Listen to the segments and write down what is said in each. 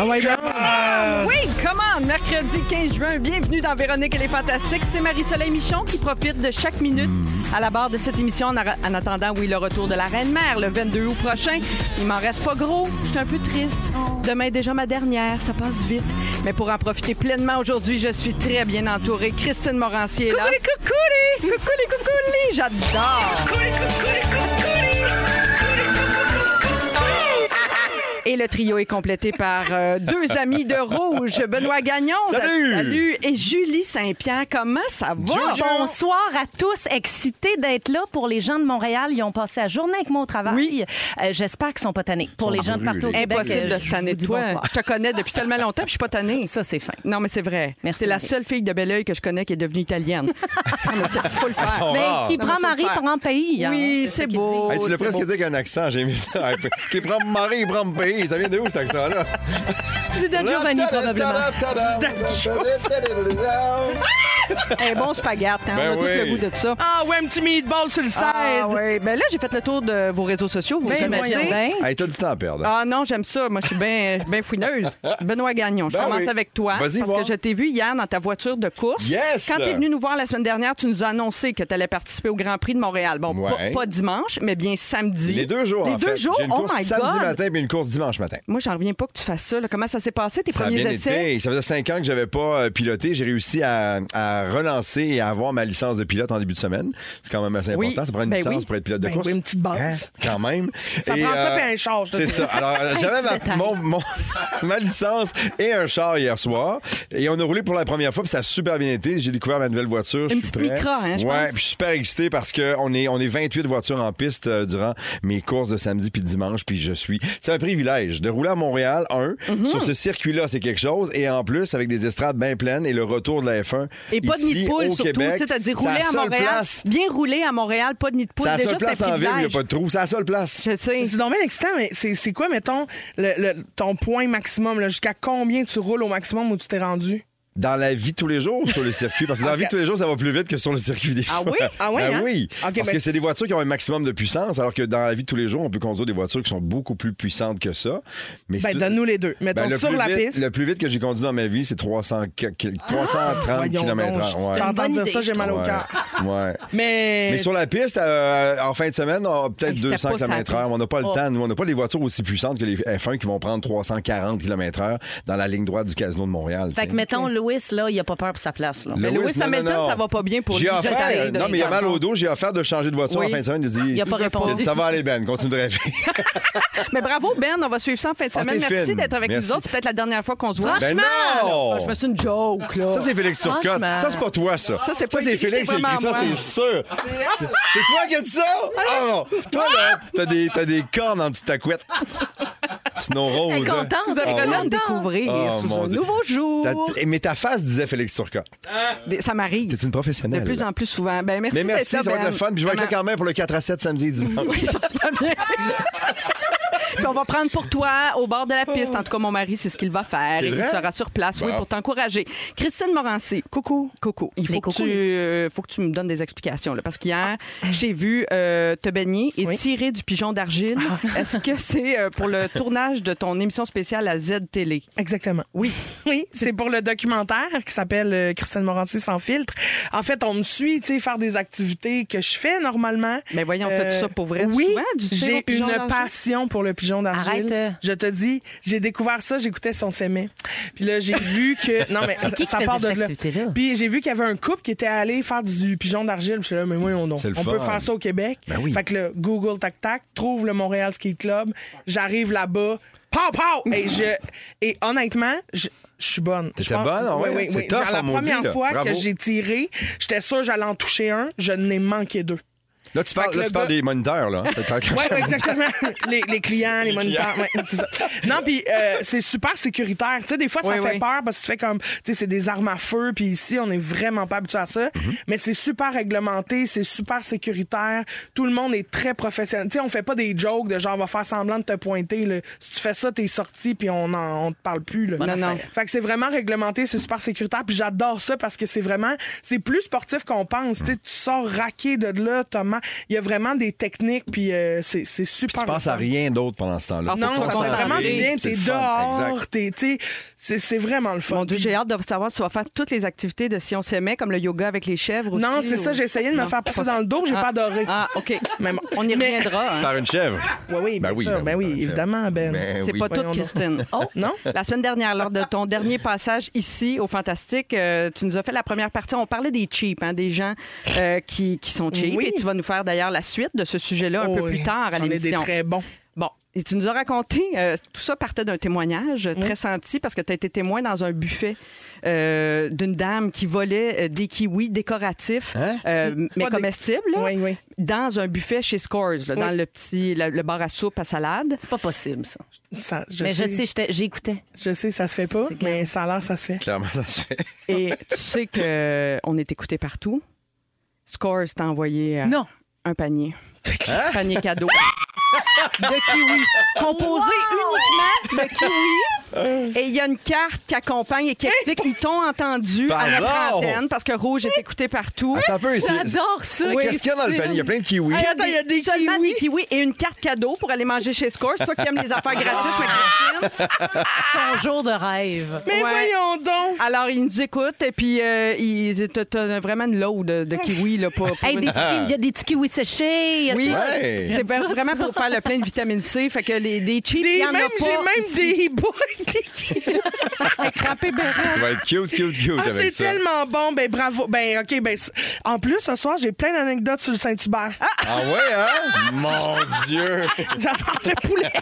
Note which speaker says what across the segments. Speaker 1: Ah ouais, donc.
Speaker 2: Oui, comment? Mercredi 15 juin, bienvenue dans Véronique et les Fantastiques. C'est Marie-Soleil Michon qui profite de chaque minute à la barre de cette émission en, ara- en attendant, oui, le retour de la Reine-Mère le 22 août prochain. Il m'en reste pas gros. Je suis un peu triste. Demain est déjà ma dernière. Ça passe vite. Mais pour en profiter pleinement aujourd'hui, je suis très bien entourée. Christine Morancier est là. Coucouli, coucouli! Coucouli, coucouli! J'adore! Et le trio est complété par euh, deux amis de rouge, Benoît Gagnon.
Speaker 1: Salut!
Speaker 2: Salut! Et Julie Saint-Pierre, comment ça va?
Speaker 3: Bonsoir à tous, excités d'être là pour les gens de Montréal. Ils ont passé la journée avec moi au travail.
Speaker 2: Oui.
Speaker 3: Euh, J'espère qu'ils sont pas tannés. Pour les gens de partout au Québec,
Speaker 2: Impossible
Speaker 3: euh,
Speaker 2: de
Speaker 3: je
Speaker 2: se tanner de
Speaker 3: vous dis
Speaker 2: toi.
Speaker 3: bonsoir.
Speaker 2: Je te connais depuis tellement longtemps, puis je suis pas tannée.
Speaker 3: Ça, c'est fin.
Speaker 2: Non, mais c'est vrai.
Speaker 3: Merci,
Speaker 2: C'est la
Speaker 3: Marie.
Speaker 2: seule fille de Belleuil que je connais qui est devenue italienne. Non, mais c'est- faut le faire.
Speaker 4: sont
Speaker 3: Mais
Speaker 4: rares.
Speaker 3: Ben, qui
Speaker 2: Non,
Speaker 3: prend
Speaker 2: mais faut
Speaker 3: Marie
Speaker 2: le faire.
Speaker 3: pour un pays. hein,
Speaker 2: Oui,
Speaker 3: ce
Speaker 2: c'est
Speaker 3: qu'il
Speaker 2: beau.
Speaker 3: dit.
Speaker 4: Hey, tu l'as
Speaker 2: c'est
Speaker 4: presque
Speaker 2: beau.
Speaker 4: dit avec un accent, j'ai aimé ça. Hey, Qui prend Marie, prend me pays. Ça vient de où cet accent-là?
Speaker 3: C'est de Giovanni, probablement.
Speaker 2: Un bon spaghette, hein,
Speaker 4: Ben
Speaker 2: on a
Speaker 4: oui.
Speaker 2: tout le goût de ça.
Speaker 1: Ah ouais, un petit meatball sur le side.
Speaker 2: Ah oui, ben là, j'ai fait le tour de vos réseaux sociaux, vous
Speaker 1: Ben,
Speaker 2: connaissez.
Speaker 1: voyons
Speaker 3: Ben,
Speaker 4: Hey, t'as du temps à perdre.
Speaker 2: Ah non, j'aime ça. Moi, je suis bien ben fouineuse. Benoît Gagnon, je
Speaker 4: Ben
Speaker 2: commence
Speaker 4: oui.
Speaker 2: avec toi.
Speaker 4: Vas-y,
Speaker 2: Parce
Speaker 4: voir.
Speaker 2: que je t'ai vu hier dans ta voiture de course.
Speaker 4: Yes!
Speaker 2: Quand tu es venu nous voir la semaine dernière, tu nous as annoncé que tu allais participer au Grand Prix de Montréal. Bon,
Speaker 4: Ouais.
Speaker 2: pas, pas dimanche, mais bien samedi.
Speaker 4: Les deux jours,
Speaker 2: Les
Speaker 4: en
Speaker 2: deux
Speaker 4: fait.
Speaker 2: jours?
Speaker 4: J'ai une
Speaker 2: oh
Speaker 4: course
Speaker 2: my
Speaker 4: samedi
Speaker 2: God!
Speaker 4: matin puis une course dimanche matin.
Speaker 2: Moi, j'en reviens pas que tu fasses ça. là. Comment ça s'est passé, tes
Speaker 4: Ça a
Speaker 2: premiers
Speaker 4: bien
Speaker 2: essais?
Speaker 4: été. Ça faisait cinq ans que j'avais pas euh, piloté. J'ai réussi à, à relancer et à avoir ma licence de pilote en début de semaine. C'est quand même assez
Speaker 2: Oui.
Speaker 4: important. Ça prend une
Speaker 2: Ben
Speaker 4: licence
Speaker 2: oui.
Speaker 4: pour être pilote de
Speaker 1: Ben
Speaker 4: course. Hein?
Speaker 1: oui, une petite base.
Speaker 4: Quand même. euh,
Speaker 1: Ça prend ça puis un char, je te
Speaker 4: C'est
Speaker 1: dis.
Speaker 4: ça. Alors, euh, j'avais ma, mon- mon- ma licence et un char hier soir. Et on a roulé pour la première fois. Puis ça a super bien été. J'ai découvert ma nouvelle voiture. je suis
Speaker 2: petite
Speaker 4: prêt.
Speaker 2: Micra, hein, je
Speaker 4: Ouais,
Speaker 2: pense.
Speaker 4: puis je suis super excité parce qu'on est, on est 28 voitures en piste euh, durant mes courses de samedi puis dimanche. Puis je suis. C'est un privilège de rouler à Montréal, un.
Speaker 2: Mhm.
Speaker 4: Sur ce circuit-là, c'est quelque chose. Et en plus, avec des estrades bien pleines et le retour de la F1.
Speaker 2: Et pas de
Speaker 4: ici,
Speaker 2: nid de poule,
Speaker 4: au
Speaker 2: surtout.
Speaker 4: Québec,
Speaker 2: Tu sais, T'as dit
Speaker 4: c'est
Speaker 2: rouler
Speaker 4: la
Speaker 2: à
Speaker 4: seule
Speaker 2: Montréal.
Speaker 4: place-
Speaker 2: Bien rouler à Montréal, pas de nid de poule.
Speaker 4: C'est la
Speaker 2: Déjà,
Speaker 4: seule
Speaker 2: c'est
Speaker 4: place
Speaker 2: un
Speaker 4: en ville où il n'y a
Speaker 2: privilège.
Speaker 4: pas de trou. C'est la seule place.
Speaker 2: Je sais.
Speaker 1: C'est donc bien excitant, mais c'est c'est quoi, mettons, le, le- ton point maximum? là? Jusqu'à combien tu roules au maximum où tu t'es rendu?
Speaker 4: Dans la vie de tous les jours sur le circuit. Parce que dans la vie de tous les jours, ça va plus vite que sur le circuit des
Speaker 2: Ah
Speaker 4: fois.
Speaker 2: oui?
Speaker 1: Ah oui,
Speaker 4: Ben
Speaker 1: hein?
Speaker 4: oui.
Speaker 1: Ok,
Speaker 4: parce
Speaker 1: ben
Speaker 4: que c'est des voitures qui ont un maximum de puissance, alors que dans la vie de tous les jours, on peut conduire des voitures qui sont beaucoup plus puissantes que ça. Mais
Speaker 1: Ben,
Speaker 4: ça-
Speaker 1: donne-nous les deux.
Speaker 4: Ben,
Speaker 1: Mettons
Speaker 4: le
Speaker 1: sur
Speaker 4: plus
Speaker 1: la
Speaker 4: vite-
Speaker 1: piste. Ah,
Speaker 4: Le plus vite que j'ai conduit dans ma vie, c'est 300, que- que- 330
Speaker 1: Voyons donc, je
Speaker 4: km/h. Ouais.
Speaker 1: t'entends
Speaker 3: Bonne
Speaker 1: dire
Speaker 3: idée,
Speaker 1: ça, j'ai
Speaker 3: je
Speaker 1: mal au cœur.
Speaker 4: Ouais. Ouais.
Speaker 1: Mais,
Speaker 4: Mais sur la piste, euh, en fin de semaine, on a peut-être
Speaker 2: Hey, c'était
Speaker 4: 200
Speaker 2: pas sa
Speaker 4: km/h.
Speaker 2: piste.
Speaker 4: On n'a pas le
Speaker 2: Oh.
Speaker 4: temps. Nous, on n'a pas des voitures aussi puissantes que les F1 qui vont prendre 340 km/h dans la ligne droite du casino de Montréal.
Speaker 3: Fait que,
Speaker 4: t'sais.
Speaker 3: mettons, Louis, là, il a pas peur pour sa place. Là.
Speaker 2: Mais Lewis
Speaker 4: non, non,
Speaker 2: Ben Hamilton,
Speaker 4: non.
Speaker 2: ça va pas bien pour
Speaker 4: J'ai
Speaker 2: lui, cette
Speaker 4: Offert,
Speaker 2: année de
Speaker 4: non, mais il a mal
Speaker 2: Ricardo.
Speaker 4: au dos. J'ai offert de changer de voiture
Speaker 2: Oui.
Speaker 4: en fin de semaine. Il a dit,
Speaker 3: Il a pas répondu.
Speaker 4: il a dit, ça va aller, Ben. Continue de rêver.
Speaker 2: Mais bravo, Ben. On va suivre ça en fin de
Speaker 4: Ah,
Speaker 2: semaine.
Speaker 4: t'es
Speaker 2: Merci
Speaker 4: fine.
Speaker 2: d'être avec
Speaker 4: Merci.
Speaker 2: nous autres. C'est peut-être la dernière fois qu'on se voit.
Speaker 4: ben non!
Speaker 2: Je me suis une joke, là.
Speaker 4: Ça, c'est Félix Turcotte.
Speaker 3: Franchement.
Speaker 4: Ça, c'est pas toi, ça.
Speaker 2: Ça, c'est pas
Speaker 4: c'est
Speaker 2: écrit,
Speaker 4: Félix
Speaker 2: c'est
Speaker 4: qui a écrit ça,
Speaker 2: vraiment
Speaker 4: c'est
Speaker 2: moi.
Speaker 4: sûr. C'est c'est toi qui as dit ça? Oh! Toi, là, t'as des, t'as des cornes en petite tacouette. Snow Road.
Speaker 3: contente,
Speaker 2: Vous
Speaker 4: Ah
Speaker 2: apprenez
Speaker 4: oui.
Speaker 2: à me découvrir
Speaker 4: Oh,
Speaker 2: sous
Speaker 4: mon
Speaker 2: un
Speaker 4: Dieu.
Speaker 2: nouveau
Speaker 4: Ta-
Speaker 2: jour.
Speaker 4: t- Mais ta face disait Félix Turcotte.
Speaker 2: Des- Ça m'arrive.
Speaker 4: T'es une
Speaker 2: De
Speaker 4: professionnelle.
Speaker 2: plus en plus souvent. Ben, merci
Speaker 4: Mais merci, ça
Speaker 2: d'être là,
Speaker 4: va être
Speaker 2: Ben.
Speaker 4: le fun. Puis je vais être là quand même pour le 4 à 7 samedi et dimanche.
Speaker 2: Oui, ça va bien. Puis on va prendre pour toi au bord de la piste. En tout cas, mon mari, c'est ce qu'il va faire.
Speaker 4: C'est
Speaker 2: Et il
Speaker 4: vrai?
Speaker 2: sera sur place, oui,
Speaker 4: Bon.
Speaker 2: pour t'encourager. Christine Morancy. Coucou. Coucou. Il faut
Speaker 3: Les
Speaker 2: que, tu,
Speaker 3: coucous.
Speaker 2: euh, faut que tu me donnes des explications. Là, parce qu'hier, j'ai vu euh, te baigner et
Speaker 1: Ah. Oui. Ah.
Speaker 2: tirer du pigeon d'argile. Est-ce que c'est euh, pour le tournage de ton émission spéciale à Z-Télé?
Speaker 1: Exactement.
Speaker 2: Oui.
Speaker 1: Oui, c'est pour le documentaire qui s'appelle euh, Christine Morancy sans filtre. En fait, on me suit, tu sais, faire des activités que je fais normalement. Euh,
Speaker 2: Mais voyons, fais-tu ça pour vrai,
Speaker 1: Oui,
Speaker 2: souvent, du tir au
Speaker 1: j'ai
Speaker 2: pigeon
Speaker 1: une
Speaker 2: d'argile?
Speaker 1: passion pour le pigeon d'argile.
Speaker 3: Arrête. euh.
Speaker 1: Je te dis, j'ai découvert ça, j'écoutais son s'aimait. Puis là, j'ai vu que non mais ça,
Speaker 3: qui qui
Speaker 1: ça
Speaker 3: faisait
Speaker 1: part de
Speaker 3: cette
Speaker 1: là.
Speaker 3: activité-là?
Speaker 1: Puis j'ai vu qu'il y avait un couple qui était allé faire du pigeon d'argile. Puis Je suis là, mais oui, on, on,
Speaker 4: C'est le
Speaker 1: on
Speaker 4: fun.
Speaker 1: peut faire ça au Québec.
Speaker 4: Ben oui.
Speaker 1: Fait que là, Google tac tac, trouve le Montréal Ski Club, j'arrive là-bas, pow pow et je et honnêtement, je je suis bonne.
Speaker 4: T'étais
Speaker 1: Je pense-
Speaker 4: bonne, ah ouais?
Speaker 1: Oui, oui,
Speaker 4: C'est
Speaker 1: oui.
Speaker 4: tough,
Speaker 1: Genre, la
Speaker 4: en maudit,
Speaker 1: première
Speaker 4: là.
Speaker 1: fois
Speaker 4: Bravo.
Speaker 1: que j'ai tiré, j'étais sûre que j'allais en toucher un, je n'ai manqué deux.
Speaker 4: Là, tu parles,
Speaker 1: Fait que
Speaker 4: là,
Speaker 1: le
Speaker 4: tu parles
Speaker 1: gars-
Speaker 4: des moniteurs, là.
Speaker 1: Oui, exactement. Les, les clients, les,
Speaker 4: Les
Speaker 1: moniteurs.
Speaker 4: clients.
Speaker 1: ouais, c'est ça. Non, puis euh, c'est super sécuritaire. Tu sais, des fois, ça
Speaker 2: Oui,
Speaker 1: fait
Speaker 2: oui.
Speaker 1: peur parce que tu fais comme, tu sais, c'est des armes à feu, puis ici, on n'est vraiment pas habitué à ça. Mais c'est super réglementé, c'est super sécuritaire. Tout le monde est très professionnel. Tu sais, on fait pas des jokes de genre, on va faire semblant de te pointer. là. Si tu fais ça, t'es sorti, puis on en- on te parle plus. là.
Speaker 2: Bonne Non, affaire. non.
Speaker 1: Fait que c'est vraiment réglementé, c'est super sécuritaire. Puis j'adore ça parce que c'est vraiment, c'est plus sportif qu'on pense. Tu sais, tu sors raqué de là, Thomas. Il y a vraiment des techniques, puis euh, c'est c'est super.
Speaker 4: Tu penses à
Speaker 1: le fun.
Speaker 4: rien d'autre pendant ce temps-là.
Speaker 2: Ah,
Speaker 1: Non,
Speaker 2: Faut
Speaker 1: ça
Speaker 2: te
Speaker 1: fait vraiment du
Speaker 2: concentrer,
Speaker 1: bien.
Speaker 4: C'est
Speaker 1: T'es
Speaker 4: le fun,
Speaker 1: dehors,
Speaker 4: exact.
Speaker 1: t'es, tu sais, c'est c'est vraiment le fun.
Speaker 2: Mon Dieu, j'ai hâte de savoir si tu vas faire toutes les activités de si on s'aimait, comme le yoga avec les chèvres aussi.
Speaker 1: Non, c'est ça, j'ai essayé de me
Speaker 2: Non,
Speaker 1: faire passer
Speaker 2: pas ça.
Speaker 1: dans le dos, j'ai
Speaker 2: Ah,
Speaker 1: pas adoré.
Speaker 2: Ah, OK.
Speaker 1: Mais bon.
Speaker 2: On y
Speaker 1: Mais-
Speaker 2: reviendra. hein.
Speaker 4: Par une chèvre.
Speaker 1: Ouais, oui,
Speaker 4: Ben
Speaker 1: bien
Speaker 4: oui,
Speaker 1: sûr.
Speaker 4: ben
Speaker 1: Ben
Speaker 4: oui,
Speaker 1: oui,
Speaker 4: ben
Speaker 1: évidemment, Ben.
Speaker 4: Ben
Speaker 2: C'est
Speaker 4: oui.
Speaker 2: pas tout,
Speaker 1: Voyons donc.
Speaker 2: Christine. Oh,
Speaker 1: Non?
Speaker 2: La semaine dernière, lors de ton dernier passage ici au Fantastique, euh, tu nous as fait la première partie. On parlait des cheap, hein, des gens euh, qui, qui sont cheap.
Speaker 1: Oui.
Speaker 2: Et tu vas nous faire d'ailleurs la suite de ce sujet-là un
Speaker 1: Oh,
Speaker 2: peu plus
Speaker 1: oui.
Speaker 2: tard à
Speaker 1: J'en ai des
Speaker 2: l'émission.
Speaker 1: très bons.
Speaker 2: Bon, et tu nous as raconté, euh, tout ça partait d'un témoignage euh, très senti parce que tu as été témoin dans un buffet euh, d'une dame qui volait euh, des kiwis décoratifs, euh, mais
Speaker 1: Hein? Pas des-
Speaker 2: comestibles, là,
Speaker 1: Oui, oui.
Speaker 2: dans un buffet chez Scores, là, dans le petit le, le bar à soupe à salade.
Speaker 3: C'est pas possible, ça.
Speaker 1: Ça, je
Speaker 3: Mais je
Speaker 1: sais,
Speaker 3: sais, j'étais- j'écoutais.
Speaker 1: je sais, ça se fait pas, mais ça a l'air, ça se fait.
Speaker 4: Clairement, ça se fait.
Speaker 2: Et tu sais qu'on est écouté partout. Scores t'a envoyé euh,
Speaker 3: Non.
Speaker 2: un panier. Un panier cadeau. de kiwi. Composé uniquement de kiwi. Et il y a une carte qui accompagne et qui explique qu'ils t'ont entendu à la
Speaker 4: Pardon!
Speaker 2: trentaine parce que rouge est écouté partout.
Speaker 4: Attends un peu. c'est-
Speaker 3: J'adore ça.
Speaker 2: Oui.
Speaker 4: Qu'est-ce qu'il y a dans le panier? Il y a plein de kiwis.
Speaker 1: Hey, attends, il y a des
Speaker 2: Seulement
Speaker 1: kiwis.
Speaker 2: des kiwis et une carte cadeau pour aller manger chez Scores. Toi qui aimes les affaires gratis, ma Christine.
Speaker 3: Ton jour de rêve.
Speaker 1: Mais
Speaker 2: Ouais.
Speaker 1: voyons donc!
Speaker 2: Alors, ils nous écoutent et puis euh, ils- t'as- t'as vraiment une load de, de kiwis là, pour, pour
Speaker 3: Hey,
Speaker 2: une-
Speaker 3: des petits- Il y a des petits kiwis séchés. il y a
Speaker 2: Oui,
Speaker 3: tout.
Speaker 4: Ouais.
Speaker 2: c'est vra- vraiment pour faire le plein de vitamine C. Fait que les, des cheats, il
Speaker 1: Des-
Speaker 2: y en a
Speaker 1: même-
Speaker 2: pas.
Speaker 1: J'ai même
Speaker 2: ici.
Speaker 1: des boys, des kiwis.
Speaker 2: Crampé Bérard.
Speaker 4: Ça va être cute, cute, cute
Speaker 1: Ah, c'est
Speaker 4: avec ça.
Speaker 1: tellement bon. Ben, bravo. Ben, OK. Ben, c- en plus, ce soir, j'ai plein d'anecdotes sur le Saint-Hubert.
Speaker 4: Ah ouais, hein? Mon Dieu!
Speaker 1: J'adore le poulet.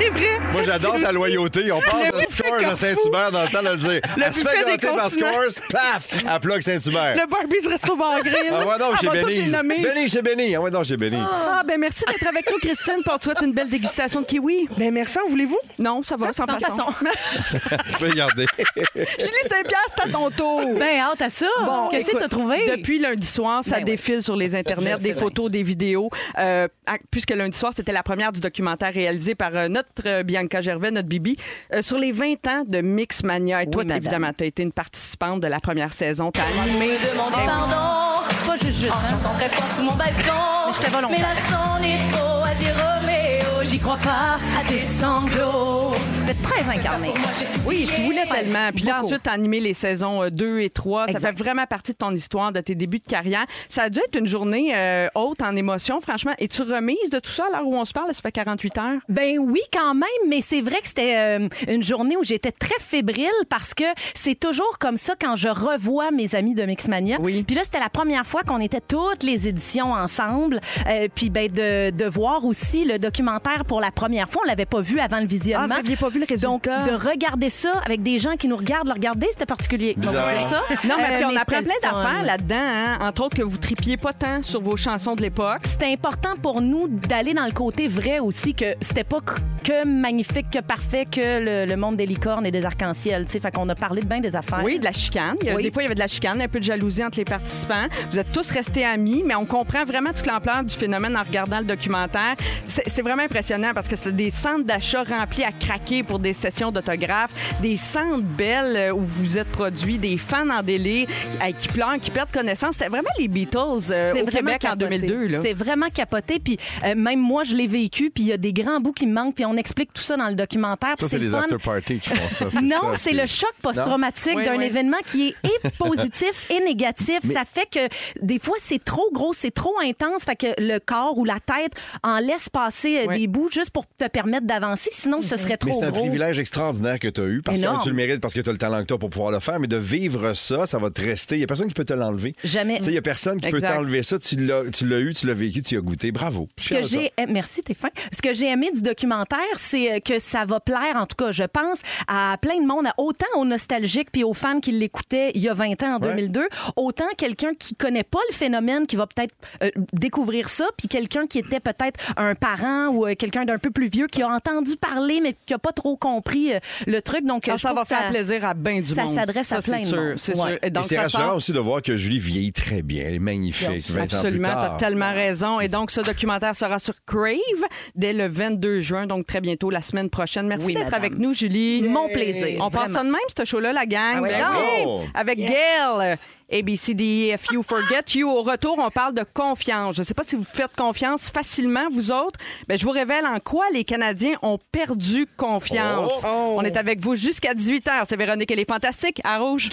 Speaker 1: C'est vrai.
Speaker 4: Moi, j'adore
Speaker 1: J'ai
Speaker 4: ta
Speaker 1: aussi
Speaker 4: loyauté. On parle
Speaker 1: Le
Speaker 4: de
Speaker 1: buffet
Speaker 4: Scores à
Speaker 1: Carrefour.
Speaker 4: Saint-Hubert dans le temps de le dire.
Speaker 1: Le
Speaker 4: Elle se fait
Speaker 1: buffet des
Speaker 4: gâter par
Speaker 1: continents.
Speaker 4: Scores, paf! À plug Saint-Hubert.
Speaker 1: Le Barbie's Resto Bar Grill.
Speaker 4: Ah ouais, non,
Speaker 2: Elle
Speaker 4: j'ai
Speaker 2: va toutes
Speaker 4: béni.
Speaker 2: les nommer.
Speaker 4: Béni, j'ai béni. Ah ouais, non, j'ai béni.
Speaker 2: Ah, ben merci d'être avec nous, Christine, pour toi, une belle dégustation de kiwi.
Speaker 1: Ben, merci. En voulez-vous?
Speaker 2: Non, ça va, sans
Speaker 3: Sans
Speaker 2: façon.
Speaker 3: façon.
Speaker 4: Tu peux regarder.
Speaker 2: Julie Saint-Pierre, c'est à ton tour.
Speaker 3: Ben, hâte à ça. Qu'est-ce que
Speaker 2: écoute,
Speaker 3: t'as trouvé?
Speaker 2: Depuis lundi soir, ça
Speaker 3: Ben ouais.
Speaker 2: défile sur les internets,
Speaker 3: Je
Speaker 2: des
Speaker 3: sais bien.
Speaker 2: photos, des vidéos. Euh, à- puisque lundi soir, c'était la première du documentaire réalisé par euh, notre euh, Bianca Gervais, notre Bibi, euh, sur les 20 ans de Mixmania. Et toi,
Speaker 3: madame.
Speaker 2: évidemment, tu as été une participante de la première saison. Tu as animé. Ben oui.
Speaker 5: Pardon,
Speaker 3: C'est Oh, pas juste juste. hein.
Speaker 5: j'entendrai pas sous mon balcon.
Speaker 3: Mais j'étais volontaire.
Speaker 5: Mais la sonde est trop à dire Roméo. J'y crois pas à tes sanglots.
Speaker 3: C'était très incarné.
Speaker 2: Oui, tu voulais tellement. Puis là,
Speaker 3: Beaucoup.
Speaker 2: ensuite, t'as animé les saisons 2 et 3. Ça
Speaker 3: Exact.
Speaker 2: fait vraiment partie de ton histoire, de tes débuts de carrière. Ça a dû être une journée euh, haute en émotion, franchement. Et tu remises de tout ça à l'heure où on se parle? Ça fait 48 heures.
Speaker 3: Ben oui, quand même, mais c'est vrai que c'était euh, une journée où j'étais très fébrile parce que c'est toujours comme ça quand je revois mes amis de Mixmania.
Speaker 2: Oui.
Speaker 3: Puis là, c'était la première fois qu'on était toutes les éditions ensemble. Euh, puis ben de, de voir aussi le documentaire pour la première fois, on l'avait pas vu avant le visionnement.
Speaker 2: Ah, vous aviez pas vu le
Speaker 3: Donc
Speaker 2: résultat.
Speaker 3: de regarder ça avec des gens qui nous regardent le regarder, c'était particulier.
Speaker 4: Bizarre.
Speaker 3: On peut dire ça.
Speaker 2: Non, mais
Speaker 3: Euh,
Speaker 2: puis on apprend
Speaker 3: c'était
Speaker 2: plein
Speaker 3: le fun.
Speaker 2: d'affaires là-dedans, hein. entre autres que vous tripiez pas tant sur vos chansons de l'époque.
Speaker 3: c'était important pour nous d'aller dans le côté vrai aussi, que c'était pas que- que magnifique, que parfait, que le, le monde des licornes et des arcs-en-ciel. tu sais. Fait qu'on a parlé de bien des affaires.
Speaker 2: Oui, de la chicane. Il y a-
Speaker 3: Oui.
Speaker 2: Des fois, il y avait de la chicane, un peu de jalousie entre les participants. Vous êtes tous restés amis, mais on comprend vraiment toute l'ampleur du phénomène en regardant le documentaire. C'est c'est vraiment impressionnant parce que c'était des centres d'achat remplis à craquer pour des sessions d'autographes, des centres belles euh, où vous êtes produits, des fans en délire euh, qui pleurent, qui perdent connaissance. C'était vraiment les Beatles euh,
Speaker 3: C'est
Speaker 2: au
Speaker 3: vraiment
Speaker 2: Québec en
Speaker 3: capoté.
Speaker 2: 2002. Là.
Speaker 3: C'est vraiment capoté. Puis euh, même moi, je l'ai vécu. Puis il y a des grands bouts qui me manquent. Puis on explique tout ça dans le documentaire. puis
Speaker 4: Ça, c'est
Speaker 3: le
Speaker 4: les
Speaker 3: fun.
Speaker 4: after-parties qui font ça.
Speaker 3: Non,
Speaker 4: ça,
Speaker 3: c'est le choc post-traumatique
Speaker 2: Oui,
Speaker 3: d'un
Speaker 2: oui.
Speaker 3: événement qui est et positif et négatif. Ça fait que des fois, c'est trop gros, c'est trop intense. Fait que le corps ou la tête en laisse passer euh,
Speaker 2: Oui. Mm-hmm.
Speaker 3: des bouts juste pour te permettre d'avancer, sinon ce serait trop
Speaker 4: Mais c'est un
Speaker 3: gros.
Speaker 4: privilège extraordinaire que tu as eu parce que
Speaker 3: Énorme.
Speaker 4: un, tu le mérites parce que tu as le talent que tu pour pouvoir le faire, mais de vivre ça, ça va te rester. Il n'y a personne qui peut te l'enlever.
Speaker 3: Jamais.
Speaker 4: Tu sais, il n'y a personne qui
Speaker 2: Exact.
Speaker 4: peut t'enlever ça. Tu l'as tu l'as eu, tu l'as vécu, tu y as goûté. Bravo.
Speaker 3: Ce que j'ai eh, merci t'es fin. Ce que j'ai aimé du documentaire, c'est euh, que ça va plaire en tout cas, je pense à plein de monde, à- autant aux nostalgiques puis aux fans qui l'écoutaient il y a 20 ans en 2002, autant quelqu'un qui connaît pas le phénomène qui va peut-être euh, découvrir ça puis quelqu'un qui était peut-être un parent ou euh, quelqu'un d'un peu plus vieux qui a entendu parler mais qui a pas trop compris euh, le truc donc euh,
Speaker 2: Ah,
Speaker 3: je
Speaker 2: ça va
Speaker 3: trouve que
Speaker 2: faire plaisir à bien du
Speaker 3: ça
Speaker 2: monde.
Speaker 3: s'adresse à
Speaker 2: Ça,
Speaker 3: plein
Speaker 2: c'est
Speaker 3: de
Speaker 2: sûr,
Speaker 3: monde.
Speaker 2: C'est
Speaker 3: Ouais.
Speaker 2: sûr. Et
Speaker 4: Et
Speaker 2: donc,
Speaker 4: c'est
Speaker 2: ça sort-
Speaker 4: rassurant aussi de voir que Julie vieillit très bien. Elle est magnifique. 20
Speaker 2: Absolument,
Speaker 4: ans plus
Speaker 2: t'as
Speaker 4: tard.
Speaker 2: tellement raison. Et donc, ce documentaire sera sur Crave dès le 22 juin, donc très bientôt, la semaine prochaine. Merci
Speaker 3: Oui,
Speaker 2: d'être
Speaker 3: madame.
Speaker 2: avec nous, Julie.
Speaker 3: Mon plaisir,
Speaker 2: On passe
Speaker 3: vraiment.
Speaker 2: ça de même, ce show-là, la gang.
Speaker 3: Ah oui,
Speaker 2: Ben
Speaker 4: bravo.
Speaker 2: oui, Avec Gail. euh, ABCDEFU, Forget E, You. Au retour, on parle de confiance. Je ne sais pas si vous faites confiance facilement, vous autres. mais je vous révèle en quoi les Canadiens ont perdu confiance.
Speaker 1: Oh.
Speaker 2: On est avec vous jusqu'à 18h. C'est Véronique, elle est fantastique. À rouge.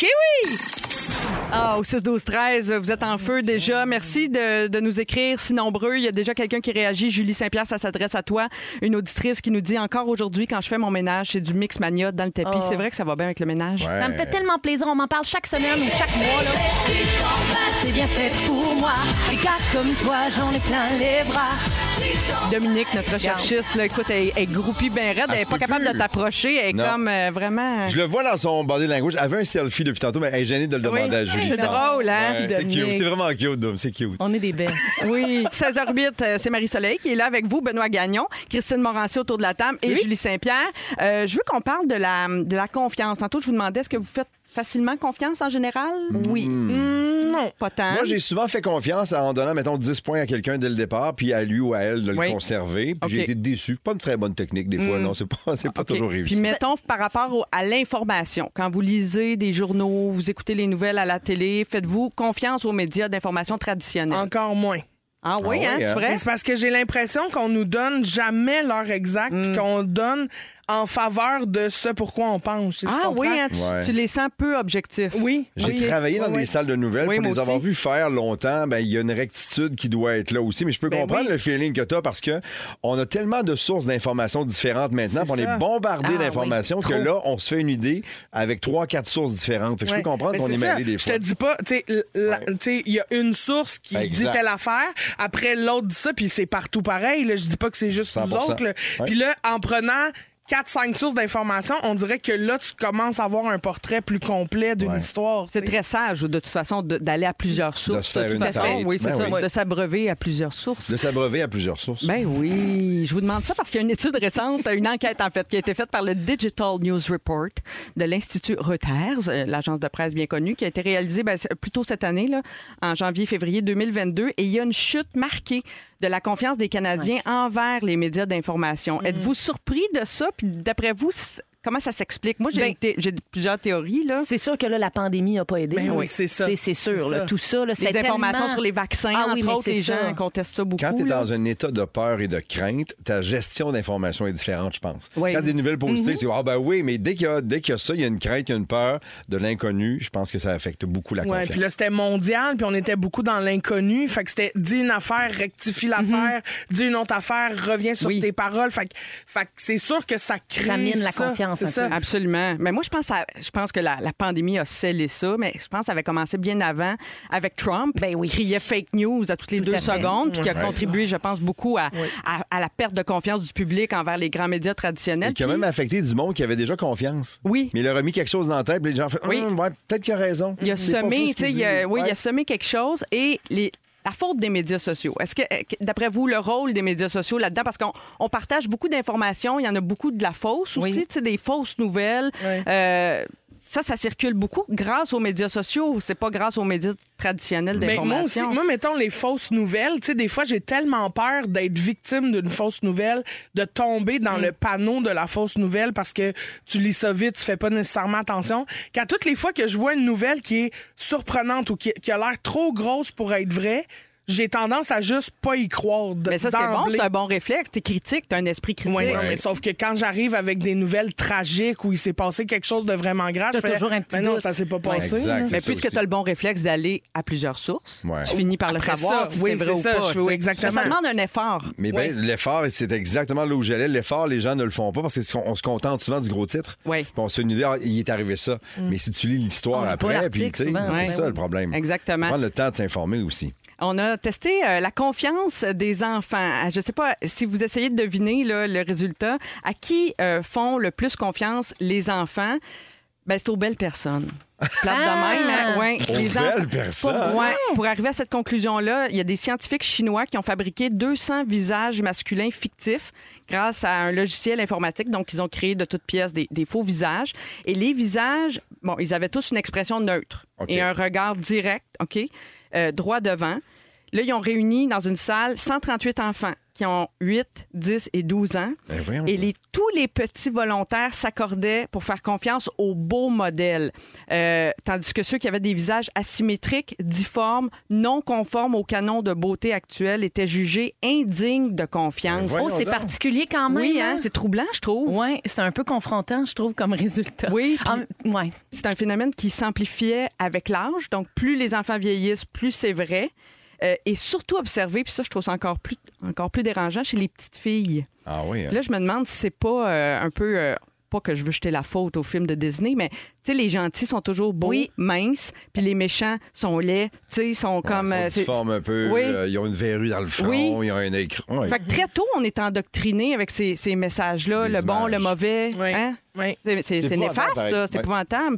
Speaker 2: Ah, au 6, 12, 13, vous êtes en feu déjà. Merci de, de nous écrire si nombreux. Il y a déjà quelqu'un qui réagit. Julie Saint-Pierre, ça s'adresse à toi. Une auditrice qui nous dit encore aujourd'hui, quand je fais mon ménage, c'est du mix mania dans le tapis.
Speaker 1: Oh.
Speaker 2: C'est vrai que ça va bien avec le ménage.
Speaker 4: Ouais.
Speaker 3: Ça me fait tellement plaisir, on m'en parle chaque semaine ou chaque mois là.
Speaker 5: C'est bien fait pour moi. Des gars comme toi, j'en ai plein les bras.
Speaker 2: Dominique, notre recherchiste, là, écoute, elle, elle est groupie bien raide.
Speaker 4: Elle
Speaker 2: Elle n'est
Speaker 4: se
Speaker 2: pas
Speaker 4: peut
Speaker 2: capable
Speaker 4: Ah, plus.
Speaker 2: de t'approcher. Elle est
Speaker 4: Non.
Speaker 2: comme euh, vraiment.
Speaker 4: Je le vois dans son body language. Elle avait un selfie depuis tantôt, mais elle est gênée de le
Speaker 2: Oui.
Speaker 4: demander à Julie.
Speaker 2: C'est
Speaker 4: je pense.
Speaker 2: drôle, hein,
Speaker 4: Ouais, c'est cute.
Speaker 2: Dominique.
Speaker 4: C'est vraiment cute, Dom. C'est cute.
Speaker 3: On est des belles.
Speaker 2: Oui, 16h08, euh, c'est Marie-Soleil qui est là avec vous, Benoît Gagnon, Christine Morancy autour de la table et Julie Saint-Pierre. Euh, je veux qu'on parle de la, de la confiance. Tantôt, je vous demandais, est-ce que vous faites facilement confiance en général? Oui. non. Pas
Speaker 1: Hein?
Speaker 2: tant.
Speaker 4: Mm. Moi, j'ai souvent fait confiance en donnant, mettons, 10 points à quelqu'un dès le départ, puis à lui ou à elle de le
Speaker 2: Oui.
Speaker 4: conserver. Puis
Speaker 2: OK.
Speaker 4: j'ai été déçu. Pas une très bonne technique, des
Speaker 1: Mm.
Speaker 4: fois, non. C'est pas, c'est pas
Speaker 2: OK.
Speaker 4: toujours réussi.
Speaker 2: Puis mettons par rapport au- à l'information, quand vous lisez des journaux, vous écoutez les nouvelles à la télé, faites-vous confiance aux médias d'information traditionnels?
Speaker 1: Encore moins.
Speaker 2: Ah oui,
Speaker 4: Ah
Speaker 2: hein,
Speaker 4: oui,
Speaker 2: c'est
Speaker 4: hein?
Speaker 2: vrai?
Speaker 1: Mais C'est parce que j'ai l'impression qu'on nous donne jamais l'heure exacte,
Speaker 2: Mm.
Speaker 1: puis qu'on donne en faveur de ce pourquoi on pense. Tu
Speaker 2: Ah
Speaker 1: comprends?
Speaker 2: oui, hein, tu,
Speaker 4: Ouais.
Speaker 2: tu les sens peu objectifs.
Speaker 1: Oui.
Speaker 4: J'ai
Speaker 1: oui.
Speaker 4: travaillé dans
Speaker 1: Oui,
Speaker 4: des
Speaker 1: oui.
Speaker 4: salles de nouvelles
Speaker 2: Oui,
Speaker 4: pour
Speaker 2: moi
Speaker 4: les avoir
Speaker 2: aussi.
Speaker 4: vus faire longtemps. Ben, il y a une rectitude qui doit être là aussi. Mais je peux
Speaker 2: Ben
Speaker 4: comprendre
Speaker 2: oui.
Speaker 4: le feeling que tu as parce que on a tellement de sources d'informations différentes maintenant.
Speaker 1: C'est
Speaker 4: puis On
Speaker 1: ça.
Speaker 4: est bombardé
Speaker 3: Ah,
Speaker 4: d'informations que là, on se fait une idée avec trois, quatre sources différentes. Fait que Je peux
Speaker 1: Ouais.
Speaker 4: comprendre
Speaker 1: Mais
Speaker 4: qu'on
Speaker 1: c'est
Speaker 4: est
Speaker 1: ça.
Speaker 4: mêlé des fois.
Speaker 1: Je te dis pas, tu sais, l- la-
Speaker 4: Ouais.
Speaker 1: tu sais, il y a une source qui
Speaker 4: Exact.
Speaker 1: dit telle affaire, après l'autre dit ça, puis c'est partout pareil. Là. Je dis pas que c'est juste nous
Speaker 4: 100%.
Speaker 1: autres. là.
Speaker 4: Ouais.
Speaker 1: Puis là, en prenant 4-5 sources d'informations, on dirait que là, tu commences à avoir un portrait plus complet d'une
Speaker 4: Ouais.
Speaker 1: histoire.
Speaker 2: C'est
Speaker 1: tu sais.
Speaker 2: très sage, de toute façon, de- d'aller à plusieurs sources.
Speaker 4: se faire
Speaker 2: toute
Speaker 4: une
Speaker 2: façon.
Speaker 4: tête.
Speaker 2: Oui, c'est
Speaker 4: Ben
Speaker 2: ça.
Speaker 4: oui.
Speaker 2: De s'abreuver à plusieurs sources.
Speaker 4: De s'abreuver à plusieurs sources.
Speaker 2: Ben oui, je vous demande ça parce qu'il y a une étude récente, une enquête en fait, qui a été faite par le Digital News Report de l'Institut Reuters, euh, l'agence de presse bien connue, qui a été réalisée ben, c'est- plus tôt cette année, là, en janvier-février 2022, et il y a une chute marquée de la confiance des Canadiens envers les médias d'information.
Speaker 3: Mm-hmm.
Speaker 2: Êtes-vous surpris de ça? Puis d'après vous, c- comment ça s'explique? Moi, j'ai
Speaker 3: Ben-
Speaker 2: une thé- j'ai plusieurs théories. Là.
Speaker 3: C'est sûr que là, la pandémie n'a pas aidé.
Speaker 1: Ben oui, c'est ça.
Speaker 3: C'est- C'est sûr,
Speaker 1: C'est
Speaker 3: là,
Speaker 1: ça.
Speaker 3: tout ça. Là,
Speaker 2: Les
Speaker 3: c'est
Speaker 2: informations
Speaker 3: tellement-
Speaker 2: sur les vaccins,
Speaker 3: Ah oui,
Speaker 2: entre
Speaker 3: mais
Speaker 2: autres,
Speaker 3: c'est
Speaker 2: les
Speaker 3: ça.
Speaker 2: gens contestent ça beaucoup.
Speaker 4: Quand tu es
Speaker 2: là.
Speaker 4: dans un état de peur et de crainte, ta gestion d'information est différente, je pense.
Speaker 2: Oui. Mhm.
Speaker 4: Quand c'est des nouvelles positives, tu dis Ah, ben oui, mais dès qu'il y, a- dès qu'il y a ça, il y a une crainte, il y a une peur de l'inconnu, je pense que ça affecte beaucoup la
Speaker 1: Ouais,
Speaker 4: confiance.
Speaker 1: puis là, c'était mondial, puis on était beaucoup dans l'inconnu. Fait que c'était dis une affaire,
Speaker 3: Mhm.
Speaker 1: rectifie l'affaire, dis une autre affaire, reviens sur
Speaker 2: Oui.
Speaker 1: tes paroles. Fait que, fait que c'est sûr que ça crée.
Speaker 3: Ça mine la
Speaker 1: ça.
Speaker 3: confiance
Speaker 1: C'est
Speaker 3: un
Speaker 1: ça.
Speaker 3: peu.
Speaker 2: Absolument. Mais moi, je pense, à- je pense que la, la pandémie a scellé ça, mais je pense que ça avait commencé bien avant avec Trump,
Speaker 3: Ben oui.
Speaker 2: qui criait fake news à toutes les
Speaker 3: Tout
Speaker 2: deux
Speaker 3: à fait.
Speaker 2: secondes, puis qui a
Speaker 4: Ouais.
Speaker 2: contribué, je pense, beaucoup à, à- à la perte de confiance du public envers les grands médias traditionnels.
Speaker 4: Et qui a
Speaker 2: Puis
Speaker 4: même affecté du monde qui avait déjà confiance.
Speaker 2: Oui.
Speaker 4: Mais il leur a mis quelque chose dans la tête, puis les gens ont fait
Speaker 2: Oui.
Speaker 4: Hum, ouais, peut-être qu'il a raison.
Speaker 2: Il a
Speaker 4: C'est pas fou
Speaker 2: semé,
Speaker 4: ce
Speaker 2: tu sais,
Speaker 4: qu'il
Speaker 2: il a-
Speaker 4: dit.
Speaker 2: oui, il
Speaker 4: Ouais.
Speaker 2: a semé quelque chose et les. La faute des médias sociaux. Est-ce que, euh, que- d'après vous, le rôle des médias sociaux là-dedans, parce qu'on on partage beaucoup d'informations, il y en a beaucoup de la fausse aussi, tu sais, des fausses nouvelles.
Speaker 1: Oui.
Speaker 2: Euh, ça, ça circule beaucoup grâce aux médias sociaux. C'est pas grâce aux médias traditionnels
Speaker 1: Mais moi aussi,
Speaker 2: d'information.
Speaker 1: moi, mettons les fausses nouvelles. Tu sais, des fois, j'ai tellement peur d'être victime d'une fausse nouvelle, de tomber
Speaker 2: Mm.
Speaker 1: dans le panneau de la fausse nouvelle parce que tu lis ça vite, tu fais pas nécessairement attention. Qu'à toutes les fois que je vois une nouvelle qui est surprenante ou qui, qui a l'air trop grosse pour être vraie, j'ai tendance à juste pas y croire. d-
Speaker 2: Mais ça, c'est bon,
Speaker 1: d'emblée.
Speaker 2: c'est un bon réflexe. T'es critique, t'as un esprit critique.
Speaker 1: Ouais, non, mais sauf que quand j'arrive avec des nouvelles tragiques où il s'est passé quelque chose de vraiment grave,
Speaker 3: T'as
Speaker 1: je fais,
Speaker 3: toujours un petit
Speaker 1: Mais non,
Speaker 3: doute.
Speaker 1: ça s'est pas
Speaker 3: Ouais.
Speaker 1: passé.
Speaker 4: Exact,
Speaker 1: là.
Speaker 4: c'est
Speaker 2: Mais
Speaker 4: ça
Speaker 2: puisque
Speaker 4: aussi.
Speaker 2: tu as le bon réflexe d'aller à plusieurs sources,
Speaker 4: Ouais.
Speaker 2: tu finis par le
Speaker 1: Après
Speaker 2: savoir
Speaker 1: ça,
Speaker 2: si
Speaker 1: oui,
Speaker 2: c'est vrai
Speaker 1: c'est
Speaker 2: ou
Speaker 1: ça,
Speaker 2: pas.
Speaker 1: je fais-
Speaker 2: tu sais.
Speaker 1: oui, exactement.
Speaker 2: Ça demande un effort.
Speaker 4: Mais ben, l'effort, c'est exactement là où j'allais. L'effort, les gens ne le font pas parce qu'on on se contente souvent du gros titre.
Speaker 2: Oui.
Speaker 4: Puis on se fait une idée, ah, il est arrivé ça.
Speaker 2: Mm.
Speaker 4: Mais si tu lis l'histoire
Speaker 3: Ah, On lit pas
Speaker 4: après,
Speaker 3: l'article
Speaker 4: puis tu sais,
Speaker 3: souvent,
Speaker 4: c'est
Speaker 3: ouais.
Speaker 4: ça le problème.
Speaker 2: Exactement.
Speaker 4: Prendre le temps de s'informer aussi.
Speaker 2: On a testé euh, la confiance des enfants. Euh, Je ne sais pas si vous essayez de deviner là, le résultat. À qui euh, font le plus confiance les enfants? Ben, c'est aux belles personnes. Plate de
Speaker 3: Ah!
Speaker 2: même, hein? Ouais.
Speaker 4: Aux
Speaker 2: Les enfants-
Speaker 4: belles
Speaker 2: Pour,
Speaker 4: personnes.
Speaker 2: ouais, pour arriver à cette conclusion-là, il y a des scientifiques chinois qui ont fabriqué 200 visages masculins fictifs grâce à un logiciel informatique. Donc, ils ont créé de toutes pièces des, des faux visages. Et les visages, bon, ils avaient tous une expression neutre
Speaker 4: OK.
Speaker 2: et un regard direct, OK, euh, droit devant. Là, ils ont réuni dans une salle 138 enfants qui ont 8, 10 et 12 ans.
Speaker 4: Ben voyons
Speaker 2: et
Speaker 4: donc.
Speaker 2: les- tous les petits volontaires s'accordaient pour faire confiance aux beaux modèles. Euh, tandis que ceux qui avaient des visages asymétriques, difformes, non conformes au canon de beauté actuel étaient jugés indignes de confiance.
Speaker 4: Ben
Speaker 3: Oh, c'est
Speaker 4: Voyons donc.
Speaker 3: particulier quand même.
Speaker 2: oui, hein, c'est troublant, je trouve.
Speaker 3: Oui, c'est un peu confrontant, je trouve, comme résultat.
Speaker 2: Oui,
Speaker 3: En- ouais.
Speaker 2: c'est un phénomène qui s'amplifiait avec l'âge. Donc, plus les enfants vieillissent, plus c'est vrai. Euh, et surtout observé, puis ça, je trouve ça encore plus, encore plus dérangeant chez les petites filles.
Speaker 4: Ah oui. hein.
Speaker 2: Là, je me demande si c'est pas euh, un peu. euh, pas que je veux jeter la faute au film de Disney, mais tu sais, les gentils sont toujours beaux,
Speaker 3: Oui.
Speaker 2: minces, puis les méchants sont laids, tu sais, ils sont comme.
Speaker 4: Ouais,
Speaker 2: euh,
Speaker 4: ils sont
Speaker 2: c'est-
Speaker 4: difformes un peu.
Speaker 2: Oui.
Speaker 4: euh, ils ont une verrue dans le front.
Speaker 2: Oui.
Speaker 4: Ils ont un écran.
Speaker 2: Fait que très tôt, on est endoctriné avec ces, ces messages-là,
Speaker 4: Des
Speaker 2: le bon,
Speaker 4: images.
Speaker 2: le mauvais.
Speaker 1: Oui.
Speaker 2: hein?
Speaker 1: Oui.
Speaker 2: C'est- C'est
Speaker 4: C'est
Speaker 2: c'est
Speaker 4: épouvantable,
Speaker 2: néfaste, ça,
Speaker 4: pareil.
Speaker 2: c'est
Speaker 4: Ouais.
Speaker 2: épouvantable.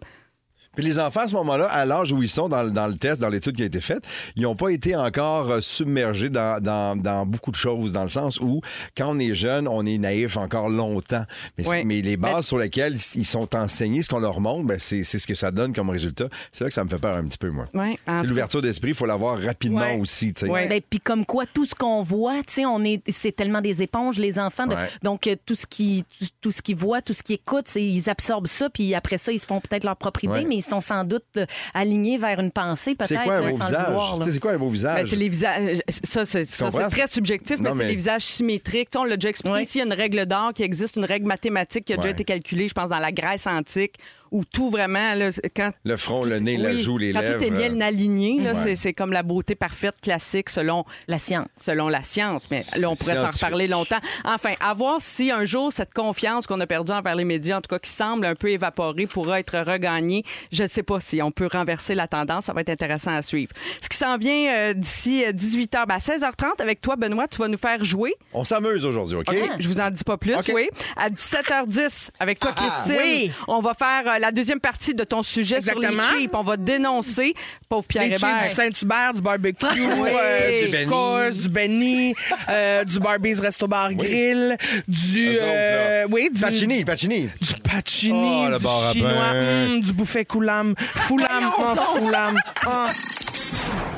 Speaker 4: Puis les enfants, à ce moment-là, à l'âge où ils sont dans, le- dans le test, dans l'étude qui a été faite, ils n'ont pas été encore euh, submergés dans, dans- dans beaucoup de choses, dans le sens où, quand on est jeune, on est naïf encore longtemps. Mais, c'est-
Speaker 2: Ouais.
Speaker 4: mais les bases
Speaker 2: Mais-
Speaker 4: sur lesquelles ils sont enseignés, ce qu'on leur montre, ben, c'est c'est ce que ça donne comme résultat. C'est là que ça me fait peur un petit peu, moi.
Speaker 2: Ouais, en
Speaker 4: C'est
Speaker 2: tout
Speaker 4: L'ouverture d'esprit, il faut l'avoir rapidement
Speaker 1: Ouais.
Speaker 4: aussi. tu sais.
Speaker 2: Ouais.
Speaker 3: Ben, puis comme quoi tout ce qu'on voit, tu sais, on est, c'est tellement des éponges les enfants, de-
Speaker 4: Ouais.
Speaker 3: donc euh, tout ce qui, tout, tout ce qu'ils voient, tout ce qu'ils écoutent, c'est- ils absorbent ça, puis après ça ils se font peut-être leur propre idée,
Speaker 4: Ouais.
Speaker 3: mais ils sont sans doute euh, alignés vers une pensée peut-être.
Speaker 4: C'est quoi un
Speaker 3: euh,
Speaker 4: beau
Speaker 3: sans le
Speaker 4: visage?
Speaker 3: vouloir, là.
Speaker 4: Tu sais, C'est quoi un beau
Speaker 2: Ben,
Speaker 4: visage?
Speaker 2: c'est les visages. Ça, c'est ça, c'est
Speaker 4: comprends?
Speaker 2: très subjectif,
Speaker 4: Non,
Speaker 2: mais, c'est
Speaker 4: mais-
Speaker 2: les visages symétriques. Tu sais, on l'a déjà expliqué.
Speaker 3: Ouais.
Speaker 2: S'il y a une règle d'or qui existe, une règle mathématique qui a déjà
Speaker 4: Ouais.
Speaker 2: été calculée, je pense, dans la Grèce antique, où tout vraiment. Là, c'est- quand,
Speaker 4: Le front, le nez, la
Speaker 2: oui,
Speaker 4: joue, les
Speaker 2: quand
Speaker 4: lèvres.
Speaker 2: tout est bien
Speaker 4: euh,
Speaker 2: aligné, là,
Speaker 4: Ouais.
Speaker 2: c'est- c'est comme la beauté parfaite classique selon
Speaker 3: La science.
Speaker 2: Selon la science. Mais là, on pourrait s'en
Speaker 4: Scientifique.
Speaker 2: reparler longtemps. Enfin, à voir si un jour cette confiance qu'on a perdue envers les médias, en tout cas qui semble un peu évaporée, pourra être regagnée. Je ne sais pas si on peut renverser la tendance. Ça va être intéressant à suivre. Ce qui s'en vient euh, d'ici 18h, à 16h30, avec toi, Benoît, tu vas nous faire jouer.
Speaker 4: On s'amuse aujourd'hui, OK?
Speaker 2: OK, Je vous en dis pas plus,
Speaker 4: OK.
Speaker 2: oui. À 17h10, avec toi, Christine,
Speaker 1: oui.
Speaker 2: on va faire euh, la deuxième partie de ton sujet sur
Speaker 1: Exactement.
Speaker 2: les chips. On va dénoncer, pauvre Pierre
Speaker 1: Les chips
Speaker 2: Hébert.
Speaker 1: du Saint-Hubert, du barbecue,
Speaker 2: Oui.
Speaker 1: euh,
Speaker 4: Du
Speaker 1: du
Speaker 4: Benny.
Speaker 1: Scores, du Benny, euh, du Barbies Resto Bar Grill, du...
Speaker 4: Eux autres, là.
Speaker 1: euh, oui, du...
Speaker 4: Pacini, Pacini.
Speaker 1: Du Pacini,
Speaker 4: Oh, le
Speaker 1: du
Speaker 4: bar à
Speaker 1: chinois,
Speaker 4: pain.
Speaker 1: hum, du bouffet coulam, foulam, oh, foulam. Ah.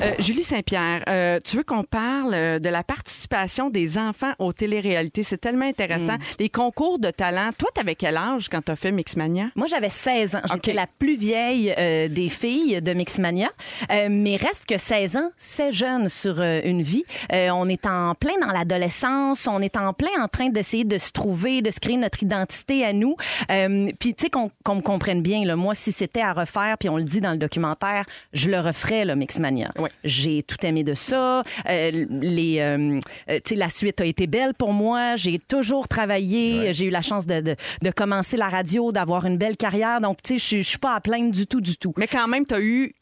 Speaker 2: Euh, Julie Saint-Pierre, euh, tu veux qu'on parle euh, de la participation des enfants aux téléréalités? C'est tellement intéressant. Les concours de talent. Toi, t'avais quel âge quand t'as fait Mixmania?
Speaker 3: Moi, j'avais 16 ans. J'étais
Speaker 2: OK.
Speaker 3: la plus vieille euh, des filles de Mixmania. Euh, mais reste que 16 ans, c'est jeune sur euh, une vie. Euh, on est en plein dans l'adolescence. On est en plein en train d'essayer de se trouver, de se créer notre identité à nous. Euh, puis, tu sais, qu'on qu'on me comprenne bien. Là, moi, si c'était à refaire, puis on le dit dans le documentaire, je le referais, le Mixmania.
Speaker 2: Ouais.
Speaker 3: J'ai tout aimé de ça. Euh, les, euh, euh, tu sais, la suite a été belle pour moi. J'ai toujours travaillé. J'ai eu la chance de, de- de commencer la radio, d'avoir une belle carrière. Donc, tu sais, je suis- je suis pas à plaindre du tout, du tout.
Speaker 2: Mais quand même, tu as eu,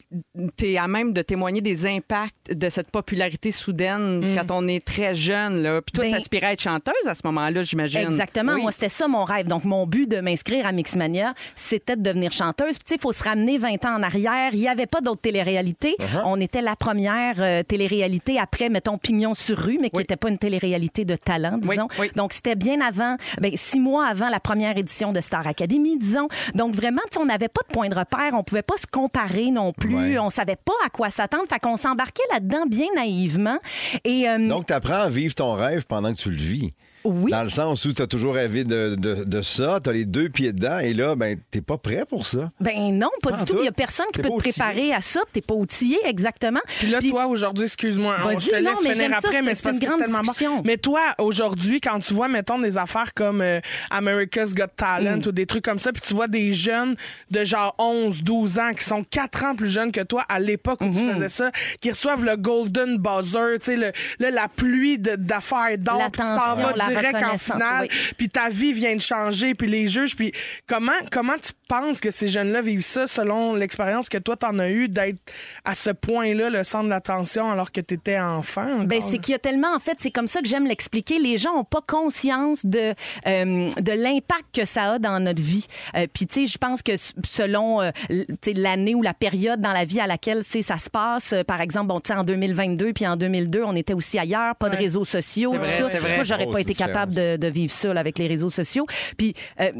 Speaker 2: tu es à même de témoigner des impacts de cette popularité soudaine quand on est très jeune. Là. Puis toi,
Speaker 3: Ben-
Speaker 2: t'aspirais à être chanteuse à ce moment-là, j'imagine.
Speaker 3: Exactement.
Speaker 2: Oui.
Speaker 3: Moi, c'était ça mon rêve. Donc, mon but de m'inscrire à Mixmania, c'était de devenir chanteuse. Puis, tu sais, il faut se ramener 20 ans en arrière. Il n'y avait pas d'autres téléréalités.
Speaker 2: Uh-huh.
Speaker 3: On était la première euh, téléréalité après, mettons, Pignon sur rue, mais qui
Speaker 2: Oui.
Speaker 3: n'était pas une téléréalité de talent,
Speaker 2: Oui,
Speaker 3: disons.
Speaker 2: oui.
Speaker 3: Donc, c'était bien avant, ben, six mois avant la première édition de Star Academy, disons. Donc, vraiment, tu sais, on n'avait pas de point de repère. On pouvait pas se comparer non plus.
Speaker 4: Ouais.
Speaker 3: On savait pas à quoi s'attendre. Fait qu'on s'embarquait là-dedans bien naïvement. Et, euh,
Speaker 4: Donc, tu apprends à vivre ton rêve pendant que tu le vis.
Speaker 3: Oui.
Speaker 4: Dans le sens où tu as toujours rêvé de, de, de ça, tu as les deux pieds dedans, et là, ben, t'es pas prêt pour ça.
Speaker 3: Ben non, pas
Speaker 4: Pas
Speaker 3: du
Speaker 4: en
Speaker 3: tout.
Speaker 4: tout.
Speaker 3: Il y a personne qui
Speaker 4: T'es
Speaker 3: peut
Speaker 4: pas
Speaker 3: te
Speaker 4: outillé.
Speaker 3: préparer à ça. puis T'es pas outillé, exactement.
Speaker 1: Puis là,
Speaker 3: Puis-
Speaker 1: toi, aujourd'hui, excuse-moi, hein, on
Speaker 3: Vas-y,
Speaker 1: se
Speaker 3: non,
Speaker 1: laisse
Speaker 3: mais
Speaker 1: finir
Speaker 3: j'aime ça,
Speaker 1: après,
Speaker 3: c'est-
Speaker 1: mais
Speaker 3: c'est
Speaker 1: c'est parce
Speaker 3: une
Speaker 1: que
Speaker 3: grande
Speaker 1: c'est tellement bon.
Speaker 3: discussion.
Speaker 1: Mais toi, aujourd'hui, quand tu vois, mettons, des affaires comme euh, America's Got Talent
Speaker 3: Mm.
Speaker 1: ou des trucs comme ça, puis tu vois des jeunes de genre 11, 12 ans qui sont 4 ans plus jeunes que toi à l'époque où
Speaker 3: Mm-hmm.
Speaker 1: tu faisais ça, qui reçoivent le Golden Buzzer, tu sais, le- là, la pluie de- d'affaires d'or, puis tu t'en
Speaker 3: L'attention,
Speaker 1: vas
Speaker 3: la
Speaker 1: direct en
Speaker 3: reconnaissance,
Speaker 1: finale,
Speaker 3: oui.
Speaker 1: puis ta vie vient de changer, puis les juges, puis comment, comment tu penses que ces jeunes-là vivent ça selon l'expérience que toi, t'en as eu d'être à ce point-là le centre de l'attention alors que t'étais enfant?
Speaker 4: oh
Speaker 3: Ben,
Speaker 1: encore?
Speaker 3: c'est qu'il y a tellement, en fait, c'est comme ça que j'aime l'expliquer. Les gens n'ont pas conscience de, euh, de l'impact que ça a dans notre vie. Euh, Puis, tu sais, je pense que s- selon euh, l- tu sais, l'année ou la période dans la vie à laquelle tu sais, ça se passe, euh, par exemple, bon, tu sais, en 2022, puis en 2002, on était aussi ailleurs, pas de réseaux sociaux, tout
Speaker 2: vrai,
Speaker 3: ça.
Speaker 2: c'est vrai.
Speaker 3: Moi, j'aurais
Speaker 4: Grosse
Speaker 3: pas été capable
Speaker 4: différence.
Speaker 3: de, de vivre ça là, avec les réseaux sociaux. Puis, euh,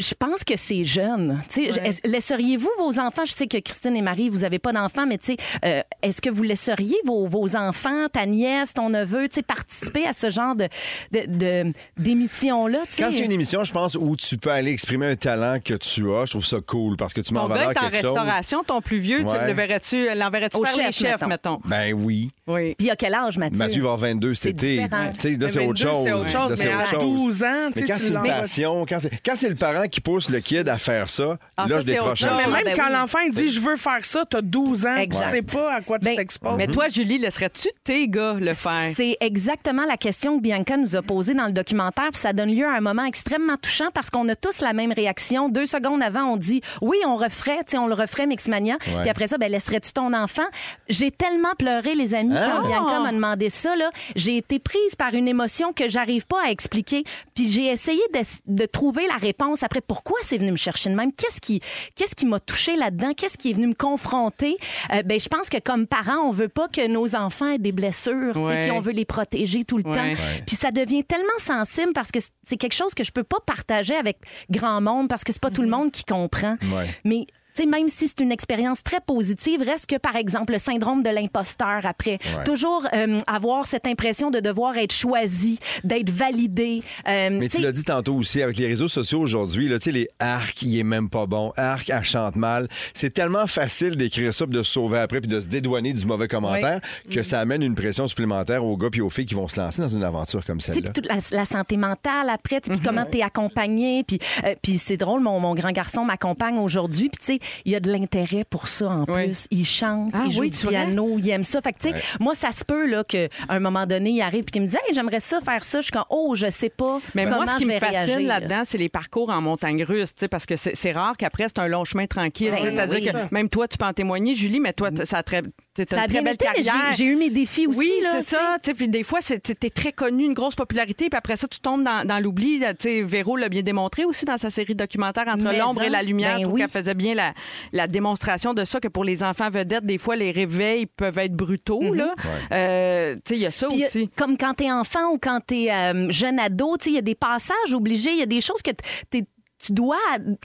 Speaker 3: je pense que c'est jeune. Tu sais,
Speaker 1: Ouais.
Speaker 3: est-ce- Laisseriez-vous vos enfants? Je sais que Christine et Marie, vous n'avez pas d'enfants, mais tu sais, euh, est-ce que vous laisseriez vos, vos enfants, ta nièce, ton neveu, tu sais, participer à ce genre de, de- de- d'émission-là? tu sais?
Speaker 4: Quand c'est une émission, je pense, où tu peux aller exprimer un talent que tu as, je trouve ça cool parce que tu m'en
Speaker 2: Ton gars
Speaker 4: valeur
Speaker 2: est en
Speaker 4: quelque chose.
Speaker 2: restauration, ton plus vieux,
Speaker 4: Ouais.
Speaker 2: tu le verrais-tu, euh, l'enverrais-tu
Speaker 3: Au
Speaker 2: faire les
Speaker 3: chef,
Speaker 2: chefs, mettons.
Speaker 4: Ben oui.
Speaker 2: Oui.
Speaker 3: Puis à quel âge, Mathieu?
Speaker 4: Mathieu va avoir 22 cet
Speaker 3: C'est
Speaker 4: été.
Speaker 3: différent.
Speaker 4: Tu sais, là, c'est
Speaker 1: Mais
Speaker 4: autre
Speaker 1: 22,
Speaker 4: chose.
Speaker 1: c'est autre chose,
Speaker 4: Là, c'est
Speaker 1: mais
Speaker 4: autre
Speaker 1: à
Speaker 4: chose.
Speaker 1: 12 ans, tu
Speaker 4: Mais
Speaker 1: sais,
Speaker 4: quand
Speaker 1: tu
Speaker 4: c'est une
Speaker 1: l'as-
Speaker 4: passion, quand c'est, quand c'est le parent qui pousse le kid à faire ça,
Speaker 2: Ah,
Speaker 4: là,
Speaker 2: ça,
Speaker 4: je
Speaker 2: c'est autre
Speaker 4: décroche.
Speaker 2: chose.
Speaker 1: Non, mais
Speaker 2: Ah,
Speaker 1: même
Speaker 3: ben
Speaker 1: quand
Speaker 3: oui.
Speaker 1: l'enfant dit je veux faire ça, t'as 12 ans,
Speaker 3: Exact.
Speaker 1: tu sais pas à quoi tu
Speaker 3: Ben,
Speaker 1: t'exposes.
Speaker 2: Mais toi, Julie, laisserais-tu tes gars le faire?
Speaker 3: C'est exactement la question que Bianca nous a posée dans le documentaire. puis ça donne lieu à un moment extrêmement touchant parce qu'on a tous la même réaction. Deux secondes avant, on dit oui, on referait, tu sais, on le referait Mixmania. Puis après ça, ben laisserais-tu ton enfant J'ai tellement pleuré, les amis, quand Bianca m'a demandé ça. Là, j'ai été prise par une émotion que j'arrive pas à expliquer. Puis j'ai essayé de, de trouver la réponse après. Pourquoi c'est venu me chercher de même Qu'est-ce qui, qu'est-ce qui m'a touché là-dedans Qu'est-ce qui est venu me confronter Euh, Ben, je pense que comme parents, on veut pas que nos enfants aient des blessures. tu sais,
Speaker 2: Ouais.
Speaker 3: puis on veut les protéger tout le
Speaker 2: Ouais.
Speaker 3: temps.
Speaker 2: Ouais.
Speaker 3: Puis ça devient tellement sensible parce que c'est quelque chose que je peux pas partager avec grand monde parce que c'est pas tout le monde qui comprend.
Speaker 4: Mm-hmm. Ouais.
Speaker 3: Mais tu sais, même si c'est une expérience très positive, reste que, par exemple, le syndrome de l'imposteur après. Toujours euh, avoir cette impression de devoir être choisi, d'être validé. Euh,
Speaker 4: Mais tu
Speaker 3: sais,
Speaker 4: l'as dit tantôt aussi, avec les réseaux sociaux aujourd'hui, là, tu sais, les arcs, il est même pas bon. Arc, elle chante mal. C'est tellement facile d'écrire ça, puis de se sauver après, puis de se dédouaner du mauvais commentaire, que
Speaker 3: Mm.
Speaker 4: ça amène une pression supplémentaire aux gars puis aux filles qui vont se lancer dans une aventure comme
Speaker 3: Tu sais,
Speaker 4: celle-là. Mm-hmm.
Speaker 3: puis toute la, la santé mentale après, tu sais, puis comment t'es accompagné, puis euh, puis c'est drôle, mon, mon grand garçon m'accompagne aujourd'hui, puis tu sais, il y a de l'intérêt pour ça en
Speaker 2: Oui.
Speaker 3: plus. Il chante,
Speaker 2: Ah
Speaker 3: il joue
Speaker 2: oui,
Speaker 3: du
Speaker 2: tu vois?
Speaker 3: piano, il aime ça. Fait que tu sais, moi, ça se peut là qu'à un moment donné, il arrive puis qu'il me dit, hey, j'aimerais ça faire ça. Je suis comme, oh, je sais pas.
Speaker 2: Mais Ben, moi,
Speaker 3: comment
Speaker 2: ce qui
Speaker 3: je
Speaker 2: me
Speaker 3: vais réagir.
Speaker 2: fascine là-dedans, c'est les parcours en montagne russe, tu sais, parce que c'est c'est rare qu'après, c'est un long chemin tranquille.
Speaker 3: Ben
Speaker 2: tu sais, C'est-à-dire
Speaker 3: oui.
Speaker 2: que même toi, tu peux en témoigner, Julie, mais toi, t- ça a très, t'as
Speaker 3: Ça
Speaker 2: une
Speaker 3: a
Speaker 2: très
Speaker 3: bien
Speaker 2: belle
Speaker 3: été, mais j'ai-
Speaker 2: carrière.
Speaker 3: j'ai eu mes défis aussi,
Speaker 2: Oui,
Speaker 3: là,
Speaker 2: c'est
Speaker 3: tu sais.
Speaker 2: ça. tu sais, Puis des fois, c'est- t'es t'es très connu, une grosse popularité, puis après ça, tu tombes dans, dans l'oubli. là, tu sais, Véro l'a bien démontré aussi dans sa série documentaire Entre
Speaker 3: Mais
Speaker 2: l'ombre
Speaker 3: en,
Speaker 2: et la lumière.
Speaker 3: ben
Speaker 2: je trouve
Speaker 3: oui.
Speaker 2: qu'elle faisait bien la, la démonstration de ça, que pour les enfants vedettes, des fois, les réveils peuvent être brutaux. là. Euh, tu sais, Il y a ça
Speaker 3: Mm-hmm. Puis, euh,
Speaker 2: aussi.
Speaker 3: Comme quand t'es enfant ou quand t'es euh, jeune ado, tu sais, il y a des passages obligés, il y a des choses que t- t'es- tu dois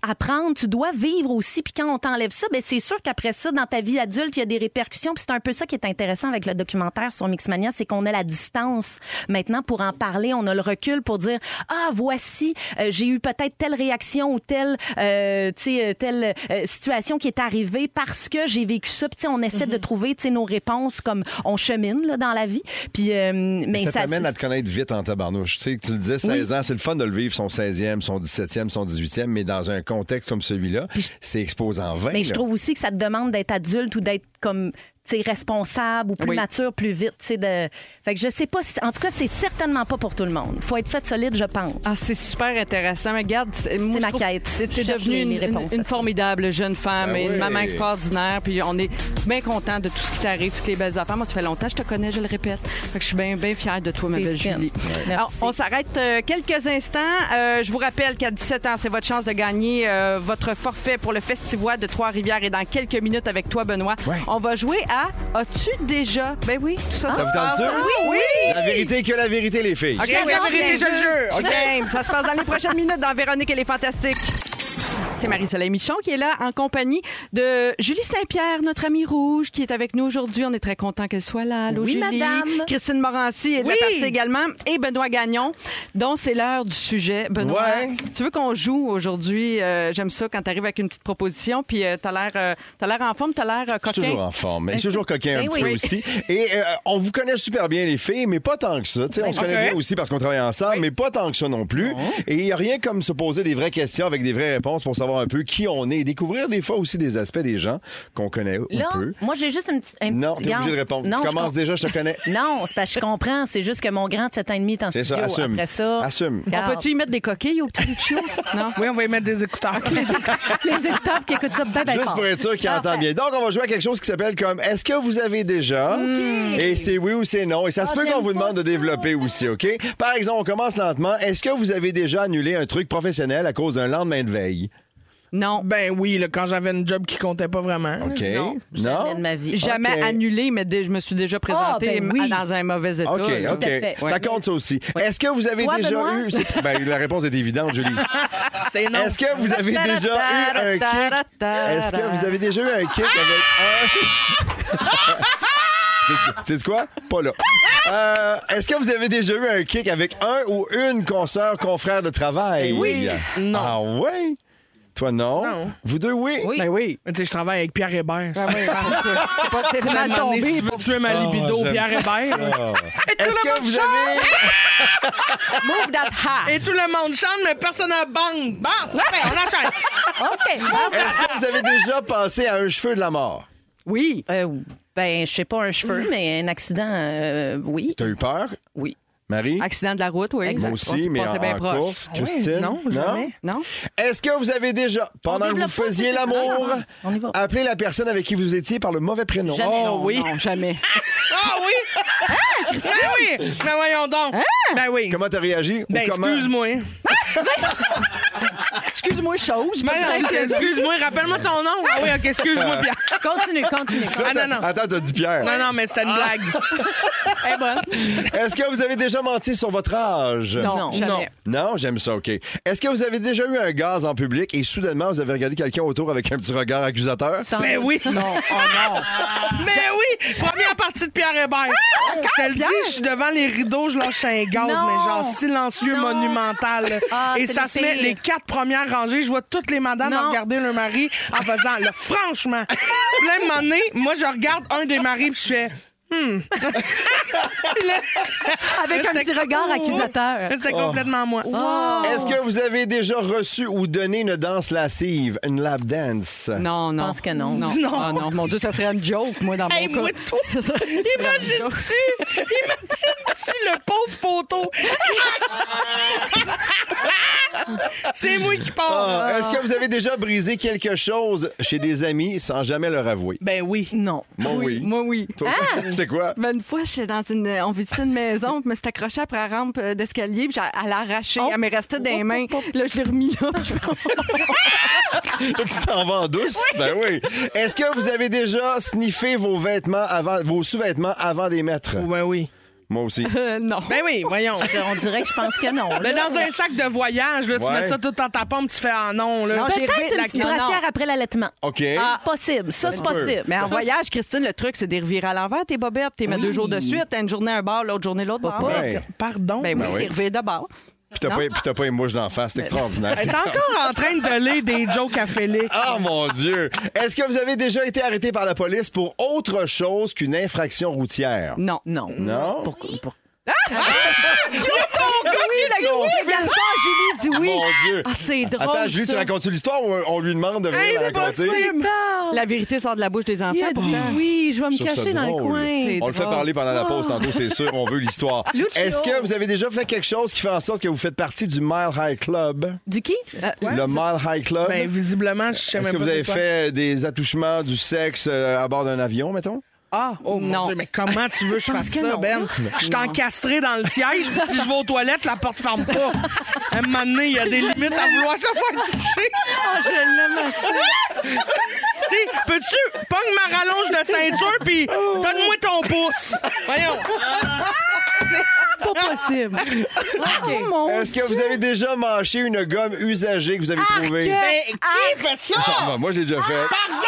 Speaker 3: apprendre, tu dois vivre aussi. Puis quand on t'enlève ça, ben c'est sûr qu'après ça, dans ta vie adulte, il y a des répercussions. Puis c'est un peu ça qui est intéressant avec le documentaire sur Mixmania, c'est qu'on a la distance maintenant pour en parler. On a le recul pour dire ah voici, euh, j'ai eu peut-être telle réaction ou telle, euh, tu sais, euh, telle euh, situation qui est arrivée parce que j'ai vécu ça. Puis tu sais, on essaie de
Speaker 4: Mhm.
Speaker 3: trouver tu sais, nos réponses comme on chemine là, dans la vie. Puis euh, mais
Speaker 4: ça,
Speaker 3: ça,
Speaker 4: t'amène à te connaître vite en tabarnouche. Tu sais, tu le disais, 16 ans, c'est le fun de le vivre, son 16e, son 17e, son 18e, mais dans un contexte comme celui-là, c'est exposant 20.
Speaker 3: Mais je
Speaker 4: là.
Speaker 3: trouve aussi que ça te demande d'être adulte ou d'être comme tu sais, responsable ou plus
Speaker 2: Oui.
Speaker 3: mature plus vite tu sais, de fait que je sais pas si- en tout cas c'est certainement pas pour tout le monde faut être fait solide je pense
Speaker 2: Ah, c'est super intéressant. Mais regarde, c'est moi,
Speaker 3: C'est
Speaker 2: je
Speaker 3: ma
Speaker 2: trouve
Speaker 3: quête.
Speaker 2: que T'es
Speaker 3: Je cherche
Speaker 2: devenue
Speaker 3: mes-
Speaker 2: une,
Speaker 3: mes réponses.
Speaker 2: une- une formidable jeune femme
Speaker 4: Ben
Speaker 2: et une
Speaker 4: oui.
Speaker 2: maman extraordinaire. Puis on est bien content de tout ce qui t'arrive, toutes les belles affaires. Moi, ça fait longtemps que je te connais, je le répète. Fait que je suis bien, bien fière de toi, ma
Speaker 3: T'es
Speaker 2: belle
Speaker 3: fine.
Speaker 2: Julie.
Speaker 3: Ouais.
Speaker 2: Alors,
Speaker 3: Merci.
Speaker 2: on s'arrête euh, quelques instants. Euh, je vous rappelle qu'à 17 ans, c'est votre chance de gagner euh, votre forfait pour le Festival de Trois-Rivières. Et dans quelques minutes, avec toi, Benoît,
Speaker 4: Ouais. Ah,
Speaker 2: on va jouer à As-tu déjà? Ben oui, tout ça,
Speaker 4: Ça vous tente
Speaker 3: Ah,
Speaker 4: ça?
Speaker 2: Oui!
Speaker 4: La vérité que la vérité, les filles.
Speaker 2: OK,
Speaker 1: J'adore
Speaker 2: la vérité,
Speaker 1: les
Speaker 2: je le
Speaker 1: jeux.
Speaker 2: jure. OK. Ça se passe dans les prochaines minutes dans Véronique et les Fantastiques. C'est Marie-Soleil Michon qui est là en compagnie de Julie Saint-Pierre, notre amie rouge, qui est avec nous aujourd'hui. On est très content qu'elle soit là. Allô,
Speaker 3: Oui,
Speaker 2: Julie.
Speaker 3: madame.
Speaker 2: Christine Morancy est de la
Speaker 1: Oui.
Speaker 2: partie également. Et Benoît Gagnon, dont c'est l'heure du sujet. Benoît,
Speaker 4: Ouais.
Speaker 2: tu veux qu'on joue aujourd'hui? Euh, J'aime ça quand tu arrives avec une petite proposition, puis euh, t'as l'air euh, t'as l'air en forme, t'as l'air euh,
Speaker 4: Je suis toujours
Speaker 2: coquin.
Speaker 4: en forme, mais je suis toujours coquin un
Speaker 3: Ben
Speaker 4: petit
Speaker 3: oui.
Speaker 4: peu aussi. Et euh, on vous connaît super bien, les filles, mais pas tant que ça. Tu sais,
Speaker 3: Ben,
Speaker 4: on se connaît
Speaker 1: Ok.
Speaker 4: bien aussi parce qu'on travaille ensemble, mais pas tant que ça non plus. Et il n'y a rien comme se poser des vraies questions avec des vraies réponses pour savoir un peu qui on est et découvrir des fois aussi des aspects des gens qu'on connaît ou
Speaker 3: Là,
Speaker 4: peu.
Speaker 3: moi, j'ai juste une petite. un
Speaker 4: Non,
Speaker 3: petit
Speaker 4: t'es obligé
Speaker 3: gant.
Speaker 4: de répondre.
Speaker 3: Non,
Speaker 4: tu
Speaker 3: je
Speaker 4: commences
Speaker 3: com-
Speaker 4: déjà, je te connais.
Speaker 3: Non, c'est parce que je comprends. C'est juste que mon grand de 7 ans et demi est en
Speaker 4: C'est
Speaker 3: studio.
Speaker 4: ça, assume.
Speaker 3: Après ça,
Speaker 4: Assume.
Speaker 2: On
Speaker 3: regarde.
Speaker 2: peut-tu y mettre des coquilles au petit Lucio? Non?
Speaker 1: Oui, on va y mettre des écouteurs.
Speaker 3: les écouteurs qui écoutent ça ben, ben
Speaker 4: Juste
Speaker 3: fort.
Speaker 4: pour être sûr qu'ils entendent bien. Donc, on va jouer à quelque chose qui s'appelle comme Est-ce que vous avez déjà? Et c'est oui ou c'est non. Et ça se
Speaker 3: Ah,
Speaker 4: peut qu'on
Speaker 3: j'aime
Speaker 4: vous
Speaker 3: pas
Speaker 4: demande de
Speaker 3: ça.
Speaker 4: développer aussi, OK? Par exemple, on commence lentement. Est-ce que vous avez déjà annulé un truc professionnel à cause d'un lendemain de veille?
Speaker 2: Non.
Speaker 1: Ben oui, là, quand j'avais une job qui comptait pas vraiment.
Speaker 4: OK?
Speaker 2: Non,
Speaker 3: Jamais de ma vie.
Speaker 2: Jamais
Speaker 4: Ok.
Speaker 2: annulé, mais dé- je me suis déjà présentée
Speaker 3: ben oui.
Speaker 2: dans un mauvais état.
Speaker 4: Ah, OK,
Speaker 2: là.
Speaker 4: OK.
Speaker 3: fait.
Speaker 4: Ça compte, ça aussi. Est-ce que vous avez
Speaker 3: Toi,
Speaker 4: déjà
Speaker 3: Benoît?
Speaker 4: eu. c'est- Ben, la réponse est évidente, Julie.
Speaker 1: C'est non.
Speaker 4: Est-ce que vous avez déjà eu un kick? Est-ce que vous avez déjà eu un kick avec un. C'est quoi? Pas là. Euh, Est-ce que vous avez déjà eu un kick avec un ou une consoeur, confrère de travail? Oui. Non. Ah oui? Toi, non?
Speaker 1: Non.
Speaker 4: Vous deux, oui?
Speaker 2: Ben oui.
Speaker 1: Mais Tu sais, je travaille avec Pierre Hébert.
Speaker 3: Ah
Speaker 2: Ben oui, parce que t'es pas- t'es
Speaker 1: À un
Speaker 2: mal
Speaker 1: moment donné,
Speaker 2: tombé.
Speaker 1: si tu veux tuer ma
Speaker 4: Oh,
Speaker 1: libido,
Speaker 4: j'aime
Speaker 1: Pierre
Speaker 4: ça.
Speaker 1: Hébert.
Speaker 4: Est-ce que vous avez.
Speaker 2: Move that hat.
Speaker 1: Et tout le monde chante, mais personne n'a bang. Bon, parfait, on enchaîne.
Speaker 3: OK. Euh,
Speaker 4: Est-ce que vous avez déjà passé à un cheveu de la mort?
Speaker 2: Oui.
Speaker 3: Euh, ben, je sais pas un cheveu, mais un accident, euh, oui.
Speaker 4: T'as eu peur?
Speaker 3: Oui.
Speaker 4: Marie?
Speaker 2: Accident de la route, oui.
Speaker 4: Moi
Speaker 3: Exact.
Speaker 2: Ah, On
Speaker 4: aussi,
Speaker 2: s'est
Speaker 4: mais en,
Speaker 2: passé bien
Speaker 4: en
Speaker 2: proche.
Speaker 4: course. Christine?
Speaker 1: non, jamais.
Speaker 2: Non?
Speaker 4: Est-ce que vous avez déjà, pendant que vous
Speaker 3: développe pas
Speaker 4: faisiez
Speaker 3: ces
Speaker 4: l'amour,
Speaker 3: secrets. On y va.
Speaker 4: appelé la personne avec qui vous étiez par le mauvais prénom?
Speaker 3: Jamais.
Speaker 4: Oh,
Speaker 2: Non,
Speaker 1: oui.
Speaker 2: Non, jamais.
Speaker 1: Ah oui!
Speaker 3: Hein?
Speaker 1: Ben oui! Ben voyons donc! Ben oui!
Speaker 4: Comment t'as réagi?
Speaker 1: Ben
Speaker 4: ou comment?
Speaker 1: excuse-moi.
Speaker 2: Excuse-moi, chose.
Speaker 1: Ben non, excuse-moi, rappelle-moi ton nom. Ah oui, ok, excuse-moi, Pierre.
Speaker 3: Continue, continue.
Speaker 1: Ah non, non.
Speaker 4: Attends, t'as dit Pierre.
Speaker 1: Non, non, mais
Speaker 3: Ah.
Speaker 1: c'était une blague.
Speaker 2: Elle est bonne.
Speaker 4: Est-ce que vous avez déjà menti sur votre âge?
Speaker 2: Non,
Speaker 3: Non.
Speaker 2: jamais.
Speaker 4: Non, j'aime ça, OK. Est-ce que vous avez déjà eu un gaz en public et soudainement vous avez regardé quelqu'un autour avec un petit regard accusateur?
Speaker 3: Sans-
Speaker 1: Ben oui!
Speaker 2: Non, oh non.
Speaker 1: Ben oui! Première partie de Pierre
Speaker 3: Ah,
Speaker 1: Hébert. Je te le dis, je suis devant les rideaux, je lâche un gaz,
Speaker 3: Non.
Speaker 1: mais genre silencieux,
Speaker 3: Non.
Speaker 1: monumental. là.
Speaker 3: Ah,
Speaker 1: Et
Speaker 3: c'est
Speaker 1: ça
Speaker 3: le
Speaker 1: se met
Speaker 3: pire.
Speaker 1: les quatre premières rangées. Je vois toutes les madames
Speaker 3: Non.
Speaker 1: regarder leur mari en faisant le franchement. Plein moment donné, moi, je regarde un des maris puis je fais.
Speaker 3: Ah, Avec un petit regard accusateur.
Speaker 1: C'est complètement moi.
Speaker 2: Oh.
Speaker 4: Est-ce que vous avez déjà reçu ou donné une danse lascive, une lap dance?
Speaker 2: Non, non.
Speaker 3: Je pense que non.
Speaker 2: Non.
Speaker 1: Non.
Speaker 2: Ah non, mon Dieu, ça serait une joke, moi, dans mon
Speaker 1: Hey,
Speaker 2: cas.
Speaker 1: moi, toi,
Speaker 2: Ça serait-
Speaker 1: Imagine-tu, imagine-tu le pauvre poteau. C'est moi qui pars.
Speaker 4: Ah, Est-ce que vous avez déjà brisé quelque chose chez des amis sans jamais leur avouer?
Speaker 1: Ben oui.
Speaker 3: Non.
Speaker 4: Moi, oui.
Speaker 2: Moi, oui.
Speaker 4: Toi, c'est quoi?
Speaker 2: Ben, une fois, j'étais dans une, euh, on visitait une maison, puis je me suis accrochée après la rampe euh, d'escalier, puis j'ai- elle l'a arrachée, elle m'est restée dans les mains. Là, je l'ai remis là. Je pense-
Speaker 4: Là, tu t'en vas en douce? Ben oui. Est-ce que vous avez déjà sniffé vos vêtements avant, vos sous-vêtements avant de les mettre?
Speaker 1: Ben oui.
Speaker 4: Moi aussi.
Speaker 2: Euh, non.
Speaker 1: Ben oui, voyons.
Speaker 3: Euh, On dirait que je pense que non.
Speaker 1: Mais dans un sac de voyage, là, tu
Speaker 4: Ouais.
Speaker 1: mets ça tout dans ta pompe, tu fais ah non, là.
Speaker 2: Non, j'ai
Speaker 3: Peut-être une
Speaker 2: la-
Speaker 3: petite
Speaker 2: non, non.
Speaker 3: brassière après l'allaitement.
Speaker 4: OK.
Speaker 3: Ah, possible. Ça, c'est
Speaker 4: peu.
Speaker 3: possible.
Speaker 2: Mais en
Speaker 3: Ça,
Speaker 2: voyage, Christine, le truc, c'est des revirer à l'envers, tes bobettes, t'es mets deux jours de suite, t'as une journée un bar, l'autre journée l'autre bar.
Speaker 4: Ouais.
Speaker 1: Pardon.
Speaker 2: Ben oui,
Speaker 4: oui.
Speaker 2: les revirer de bord.
Speaker 4: Puis t'as pas, puis t'as pas une mouche d'en
Speaker 2: Ben-
Speaker 4: face. C'est extraordinaire.
Speaker 1: Elle est encore en train de lire des jokes à Félix.
Speaker 4: Ah mon Dieu! Est-ce que vous avez déjà été arrêté par la police pour autre chose qu'une infraction routière?
Speaker 2: Non. Ah!
Speaker 3: Non.
Speaker 4: Non?
Speaker 3: Pourquoi? pourquoi- Ah!
Speaker 2: Oui, le garçon, Julie dit oui.
Speaker 4: Mon Dieu!
Speaker 2: Ah, c'est drôle.
Speaker 4: Attends, Julie,
Speaker 2: ça.
Speaker 4: tu racontes-tu l'histoire ou on lui demande de venir la raconter?
Speaker 1: Impossible.
Speaker 2: La vérité sort de la bouche des enfants.
Speaker 3: Ah! Il a dit
Speaker 2: pourtant.
Speaker 3: oui, je vais me
Speaker 4: Je trouve ça
Speaker 3: cacher dans le
Speaker 4: drôle.
Speaker 3: coin.
Speaker 2: C'est
Speaker 4: On le fait
Speaker 2: drôle.
Speaker 4: parler pendant la pause tantôt, c'est sûr, on veut l'histoire.
Speaker 3: Lucio.
Speaker 4: Est-ce que vous avez déjà fait quelque chose qui fait en sorte que vous faites partie du Mile High Club?
Speaker 3: Du qui?
Speaker 4: le Mile High Club?
Speaker 1: Ben visiblement, je sais
Speaker 4: Est-ce que
Speaker 1: même pas.
Speaker 4: vous
Speaker 1: c'est
Speaker 4: avez
Speaker 1: quoi.
Speaker 4: fait des attouchements du sexe euh, à bord d'un avion, mettons?
Speaker 1: Ah, oh mon
Speaker 2: Non.
Speaker 1: Dieu, mais comment tu veux que je
Speaker 2: pense
Speaker 1: fasse
Speaker 2: que
Speaker 1: ça,
Speaker 2: non.
Speaker 1: Ben? Je suis encastré dans le siège, puis si je vais aux toilettes, la porte ferme pas. À un moment donné, il y a des limites à vouloir se faire toucher.
Speaker 2: Ah, je l'aime assez.
Speaker 1: Tu sais, peux-tu pogne ma rallonge de ceinture, puis donne-moi ton pouce. Voyons.
Speaker 3: pas possible. OK.
Speaker 2: Oh, mon
Speaker 4: Est-ce que vous avez déjà mâché une gomme usagée que vous avez trouvée?
Speaker 1: Ben, qui fait
Speaker 4: Ah,
Speaker 1: ça?
Speaker 4: ben, moi, j'ai déjà fait.
Speaker 1: Pardon!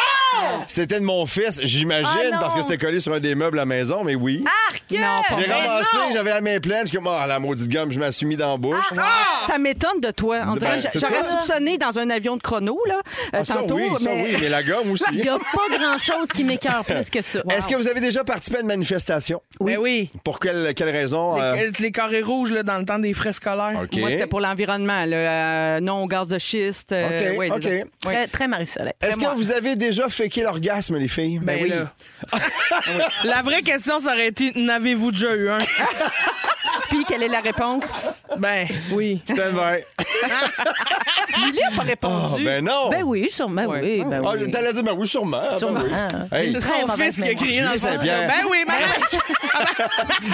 Speaker 4: C'était de mon fils,
Speaker 3: Ah,
Speaker 4: j'imagine,
Speaker 3: non.
Speaker 4: parce que c'était collé sur un des meubles à la maison, mais oui.
Speaker 2: Arc!
Speaker 3: Non, pas
Speaker 4: J'ai
Speaker 2: ben
Speaker 3: vrai.
Speaker 4: ramassé, j'avais la main pleine, je suis comme, ah, la maudite gomme, je m'en suis mis dans la bouche.
Speaker 2: Ah, Ça m'étonne de toi. On
Speaker 4: Ah, Ben,
Speaker 2: dirait,
Speaker 4: c'est
Speaker 2: j'aurais
Speaker 4: ça.
Speaker 2: soupçonné dans un avion de chrono, là, euh,
Speaker 4: Ah, ça,
Speaker 2: tantôt.
Speaker 4: oui, ça,
Speaker 2: mais-
Speaker 4: oui, mais la gomme aussi.
Speaker 3: Il n'y a pas grand-chose qui m'écœure plus que ça.
Speaker 4: Est-ce que vous avez déjà participé à une manifestation?
Speaker 1: Ben oui.
Speaker 4: Pour quelle, quelle raison? euh,
Speaker 1: Les, les carrés rouges, là, dans le temps des frais scolaires.
Speaker 4: OK.
Speaker 2: Moi, c'était pour l'environnement, là, euh, non au gaz de schiste. euh,
Speaker 4: OK,
Speaker 2: ouais,
Speaker 4: OK.
Speaker 2: des- ouais.
Speaker 3: Très, très Marie-Soleil.
Speaker 4: Est-ce que
Speaker 2: moi.
Speaker 4: vous avez déjà féqué l'orgasme, les filles?
Speaker 1: Ben, oui. La vraie question, ça aurait été n'avez-vous déjà eu un?
Speaker 2: Puis, quelle est la réponse?
Speaker 1: Ben oui.
Speaker 4: C'était vrai.
Speaker 2: Julie n'a pas
Speaker 4: Ah,
Speaker 2: répondu.
Speaker 4: ben non!
Speaker 3: Ben oui, sûrement,
Speaker 2: Ouais.
Speaker 3: oui. Ben
Speaker 4: Ah,
Speaker 3: oui.
Speaker 4: T'allais dire, ben oui, sûrement. ah, ben
Speaker 3: Sûrement.
Speaker 4: oui. Hey,
Speaker 1: C'est
Speaker 3: Très
Speaker 1: son
Speaker 3: mauvaise
Speaker 1: fils qui a
Speaker 3: mémoire.
Speaker 1: crié dans le
Speaker 4: Julie
Speaker 1: fond.
Speaker 4: Saint-Pierre.
Speaker 1: Ben oui, mais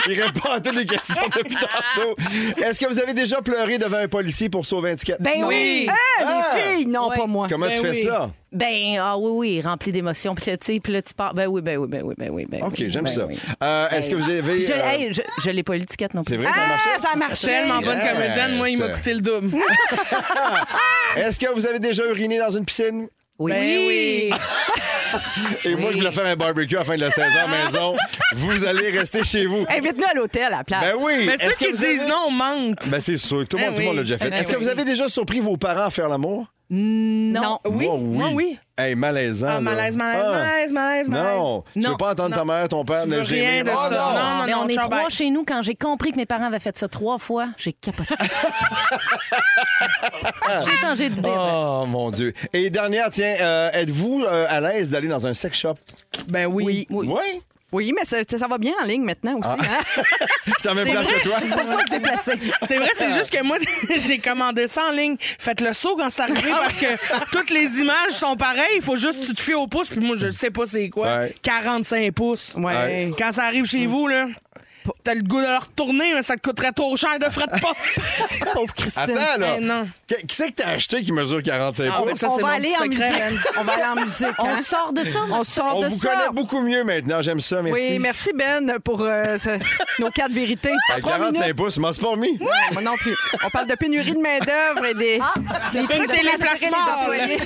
Speaker 4: il répond à toutes les questions depuis tantôt. Est-ce que vous avez déjà pleuré devant un policier pour sauver un ticket?
Speaker 3: Ben oui.
Speaker 1: oui.
Speaker 2: Eh,
Speaker 4: Ah!
Speaker 2: les filles, non,
Speaker 3: Ouais.
Speaker 2: pas moi.
Speaker 4: Comment tu
Speaker 1: Ben
Speaker 4: fais
Speaker 1: oui.
Speaker 4: ça?
Speaker 3: Ben, ah oui, oui, rempli d'émotions. Puis là, tu sais, puis là, tu pars. Ben oui, ben oui, ben oui, ben oui. Ben
Speaker 4: OK,
Speaker 3: oui,
Speaker 4: j'aime
Speaker 3: ben
Speaker 4: ça.
Speaker 3: oui.
Speaker 4: Euh, Est-ce que vous avez.
Speaker 3: Je,
Speaker 4: euh,
Speaker 3: hey, je, je l'ai pas eu, l'étiquette non plus.
Speaker 4: C'est vrai, ça a marché?
Speaker 2: Ah, ça a marché.
Speaker 1: tellement bonne
Speaker 4: Yes.
Speaker 1: comédienne, moi, il m'a coûté le double.
Speaker 4: Est-ce que vous avez déjà uriné dans une piscine?
Speaker 3: Oui.
Speaker 1: Ben oui.
Speaker 4: Et moi qui voulais faire un barbecue à la fin de la saison à la maison, vous allez rester chez vous.
Speaker 2: Invite-nous à l'hôtel à la place.
Speaker 4: Ah! Ben oui!
Speaker 1: Mais
Speaker 4: Est-ce
Speaker 1: ceux
Speaker 4: que
Speaker 1: qui
Speaker 4: vous avez-
Speaker 1: disent non mentent.
Speaker 4: Ben c'est sûr, tout le monde,
Speaker 1: Ben
Speaker 4: tout le monde l'a
Speaker 1: oui.
Speaker 4: déjà fait.
Speaker 1: Ben
Speaker 4: Est-ce que
Speaker 1: oui.
Speaker 4: vous avez déjà surpris vos parents à faire l'amour?
Speaker 3: Non.
Speaker 2: Non.
Speaker 1: Oui,
Speaker 4: Ben, Moi,
Speaker 1: moi, oui.
Speaker 4: Hey, malaisant.
Speaker 1: Ah,
Speaker 4: là.
Speaker 1: malaise, malaise,
Speaker 4: Ah.
Speaker 1: malaise, malaise, malaise.
Speaker 4: Non. Tu
Speaker 3: Non.
Speaker 4: veux pas entendre ta mère, ton père,
Speaker 1: Tu
Speaker 4: le
Speaker 1: veux
Speaker 4: gémir.
Speaker 1: rien de
Speaker 4: Oh,
Speaker 1: ça.
Speaker 4: non.
Speaker 1: Non, non,
Speaker 3: Mais
Speaker 1: non,
Speaker 3: on est
Speaker 1: ciao,
Speaker 3: trois
Speaker 1: bye.
Speaker 3: chez nous. Quand j'ai compris que mes parents avaient fait ça trois fois, j'ai capoté. j'ai changé d'idée. ben.
Speaker 4: Oh mon Dieu. Et dernière, tiens, euh, êtes-vous euh, à l'aise d'aller dans un sex shop?
Speaker 1: Ben oui.
Speaker 4: Oui.
Speaker 2: Oui, mais ça, ça va bien en ligne maintenant aussi.
Speaker 4: Ah.
Speaker 2: hein?
Speaker 4: Je t'en même place que toi.
Speaker 3: C'est placé.
Speaker 1: C'est vrai, c'est juste que moi, j'ai commandé ça en ligne. Faites le saut quand c'est arrivé parce que toutes les images sont pareilles. Il faut juste que tu te fies au pouce. Puis moi, je sais pas c'est quoi.
Speaker 4: Ouais.
Speaker 1: 45 pouces.
Speaker 2: Ouais.
Speaker 1: Quand ça arrive chez vous, là, t'as le goût de leur retourner, mais ça te coûterait trop cher de frais de poste.
Speaker 2: Pauvre Christine.
Speaker 4: Attends, là.
Speaker 1: Eh, non.
Speaker 4: Qui qui c'est que t'as acheté qui mesure 45
Speaker 1: Ah,
Speaker 4: pouces?
Speaker 1: ben, ça,
Speaker 2: on,
Speaker 1: c'est
Speaker 2: va
Speaker 1: mon
Speaker 2: aller
Speaker 1: petit
Speaker 2: en
Speaker 1: secret,
Speaker 2: musique. on va aller en musique. hein?
Speaker 3: On sort de ça.
Speaker 2: On sort
Speaker 4: On
Speaker 2: de
Speaker 4: vous
Speaker 2: ça.
Speaker 4: connaît beaucoup mieux maintenant. J'aime ça, merci.
Speaker 2: Oui, merci Ben pour euh, ce- nos quatre vérités.
Speaker 4: À
Speaker 2: Trois
Speaker 4: 45
Speaker 2: minutes.
Speaker 4: pouces, m'en pas mis.
Speaker 2: Moi non plus. On parle de pénurie de main-d'œuvre et des, des trucs
Speaker 1: Écoutez
Speaker 2: de
Speaker 1: les placements,
Speaker 2: les employés.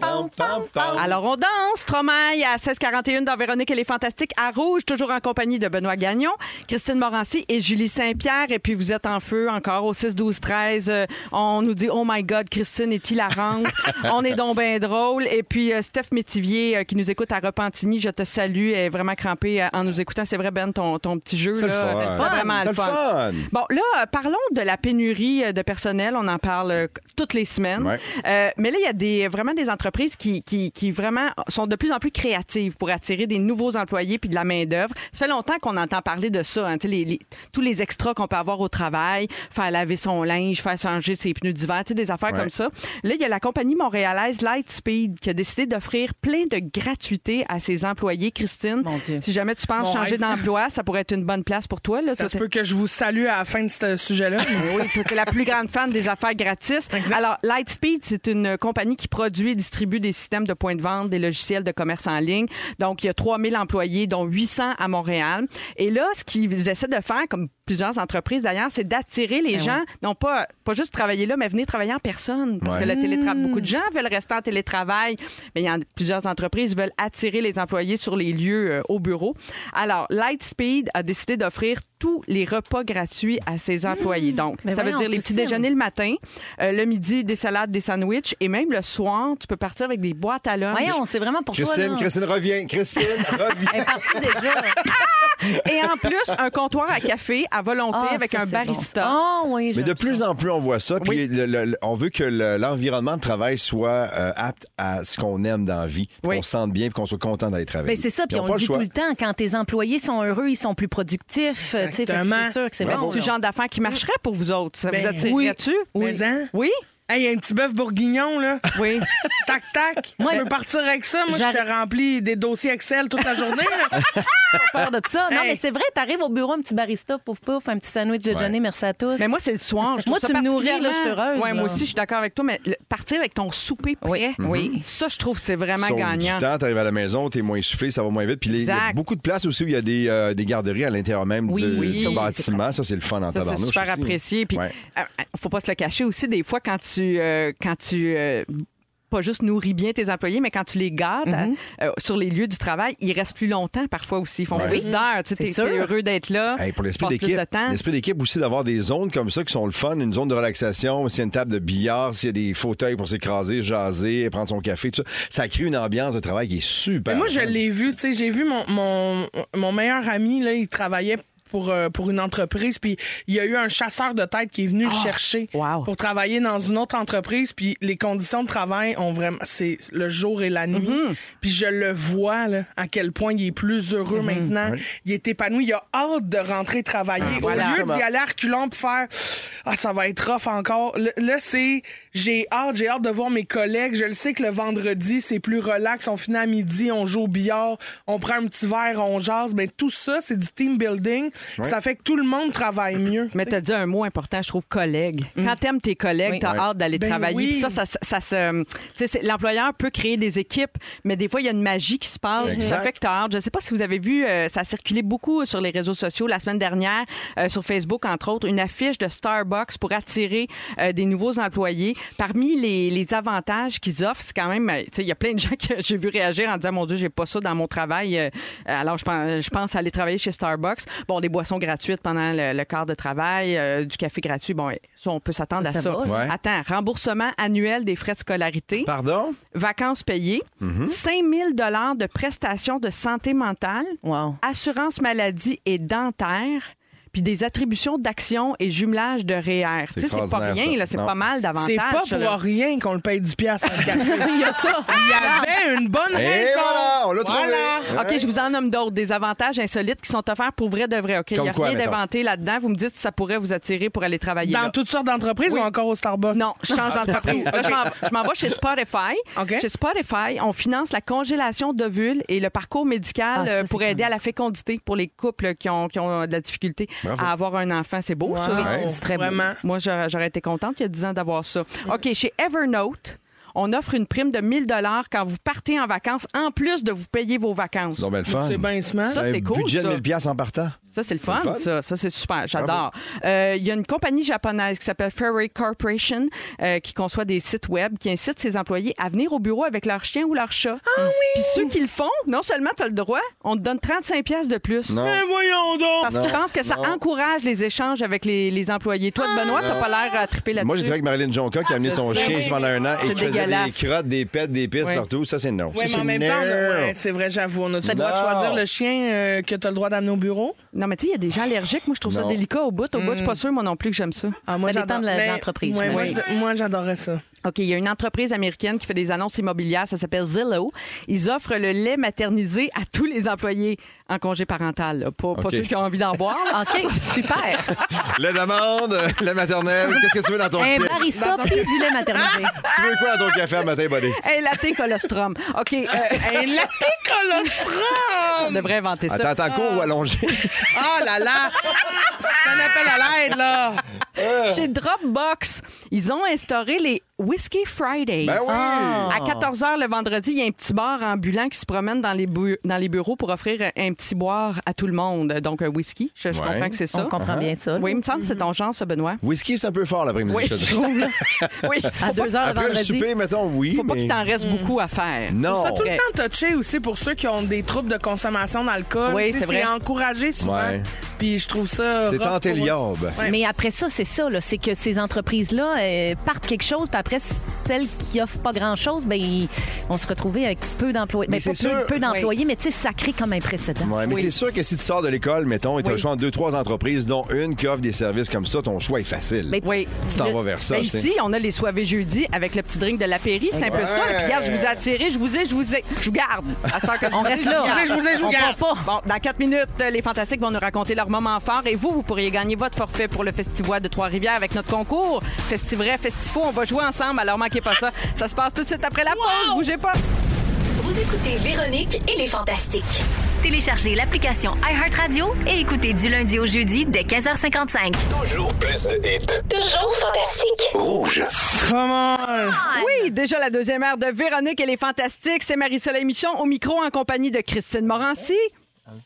Speaker 2: Alors, on danse. Tromaille à 16h41 dans Véronique et les Fantastiques à Rouge, toujours en compagnie de Benoît Gagnon, Christine Morancy et Julie Saint-Pierre. Et puis, vous êtes en feu encore au 6-12-13. Euh, on nous dit Oh my God, Christine est hilarante. on est donc bien drôle. Et puis, euh, Steph Métivier euh, qui nous écoute à Repentigny, je te salue. Elle est vraiment crampée euh, en nous écoutant. C'est vrai, Ben, ton, ton petit jeu.
Speaker 4: C'est le
Speaker 2: là,
Speaker 4: fun.
Speaker 2: c'est
Speaker 4: C'est le
Speaker 2: vraiment
Speaker 4: fun.
Speaker 2: le fun.
Speaker 4: C'est le fun.
Speaker 2: Bon, là, euh, parlons de la pénurie euh, de personnel. On en parle euh, toutes les semaines.
Speaker 4: Ouais.
Speaker 2: Euh, mais là, il y a des, vraiment des entreprises qui, qui, qui vraiment sont de plus en plus créatives pour attirer des nouveaux employés puis de la main-d'œuvre. Ça fait longtemps qu'on entend parler de ça. hein, tu sais, les- les- tous les extras qu'on peut avoir au travail, faire laver son linge, faire changer ses pneus d'hiver, tu sais, des affaires
Speaker 4: Ouais.
Speaker 2: comme ça. Là, il y a la compagnie montréalaise Lightspeed qui a décidé d'offrir plein de gratuités à ses employés. Christine,
Speaker 3: Mon Dieu.
Speaker 2: si jamais tu penses
Speaker 1: Mon
Speaker 2: changer
Speaker 1: rêve.
Speaker 2: d'emploi, ça pourrait être une bonne place pour toi. Là,
Speaker 1: Ça
Speaker 2: Toi,
Speaker 1: se
Speaker 2: t'es-
Speaker 1: peut que je vous salue à la fin de ce sujet-là.
Speaker 2: oui, tu es la plus grande fan des affaires gratis. Alors, Lightspeed, c'est une euh, compagnie qui produit et distribue des systèmes de points de vente, des logiciels de commerce en ligne. Donc, il y a 3000 employés, dont 800 à Montréal. Et là, ce qu'ils essaient de faire, comme plusieurs entreprises d'ailleurs, c'est d'attirer les gens, non pas, pas juste travailler là, mais venir travailler en personne. Parce
Speaker 4: Ouais.
Speaker 2: que le télétravail, beaucoup
Speaker 3: Mm.
Speaker 2: de gens veulent rester en télétravail, mais il y en a plusieurs entreprises veulent attirer les employés sur les lieux euh, au bureau. Alors, Lightspeed a décidé d'offrir tous les repas gratuits à ses employés. Donc,
Speaker 3: Mm. Mais
Speaker 2: ça veut
Speaker 3: voyons,
Speaker 2: dire les petits
Speaker 3: Christine.
Speaker 2: déjeuners le matin, euh, le midi, des salades, des sandwichs, et même le soir, tu peux partir avec des boîtes à lunch.
Speaker 3: Voyons, c'est vraiment pour toi.
Speaker 4: Christine,
Speaker 3: là.
Speaker 4: Christine, reviens. Christine,
Speaker 3: Elle est
Speaker 4: reviens.
Speaker 3: partie déjà.
Speaker 2: Et en plus, un comptoir à café à volonté
Speaker 3: Ah,
Speaker 2: avec
Speaker 3: ça,
Speaker 2: un
Speaker 3: c'est bon,
Speaker 2: barista.
Speaker 3: ça. Ah oui,
Speaker 4: Mais
Speaker 3: j'aime
Speaker 4: de plus
Speaker 3: ça.
Speaker 4: en plus, on voit ça. Puis
Speaker 2: Oui.
Speaker 4: le- le- le- on veut que le- l'environnement de travail soit euh, apte à ce qu'on aime dans la vie, puis
Speaker 2: Oui.
Speaker 4: qu'on se sente bien, puis qu'on soit content d'aller travailler.
Speaker 3: Mais Ben, c'est ça, puis
Speaker 4: Ils ont
Speaker 3: on
Speaker 4: pas
Speaker 3: le dit
Speaker 4: choix.
Speaker 3: tout le temps, quand tes employés sont heureux, ils sont plus productifs. euh, tu sais, fait que
Speaker 1: Exactement.
Speaker 3: C'est sûr que c'est
Speaker 2: Mais
Speaker 3: bon.
Speaker 2: C'est du
Speaker 3: là.
Speaker 2: genre d'affaires qui marcherait pour vous autres. Ça
Speaker 1: Ben
Speaker 2: vous
Speaker 1: oui.
Speaker 2: attirerait-tu?
Speaker 1: Mais hein?
Speaker 2: Oui.
Speaker 1: Hey, un petit bœuf bourguignon, là.
Speaker 2: Oui.
Speaker 1: Tac, tac. Moi, je veux partir avec ça. Moi, je
Speaker 3: J'arrive-
Speaker 1: te remplis des dossiers Excel toute la journée, là.
Speaker 3: peur de ça. Non,
Speaker 1: Hey.
Speaker 3: mais c'est vrai, t'arrives au bureau, un petit barista, pouf pouf, un petit sandwich de Johnny, merci à tous.
Speaker 2: Mais moi, c'est le soir. Je trouve
Speaker 3: Moi,
Speaker 2: ça
Speaker 3: tu me nourris, là,
Speaker 2: particulièrement-
Speaker 3: je suis heureuse,
Speaker 2: Ouais, moi
Speaker 3: là.
Speaker 2: aussi, je suis d'accord avec toi, mais le- partir avec ton souper prêt, Mhm.
Speaker 3: oui.
Speaker 2: ça, je trouve que c'est vraiment
Speaker 4: Sauve
Speaker 2: gagnant.
Speaker 4: du temps, t'arrives à la maison, t'es moins soufflé, ça va moins vite. Puis les- il y a
Speaker 2: Exact.
Speaker 4: beaucoup de places aussi où il y a des, euh, des garderies à l'intérieur même
Speaker 3: Oui,
Speaker 4: du,
Speaker 3: oui,
Speaker 4: du
Speaker 2: ça aussi,
Speaker 4: bâtiment. Ça, c'est le fun en
Speaker 2: Ça, c'est
Speaker 4: tabarnouche
Speaker 2: super
Speaker 4: aussi.
Speaker 2: apprécié. Puis,
Speaker 4: Ouais.
Speaker 2: euh, euh, faut pas se le cacher aussi. Des fois, quand tu, euh, quand tu euh, pas juste nourris bien tes employés, mais quand tu les gardes hein,
Speaker 3: Mhm.
Speaker 2: euh, sur les lieux du travail, ils restent plus longtemps parfois aussi. Ils font
Speaker 4: Ouais.
Speaker 2: plus d'heures. Tu sais, t'es
Speaker 3: sûr.
Speaker 2: t'es heureux d'être là.
Speaker 4: Hey, pour l'esprit
Speaker 2: Tu passes plus
Speaker 4: d'équipe,
Speaker 2: de temps.
Speaker 4: l'esprit d'équipe aussi d'avoir des zones comme ça qui sont le fun, une zone de relaxation, s'il y a une table de billard, s'il y a des fauteuils pour s'écraser, jaser, prendre son café, tout ça, ça crée une ambiance de travail qui est super.
Speaker 1: Mais moi, je
Speaker 4: fun.
Speaker 1: l'ai vu, tu sais, j'ai vu mon, mon, mon meilleur ami, là, il travaillait pour, euh, pour une entreprise, puis il y a eu un chasseur de tête qui est venu le chercher
Speaker 2: wow.
Speaker 1: pour travailler dans une autre entreprise, puis les conditions de travail ont vraiment... C'est le jour et la nuit. Puis je le vois, là, à quel point il est plus heureux maintenant. Il est épanoui, il a hâte de rentrer travailler.
Speaker 2: voilà.
Speaker 1: Au lieu d'y aller à reculons pour faire « Ah, ça va être rough encore », là, là, c'est « J'ai hâte, j'ai hâte de voir mes collègues. Je le sais que le vendredi, c'est plus relax. On finit à midi, on joue au billard, on prend un petit verre, on jase. Mais tout ça, c'est du team building. Ça fait que tout le monde travaille mieux.
Speaker 2: Mais t'as dit un mot important, je trouve, collègue.
Speaker 3: Mm.
Speaker 2: Quand t'aimes tes collègues, t'as hâte d'aller
Speaker 1: Ben
Speaker 2: travailler.
Speaker 1: oui.
Speaker 2: Puis ça, ça, ça, ça se. tu sais, c'est- L'employeur peut créer des équipes, mais des fois, il y a une magie qui se passe. Puis ça
Speaker 4: Exact.
Speaker 2: fait que t'as hâte. Je sais pas si vous avez vu, euh, ça a circulé beaucoup sur les réseaux sociaux la semaine dernière, euh, sur Facebook, entre autres, une affiche de Starbucks pour attirer euh, des nouveaux employés. Parmi les, les avantages qu'ils offrent, c'est quand même. euh, tu sais, Il y a plein de gens que j'ai vu réagir en disant Mon Dieu, j'ai pas ça dans mon travail. euh, alors, je pense, je pense aller travailler chez Starbucks. Bon, des boissons gratuites pendant le, le quart de travail, euh, du café gratuit. Bon, ça, on peut s'attendre à
Speaker 3: Ça, ça
Speaker 2: ça.
Speaker 3: va.
Speaker 4: Ouais.
Speaker 2: Attends, remboursement annuel des frais de scolarité,
Speaker 4: Pardon?
Speaker 2: vacances payées,
Speaker 4: Mhm.
Speaker 2: 5000 dollars de prestations de santé mentale,
Speaker 3: Wow.
Speaker 2: assurance maladie et dentaire. Puis des attributions d'actions et jumelage de REER. Tu sais, C'est pas
Speaker 4: extraordinaire,
Speaker 2: rien,
Speaker 4: ça.
Speaker 2: là, c'est
Speaker 4: Non.
Speaker 2: pas mal d'avantages.
Speaker 1: C'est pas pour
Speaker 2: là.
Speaker 1: rien qu'on le paye du piastre en café.
Speaker 3: Il y a ça.
Speaker 1: Il y avait une bonne
Speaker 4: Et
Speaker 1: raison.
Speaker 4: Eh voilà, on l'a trouvé.
Speaker 2: OK, je vous en nomme d'autres, des avantages insolites qui sont offerts pour vrai de vrai. OK, il
Speaker 4: Comme
Speaker 2: n'y a
Speaker 4: quoi,
Speaker 2: rien
Speaker 4: mettons?
Speaker 2: d'inventé là-dedans. Vous me dites si ça pourrait vous attirer pour aller travailler
Speaker 1: Dans
Speaker 2: là.
Speaker 1: toutes sortes d'entreprises
Speaker 2: Oui.
Speaker 1: ou encore au Starbucks?
Speaker 2: Non, je change d'entreprise. Là, je m'en- je m'en vais chez Spotify.
Speaker 1: OK.
Speaker 2: Chez Spotify, on finance la congélation d'ovules et le parcours médical
Speaker 3: Ah, ça,
Speaker 2: euh,
Speaker 3: c'est
Speaker 2: pour aider à la fécondité pour les couples qui ont, qui ont de la difficulté
Speaker 4: Bravo.
Speaker 2: à avoir un enfant. C'est beau, ça?
Speaker 1: Wow,
Speaker 4: Ouais.
Speaker 3: C'est très beau.
Speaker 1: Vraiment.
Speaker 2: Moi, j'aurais j'aurais été contente il y a 10 ans d'avoir ça. OK, chez Evernote, on offre une prime de 1000 quand vous partez en vacances, en plus de vous payer vos vacances.
Speaker 4: C'est donc bien le fun.
Speaker 1: C'est bien smart.
Speaker 2: Ça, c'est
Speaker 4: Un
Speaker 2: cool,
Speaker 4: budget de
Speaker 2: ça.
Speaker 4: 1000 piastres en partant.
Speaker 2: Ça, c'est le fun,
Speaker 4: C'est le fun.
Speaker 2: ça. Ça, c'est super. J'adore. Euh, Il y a une compagnie japonaise qui s'appelle Ferry Corporation euh, qui conçoit des sites web qui incite ses employés à venir au bureau avec leur chien ou leur chat. Ah oui! Puis ceux qui le font, non seulement tu as le droit, on te donne 35 pièces de plus.
Speaker 4: Non.
Speaker 1: Mais Eh, voyons donc!
Speaker 2: Parce qu'ils
Speaker 4: Non.
Speaker 2: pensent que ça
Speaker 4: Non.
Speaker 2: encourage les échanges avec les, les employés. Toi, de Benoît, t'as pas l'air à triper là-dessus.
Speaker 4: Moi, j'étais avec Marilyn Jonca qui a amené son chien ici pendant un an et
Speaker 2: Ah, C'est
Speaker 4: qui faisait des
Speaker 2: dégueulasse.
Speaker 4: crottes, des pets, des pisses
Speaker 2: Ouais.
Speaker 4: partout. Ça, c'est non.
Speaker 1: Oui,
Speaker 4: ça,
Speaker 1: mais
Speaker 4: c'est
Speaker 1: en même temps, on a-
Speaker 4: non.
Speaker 1: ouais, c'est vrai, j'avoue, on a-tu le droit de
Speaker 4: Non.
Speaker 1: choisir le chien euh, que tu as le droit d'amener au bureau?
Speaker 2: Non, mais tu sais, il y a des gens allergiques. Moi, je trouve ça
Speaker 4: Non.
Speaker 2: délicat au bout. Au bout, je suis pas sûre, moi non plus, que j'aime ça.
Speaker 1: Ah,
Speaker 3: Ça dépend
Speaker 1: j'adore-
Speaker 3: de la-
Speaker 1: mais-
Speaker 3: de l'entreprise,
Speaker 1: ouais,
Speaker 3: mais
Speaker 1: moi,
Speaker 3: oui.
Speaker 1: je- moi, j'adorais ça.
Speaker 2: OK, il y a une entreprise américaine qui fait des annonces immobilières, ça s'appelle Zillow. Ils offrent le lait maternisé à tous les employés en congé parental, là. Pas, pas
Speaker 4: OK.
Speaker 2: ceux qui ont envie d'en boire. là.
Speaker 3: OK, super.
Speaker 4: La demande, la maternelle, qu'est-ce que tu veux dans ton
Speaker 3: Un
Speaker 4: titre?
Speaker 3: barista puis du lait maternisé.
Speaker 2: Ah,
Speaker 4: Tu veux quoi dans ton café à matin, buddy?
Speaker 2: Un latte colostrum. OK, euh,
Speaker 1: Et la colostrum!
Speaker 2: on devrait inventer ça.
Speaker 4: Attends, attends, cours ou allongé? Ah
Speaker 1: Oh là là! C'est un appel à l'aide, là!
Speaker 2: Chez Dropbox, ils ont instauré les Whiskey Fridays.
Speaker 4: Ben oui!
Speaker 2: À 14h le vendredi, il y a un petit bar ambulant qui se promène dans les, bu- dans les bureaux pour offrir un petit boire à tout le monde. Donc, un whisky. Je, je
Speaker 4: Ouais.
Speaker 2: comprends que c'est ça.
Speaker 3: On comprend bien ça. là.
Speaker 2: Oui, il me semble que c'est ton genre, ça, Benoît.
Speaker 4: Whisky, c'est un peu fort l'après-midi.
Speaker 2: Oui,
Speaker 4: je te dis.
Speaker 2: je trouve, là. Oui. Faut pas-
Speaker 3: À deux heures le
Speaker 4: Après le
Speaker 3: vendredi.
Speaker 4: souper, mettons, oui.
Speaker 2: Faut
Speaker 4: mais-
Speaker 2: pas
Speaker 4: hmm.
Speaker 2: qu'il t'en reste beaucoup à faire.
Speaker 4: Non.
Speaker 1: Ça, tout
Speaker 2: Ok.
Speaker 1: le temps touché aussi pour ceux qui ont des troubles de consommation d'alcool.
Speaker 2: Oui,
Speaker 1: Tu sais,
Speaker 2: c'est vrai.
Speaker 1: C'est encouragé souvent.
Speaker 4: Ouais.
Speaker 1: Puis je trouve ça. rough
Speaker 4: C'est
Speaker 1: pour eux.
Speaker 4: entéliable.
Speaker 1: Ouais.
Speaker 3: Mais après ça, c'est ça, là, c'est que ces entreprises-là euh, partent quelque chose, puis après, celles qui offrent pas grand-chose, ben, ils- on se retrouvait avec peu d'employés.
Speaker 4: Mais
Speaker 3: Mais pas
Speaker 4: c'est
Speaker 3: peu,
Speaker 4: sûr.
Speaker 3: peu d'employés, mais tu sais, ça crée comme un précédent.
Speaker 4: Ouais, mais c'est sûr que si tu sors de l'école, mettons, et tu as le choix entre deux, trois entreprises, dont une qui offre des services comme ça, ton choix est facile.
Speaker 3: Mais-
Speaker 2: Oui.
Speaker 4: Tu t'en vas vers ça,
Speaker 2: Ben
Speaker 4: tu sais.
Speaker 2: ici, on a les soirées jeudi avec le petit drink de l'apéri. C'est un peu ça. Puis regarde, je vous ai attiré, je vous ai, je vous ai, je vous garde. À cette heure que je
Speaker 3: On
Speaker 2: vous ai,
Speaker 3: reste
Speaker 2: je
Speaker 3: là.
Speaker 2: vous garde.
Speaker 1: Je vous ai, je vous
Speaker 3: on
Speaker 1: garde.
Speaker 3: prend pas.
Speaker 2: Bon, dans quatre minutes, euh, les Fantastiques vont nous raconter leur moment fort. Et vous, vous pourriez gagner votre forfait pour le Festivois de Trois-Rivières avec notre concours. Festivray, Festifo, on va jouer ensemble, alors manquez pas ça. Ça se passe tout de suite après la pause, bougez pas.
Speaker 6: Vous écoutez Véronique et les Fantastiques.
Speaker 7: Téléchargez l'application iHeartRadio et écoutez du lundi au jeudi dès 15h55.
Speaker 8: Toujours plus de hits.
Speaker 6: Toujours fantastique.
Speaker 8: Rouge.
Speaker 1: Comment?
Speaker 2: Oui, déjà la deuxième heure de Véronique et les Fantastiques. C'est Marie-Soleil Michon au micro en compagnie de Christine Morancy.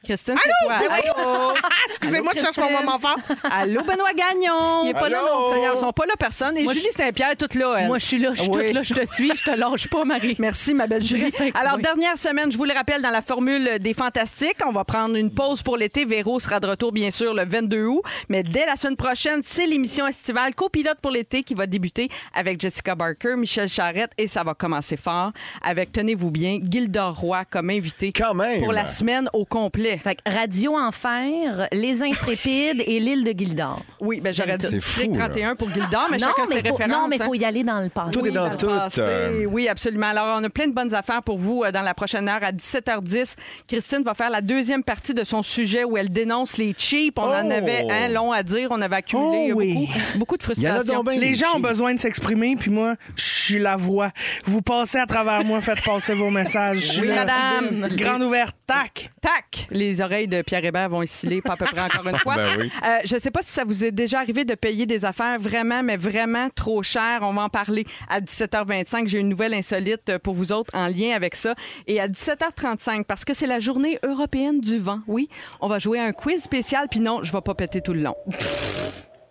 Speaker 2: Christine, c'est toi. Allô?
Speaker 1: Excusez-moi de chercher mon
Speaker 2: Christine.
Speaker 1: moment fort.
Speaker 2: Allô, Benoît Gagnon. Il n'est
Speaker 4: pas là, Allô? non, Seigneur.
Speaker 2: Ils sont pas là, personne. Et Julie Saint-Pierre, toute là, elle. Ah
Speaker 3: Moi, je suis là, je suis
Speaker 2: Oui.
Speaker 3: toute là, je te suis, je te lâche pas, Marie.
Speaker 2: Merci, ma belle Julie.
Speaker 3: reste avec toi.
Speaker 2: Alors, dernière semaine, je vous le rappelle, dans la formule des Fantastiques, on va prendre une pause pour l'été. Véro sera de retour, bien sûr, le 22 août. Mais dès la semaine prochaine, c'est l'émission estivale copilote pour l'été qui va débuter avec Jessica Barker, Michel Charette et ça va commencer fort avec, tenez-vous bien, Gilda Roy comme invité
Speaker 4: Quand même.
Speaker 2: pour la semaine au complet.
Speaker 3: Fait que Radio Enfer, Les Intrépides et l'île de Gildor.
Speaker 2: Oui, ben j'aurais dit
Speaker 4: C'est fou, là.
Speaker 2: 31 pour Gilda, Ah, mais chacun ses
Speaker 3: mais faut,
Speaker 2: références.
Speaker 3: non, mais
Speaker 2: hein.
Speaker 3: faut y aller dans le passé.
Speaker 4: Tout est dans
Speaker 2: le
Speaker 4: tout.
Speaker 2: passé.
Speaker 4: euh,
Speaker 2: Oui, absolument. Alors, on a plein de bonnes affaires pour vous euh, dans la prochaine heure. À 17h10, Christine va faire la deuxième partie de son sujet où elle dénonce les cheap. On en
Speaker 4: Oh!
Speaker 2: avait un long à dire. On avait accumulé
Speaker 1: Oh oui.
Speaker 2: beaucoup, beaucoup de
Speaker 4: Il y en a
Speaker 2: frustration.
Speaker 4: donc bien.
Speaker 1: Les gens ont besoin de s'exprimer, puis moi, je suis la voix. Vous passez à travers moi, faites passer vos messages. Je suis
Speaker 2: Oui,
Speaker 1: la-
Speaker 2: madame.
Speaker 1: Grande ouverte, tac.
Speaker 2: Tac! Les oreilles de Pierre Hébert vont osciller, pas à peu près encore une fois.
Speaker 4: Ben oui.
Speaker 2: Euh, je ne sais pas si ça vous est déjà arrivé de payer des affaires vraiment, mais vraiment trop chères. On va en parler à 17h25. J'ai une nouvelle insolite pour vous autres en lien avec ça. Et à 17h35, parce que c'est la journée européenne du vent, oui, on va jouer à un quiz spécial, puis non, je ne vais pas péter tout le long.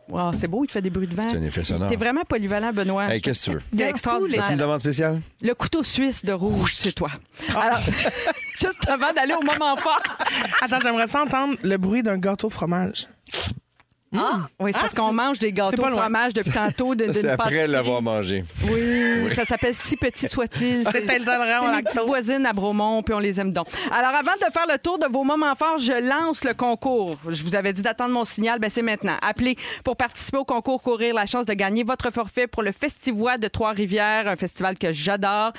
Speaker 2: Wow, c'est beau, il te fait des bruits de vent.
Speaker 4: C'est un effet sonore.
Speaker 2: T'es vraiment polyvalent, Benoît.
Speaker 4: Hey, qu'est-ce que tu veux?
Speaker 2: C'est extraordinaire.
Speaker 4: Tu une demande spéciale?
Speaker 2: Le couteau suisse de rouge, c'est toi.
Speaker 4: Ah.
Speaker 2: Alors, juste avant d'aller au moment fort.
Speaker 1: Attends, j'aimerais ça entendre le bruit d'un gâteau au fromage.
Speaker 2: Oui,
Speaker 4: Ah,
Speaker 2: c'est parce qu'on mange des
Speaker 1: c'est
Speaker 2: gâteaux
Speaker 1: pas
Speaker 2: au
Speaker 1: loin.
Speaker 2: fromage depuis tantôt de-
Speaker 4: Ça,
Speaker 2: d'une
Speaker 4: c'est après
Speaker 2: pâtisserie.
Speaker 4: l'avoir mangé.
Speaker 2: Oui, ça s'appelle Si Petit Soit-il.
Speaker 1: C'est intolérant au
Speaker 2: C'est mes
Speaker 1: lactose.
Speaker 2: petites voisines à Bromont, puis on les aime donc. Alors, avant de faire le tour de vos moments forts, je lance le concours. Je vous avais dit d'attendre mon signal, ben c'est maintenant. Appelez pour participer au concours Courir la chance de gagner votre forfait pour le Festivois de Trois-Rivières, un festival que j'adore.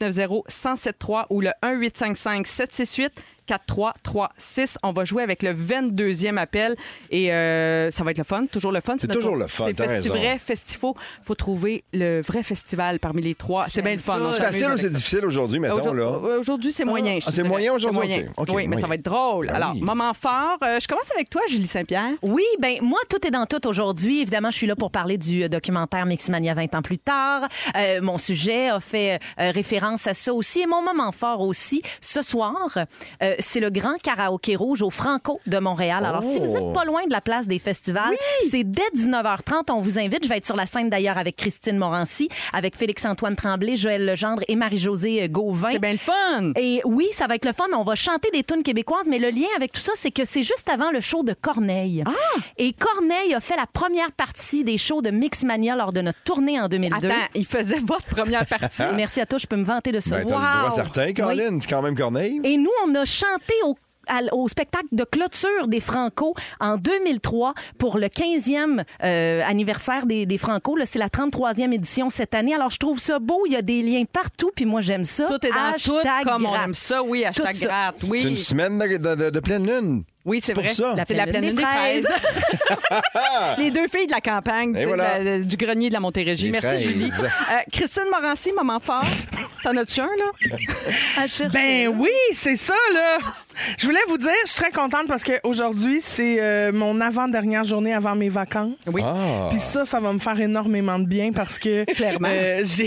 Speaker 2: 514-790-1073 ou le 1855-768. 4336. On va jouer avec le 22e appel et euh, ça va être le fun, toujours le fun.
Speaker 4: C'est
Speaker 2: notre-
Speaker 4: toujours le fun,
Speaker 2: C'est
Speaker 4: t'as raison.
Speaker 2: Festivray, Festifo. faut trouver le vrai festival parmi les trois. C'est bien le fun. on
Speaker 4: C'est
Speaker 2: s'amuse
Speaker 4: facile ou
Speaker 2: avec
Speaker 4: c'est
Speaker 2: ça.
Speaker 4: difficile aujourd'hui, mettons, là?
Speaker 2: Aujourd'hui, oh, euh, aujourd'hui, c'est moyen. je
Speaker 4: Ah, c'est
Speaker 2: dirais.
Speaker 4: moyen aujourd'hui,
Speaker 2: C'est moyen.
Speaker 4: ok. Ok,
Speaker 2: oui, mais
Speaker 4: moyen.
Speaker 2: ça va être drôle.
Speaker 4: Ben
Speaker 2: Alors,
Speaker 4: oui.
Speaker 2: moment fort. Euh, je commence avec toi, Julie Saint-Pierre.
Speaker 3: Oui, ben moi, tout est dans tout aujourd'hui. Évidemment, je suis là pour parler du euh, documentaire Mixmania 20 ans plus tard. Euh, mon sujet a fait euh, référence à ça aussi. Et mon moment fort aussi, ce soir, euh, c'est le grand karaoké rouge au Franco de Montréal. Alors, si vous
Speaker 4: Oh.
Speaker 3: êtes pas loin de la place des festivals, c'est dès 19h30. On vous invite. Je vais être sur la scène d'ailleurs avec Christine Morancy, avec Félix-Antoine Tremblay, Joël Legendre et Marie-Josée euh, Gauvin.
Speaker 2: C'est bien le fun.
Speaker 3: Et oui, ça va être le fun. On va chanter des tunes québécoises, mais le lien avec tout ça, c'est que c'est juste avant le show de Corneille.
Speaker 2: Ah!
Speaker 3: Et Corneille a fait la première partie des shows de Mixmania lors de notre tournée en 2002.
Speaker 2: Attends, il faisait votre première partie.
Speaker 3: Merci à toi, je peux me vanter de ça.
Speaker 4: Ah! Ben, t'as le droit certain,
Speaker 3: Oui.
Speaker 4: Caroline. C'est quand même Corneille.
Speaker 3: Et nous, on a chanté au à- au spectacle de clôture des Franco en 2003 pour le 15e euh, anniversaire des, des Franco. Là, C'est la 33e édition cette année. Alors, je trouve ça beau. Il y a des liens partout, puis moi, j'aime ça.
Speaker 2: Tout est dans
Speaker 3: Hashtag
Speaker 2: tout, comme on
Speaker 3: gratte.
Speaker 2: aime ça. Oui, hashtag
Speaker 3: Tout ça.
Speaker 2: gratte.
Speaker 4: C'est une
Speaker 2: Oui,
Speaker 4: semaine de, de- de- de pleine lune.
Speaker 2: oui c'est
Speaker 4: pour
Speaker 2: vrai.
Speaker 4: ça. La
Speaker 2: C'est la pleine lune des fraises. Les deux filles de la campagne,
Speaker 4: Et
Speaker 2: tu sais,
Speaker 4: voilà.
Speaker 2: de la- du grenier de la Montérégie.
Speaker 4: Les
Speaker 2: Merci,
Speaker 4: fraises.
Speaker 2: Julie. Euh, Christine Morancy, moment fort. T'en as-tu un, là?
Speaker 3: À chercher.
Speaker 1: Ben oui, c'est ça, là. Je voulais vous dire, je suis très contente parce qu'aujourd'hui, c'est euh, mon avant-dernière journée avant mes vacances. Oui.
Speaker 4: Ah.
Speaker 1: Puis ça, ça va me faire énormément de bien parce que
Speaker 2: Clairement.
Speaker 1: euh, j'ai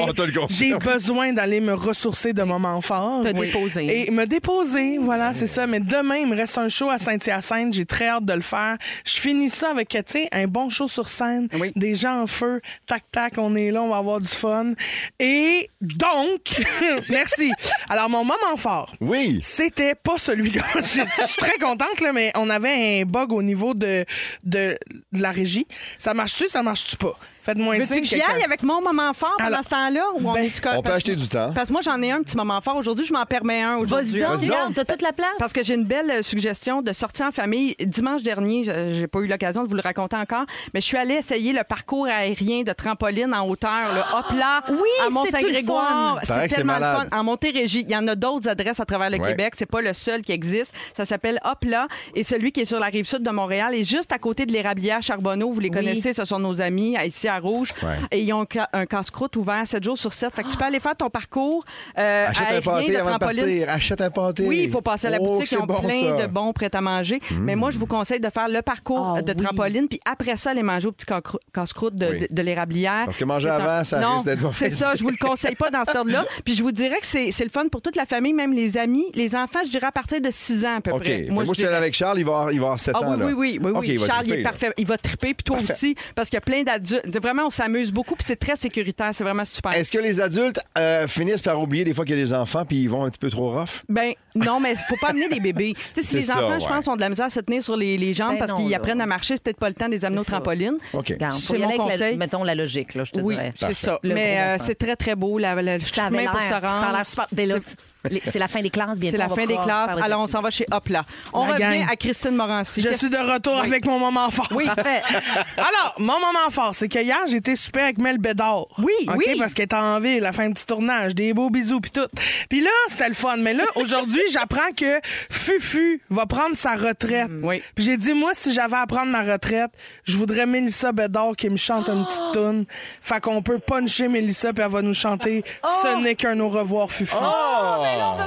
Speaker 4: On te le confirme.
Speaker 1: j'ai besoin d'aller me ressourcer de moments forts.
Speaker 3: Te déposer.
Speaker 1: Et me déposer, voilà, c'est ça. Mais demain, il me reste un show à Saint-Hyacinthe. J'ai très hâte de le faire. Je finis ça avec, tu sais, un bon show sur scène.
Speaker 2: Oui.
Speaker 1: Des gens en feu. Tac, tac, on est là, on va avoir du fun. Et donc, merci. Alors, mon moment fort.
Speaker 4: Oui.
Speaker 1: C'était pas celui-là. Je suis je suis très contente, là, mais on avait un bug au niveau de, de, de la régie. Ça marche-tu, ça marche-tu pas? Faites-moi un
Speaker 2: Veux-tu
Speaker 1: signe.
Speaker 2: que j'y
Speaker 1: quelqu'un.
Speaker 2: aille avec mon moment fort pendant
Speaker 1: Alors,
Speaker 2: ce temps-là? Ou on,
Speaker 1: ben,
Speaker 2: est-tu co-
Speaker 4: On peut
Speaker 2: parce-
Speaker 4: acheter du temps.
Speaker 2: Parce que moi, j'en ai un petit moment fort aujourd'hui. Je m'en permets un
Speaker 3: Vas-y
Speaker 2: aujourd'hui.
Speaker 3: donc,
Speaker 4: Vas-y donc.
Speaker 3: regarde, t'as toute la place.
Speaker 2: Parce que j'ai une belle euh, suggestion de sortie en famille. Dimanche dernier, je- j'ai pas eu l'occasion de vous le raconter encore, mais je suis allée essayer le parcours aérien de trampoline en hauteur, le hop là,
Speaker 3: Oui,
Speaker 2: à Mont-Saint-Grégoire.
Speaker 4: c'est-tu le fun? Paraît que c'est
Speaker 2: tellement le fun.
Speaker 4: malade.
Speaker 2: En Montérégie, il y en a d'autres adresses à travers le
Speaker 4: Ouais.
Speaker 2: Québec. C'est pas le seul qui existe. Ça s'appelle hop là. Et celui qui est sur la rive sud de Montréal est juste à côté de l'érablière Charbonneau. Vous les connaissez, ce sont nos amis à- ici à Rouge.
Speaker 4: Ouais.
Speaker 2: Et ils ont un ca- un casse-croûte ouvert 7 jours sur 7. Fait que tu peux aller faire ton parcours euh,
Speaker 4: Achète un
Speaker 2: aérien
Speaker 4: pâté
Speaker 2: de
Speaker 4: avant de
Speaker 2: trampoline.
Speaker 4: partir. Achète un pâté.
Speaker 2: Oui, il faut passer à la
Speaker 4: Oh,
Speaker 2: boutique.
Speaker 4: c'est
Speaker 2: Ils ont
Speaker 4: bon,
Speaker 2: plein
Speaker 4: ça. Mmh.
Speaker 2: de bons prêts à manger. Mais moi, je vous conseille de faire le parcours
Speaker 3: Ah
Speaker 2: de
Speaker 3: oui.
Speaker 2: trampoline, puis après ça, aller manger au petit cacro- casse-croûte de,
Speaker 4: Oui.
Speaker 2: de- de l'érablière.
Speaker 4: Parce que manger
Speaker 2: C'est
Speaker 4: avant, ça
Speaker 2: non,
Speaker 4: risque d'être mauvais.
Speaker 2: C'est ça, je vous le conseille pas dans cet ordre-là. Puis je vous dirais que c'est c'est le fun pour toute la famille, même les amis, les enfants, je dirais à partir de 6 ans à peu
Speaker 4: OK. Fait
Speaker 2: près.
Speaker 4: que Moi, je suis allé
Speaker 2: dirais-
Speaker 4: avec Charles, il va avoir, il va avoir 7
Speaker 2: ah
Speaker 4: ans.
Speaker 2: oui,
Speaker 4: là.
Speaker 2: oui, oui, oui,
Speaker 4: OK,
Speaker 2: oui.
Speaker 4: il va
Speaker 2: Charles, il
Speaker 4: triper,
Speaker 2: est
Speaker 4: là.
Speaker 2: parfait. Il va triper, puis toi aussi, parce qu'il y a plein d'adultes. Vraiment, on s'amuse beaucoup, puis c'est très sécuritaire. C'est vraiment super.
Speaker 4: Est-ce que les adultes euh, finissent par oublier des fois qu'il y a des enfants puis ils vont un petit peu trop rough?
Speaker 2: Ben non, mais faut pas amener des bébés. Tu sais, si
Speaker 4: C'est
Speaker 2: les
Speaker 4: ça,
Speaker 2: enfants,
Speaker 4: ouais.
Speaker 2: je pense, ont de la misère à se tenir sur les, les jambes
Speaker 3: Ben
Speaker 2: parce
Speaker 3: non,
Speaker 2: qu'ils
Speaker 3: là.
Speaker 2: apprennent à marcher, c'est peut-être pas le temps de les amener au
Speaker 3: C'est ça.
Speaker 2: trampoline.
Speaker 4: OK.
Speaker 3: Regarde, faut
Speaker 2: C'est
Speaker 3: y
Speaker 2: mon
Speaker 3: aller avec, la,
Speaker 2: conseil.
Speaker 3: mettons, la logique, là, je te
Speaker 2: Oui,
Speaker 3: dirais.
Speaker 2: c'est ça.
Speaker 3: Le
Speaker 2: Mais
Speaker 3: gros
Speaker 2: euh,
Speaker 3: enfant.
Speaker 2: c'est très, très beau. La, la, le
Speaker 3: Ça avait
Speaker 2: chemin pour
Speaker 3: l'air-
Speaker 2: se rendre.
Speaker 3: Ça a l'air super. Ben là, les- c'est la fin des classes, bientôt.
Speaker 2: C'est la
Speaker 3: on va
Speaker 2: fin des
Speaker 3: pouvoir
Speaker 2: classes.
Speaker 3: faire des
Speaker 2: Alors, on
Speaker 3: activités.
Speaker 2: s'en va chez Hop là. On
Speaker 1: La
Speaker 2: revient
Speaker 1: gang.
Speaker 2: à Christine Morancy.
Speaker 1: Je
Speaker 2: Qu'est-ce-
Speaker 1: suis de retour avec mon moment fort.
Speaker 2: Oui.
Speaker 3: Parfait.
Speaker 1: Alors, mon moment fort, c'est que hier, j'étais super avec Mel Bédard.
Speaker 2: Oui,
Speaker 1: OK,
Speaker 2: oui.
Speaker 1: Parce qu'elle était en ville, elle a fait un petit tournage, des beaux bisous, puis tout. Puis là, c'était le fun. Mais là, aujourd'hui, j'apprends que Fufu va prendre sa retraite.
Speaker 2: oui.
Speaker 1: Puis j'ai dit, moi, si j'avais à prendre ma retraite, je voudrais Mélissa Bédard qui me chante une
Speaker 2: Oh!
Speaker 1: petite toune. Fait qu'on peut puncher Mélissa, puis elle va nous chanter
Speaker 2: Oh!
Speaker 1: Ce n'est qu'un au revoir, Fufu.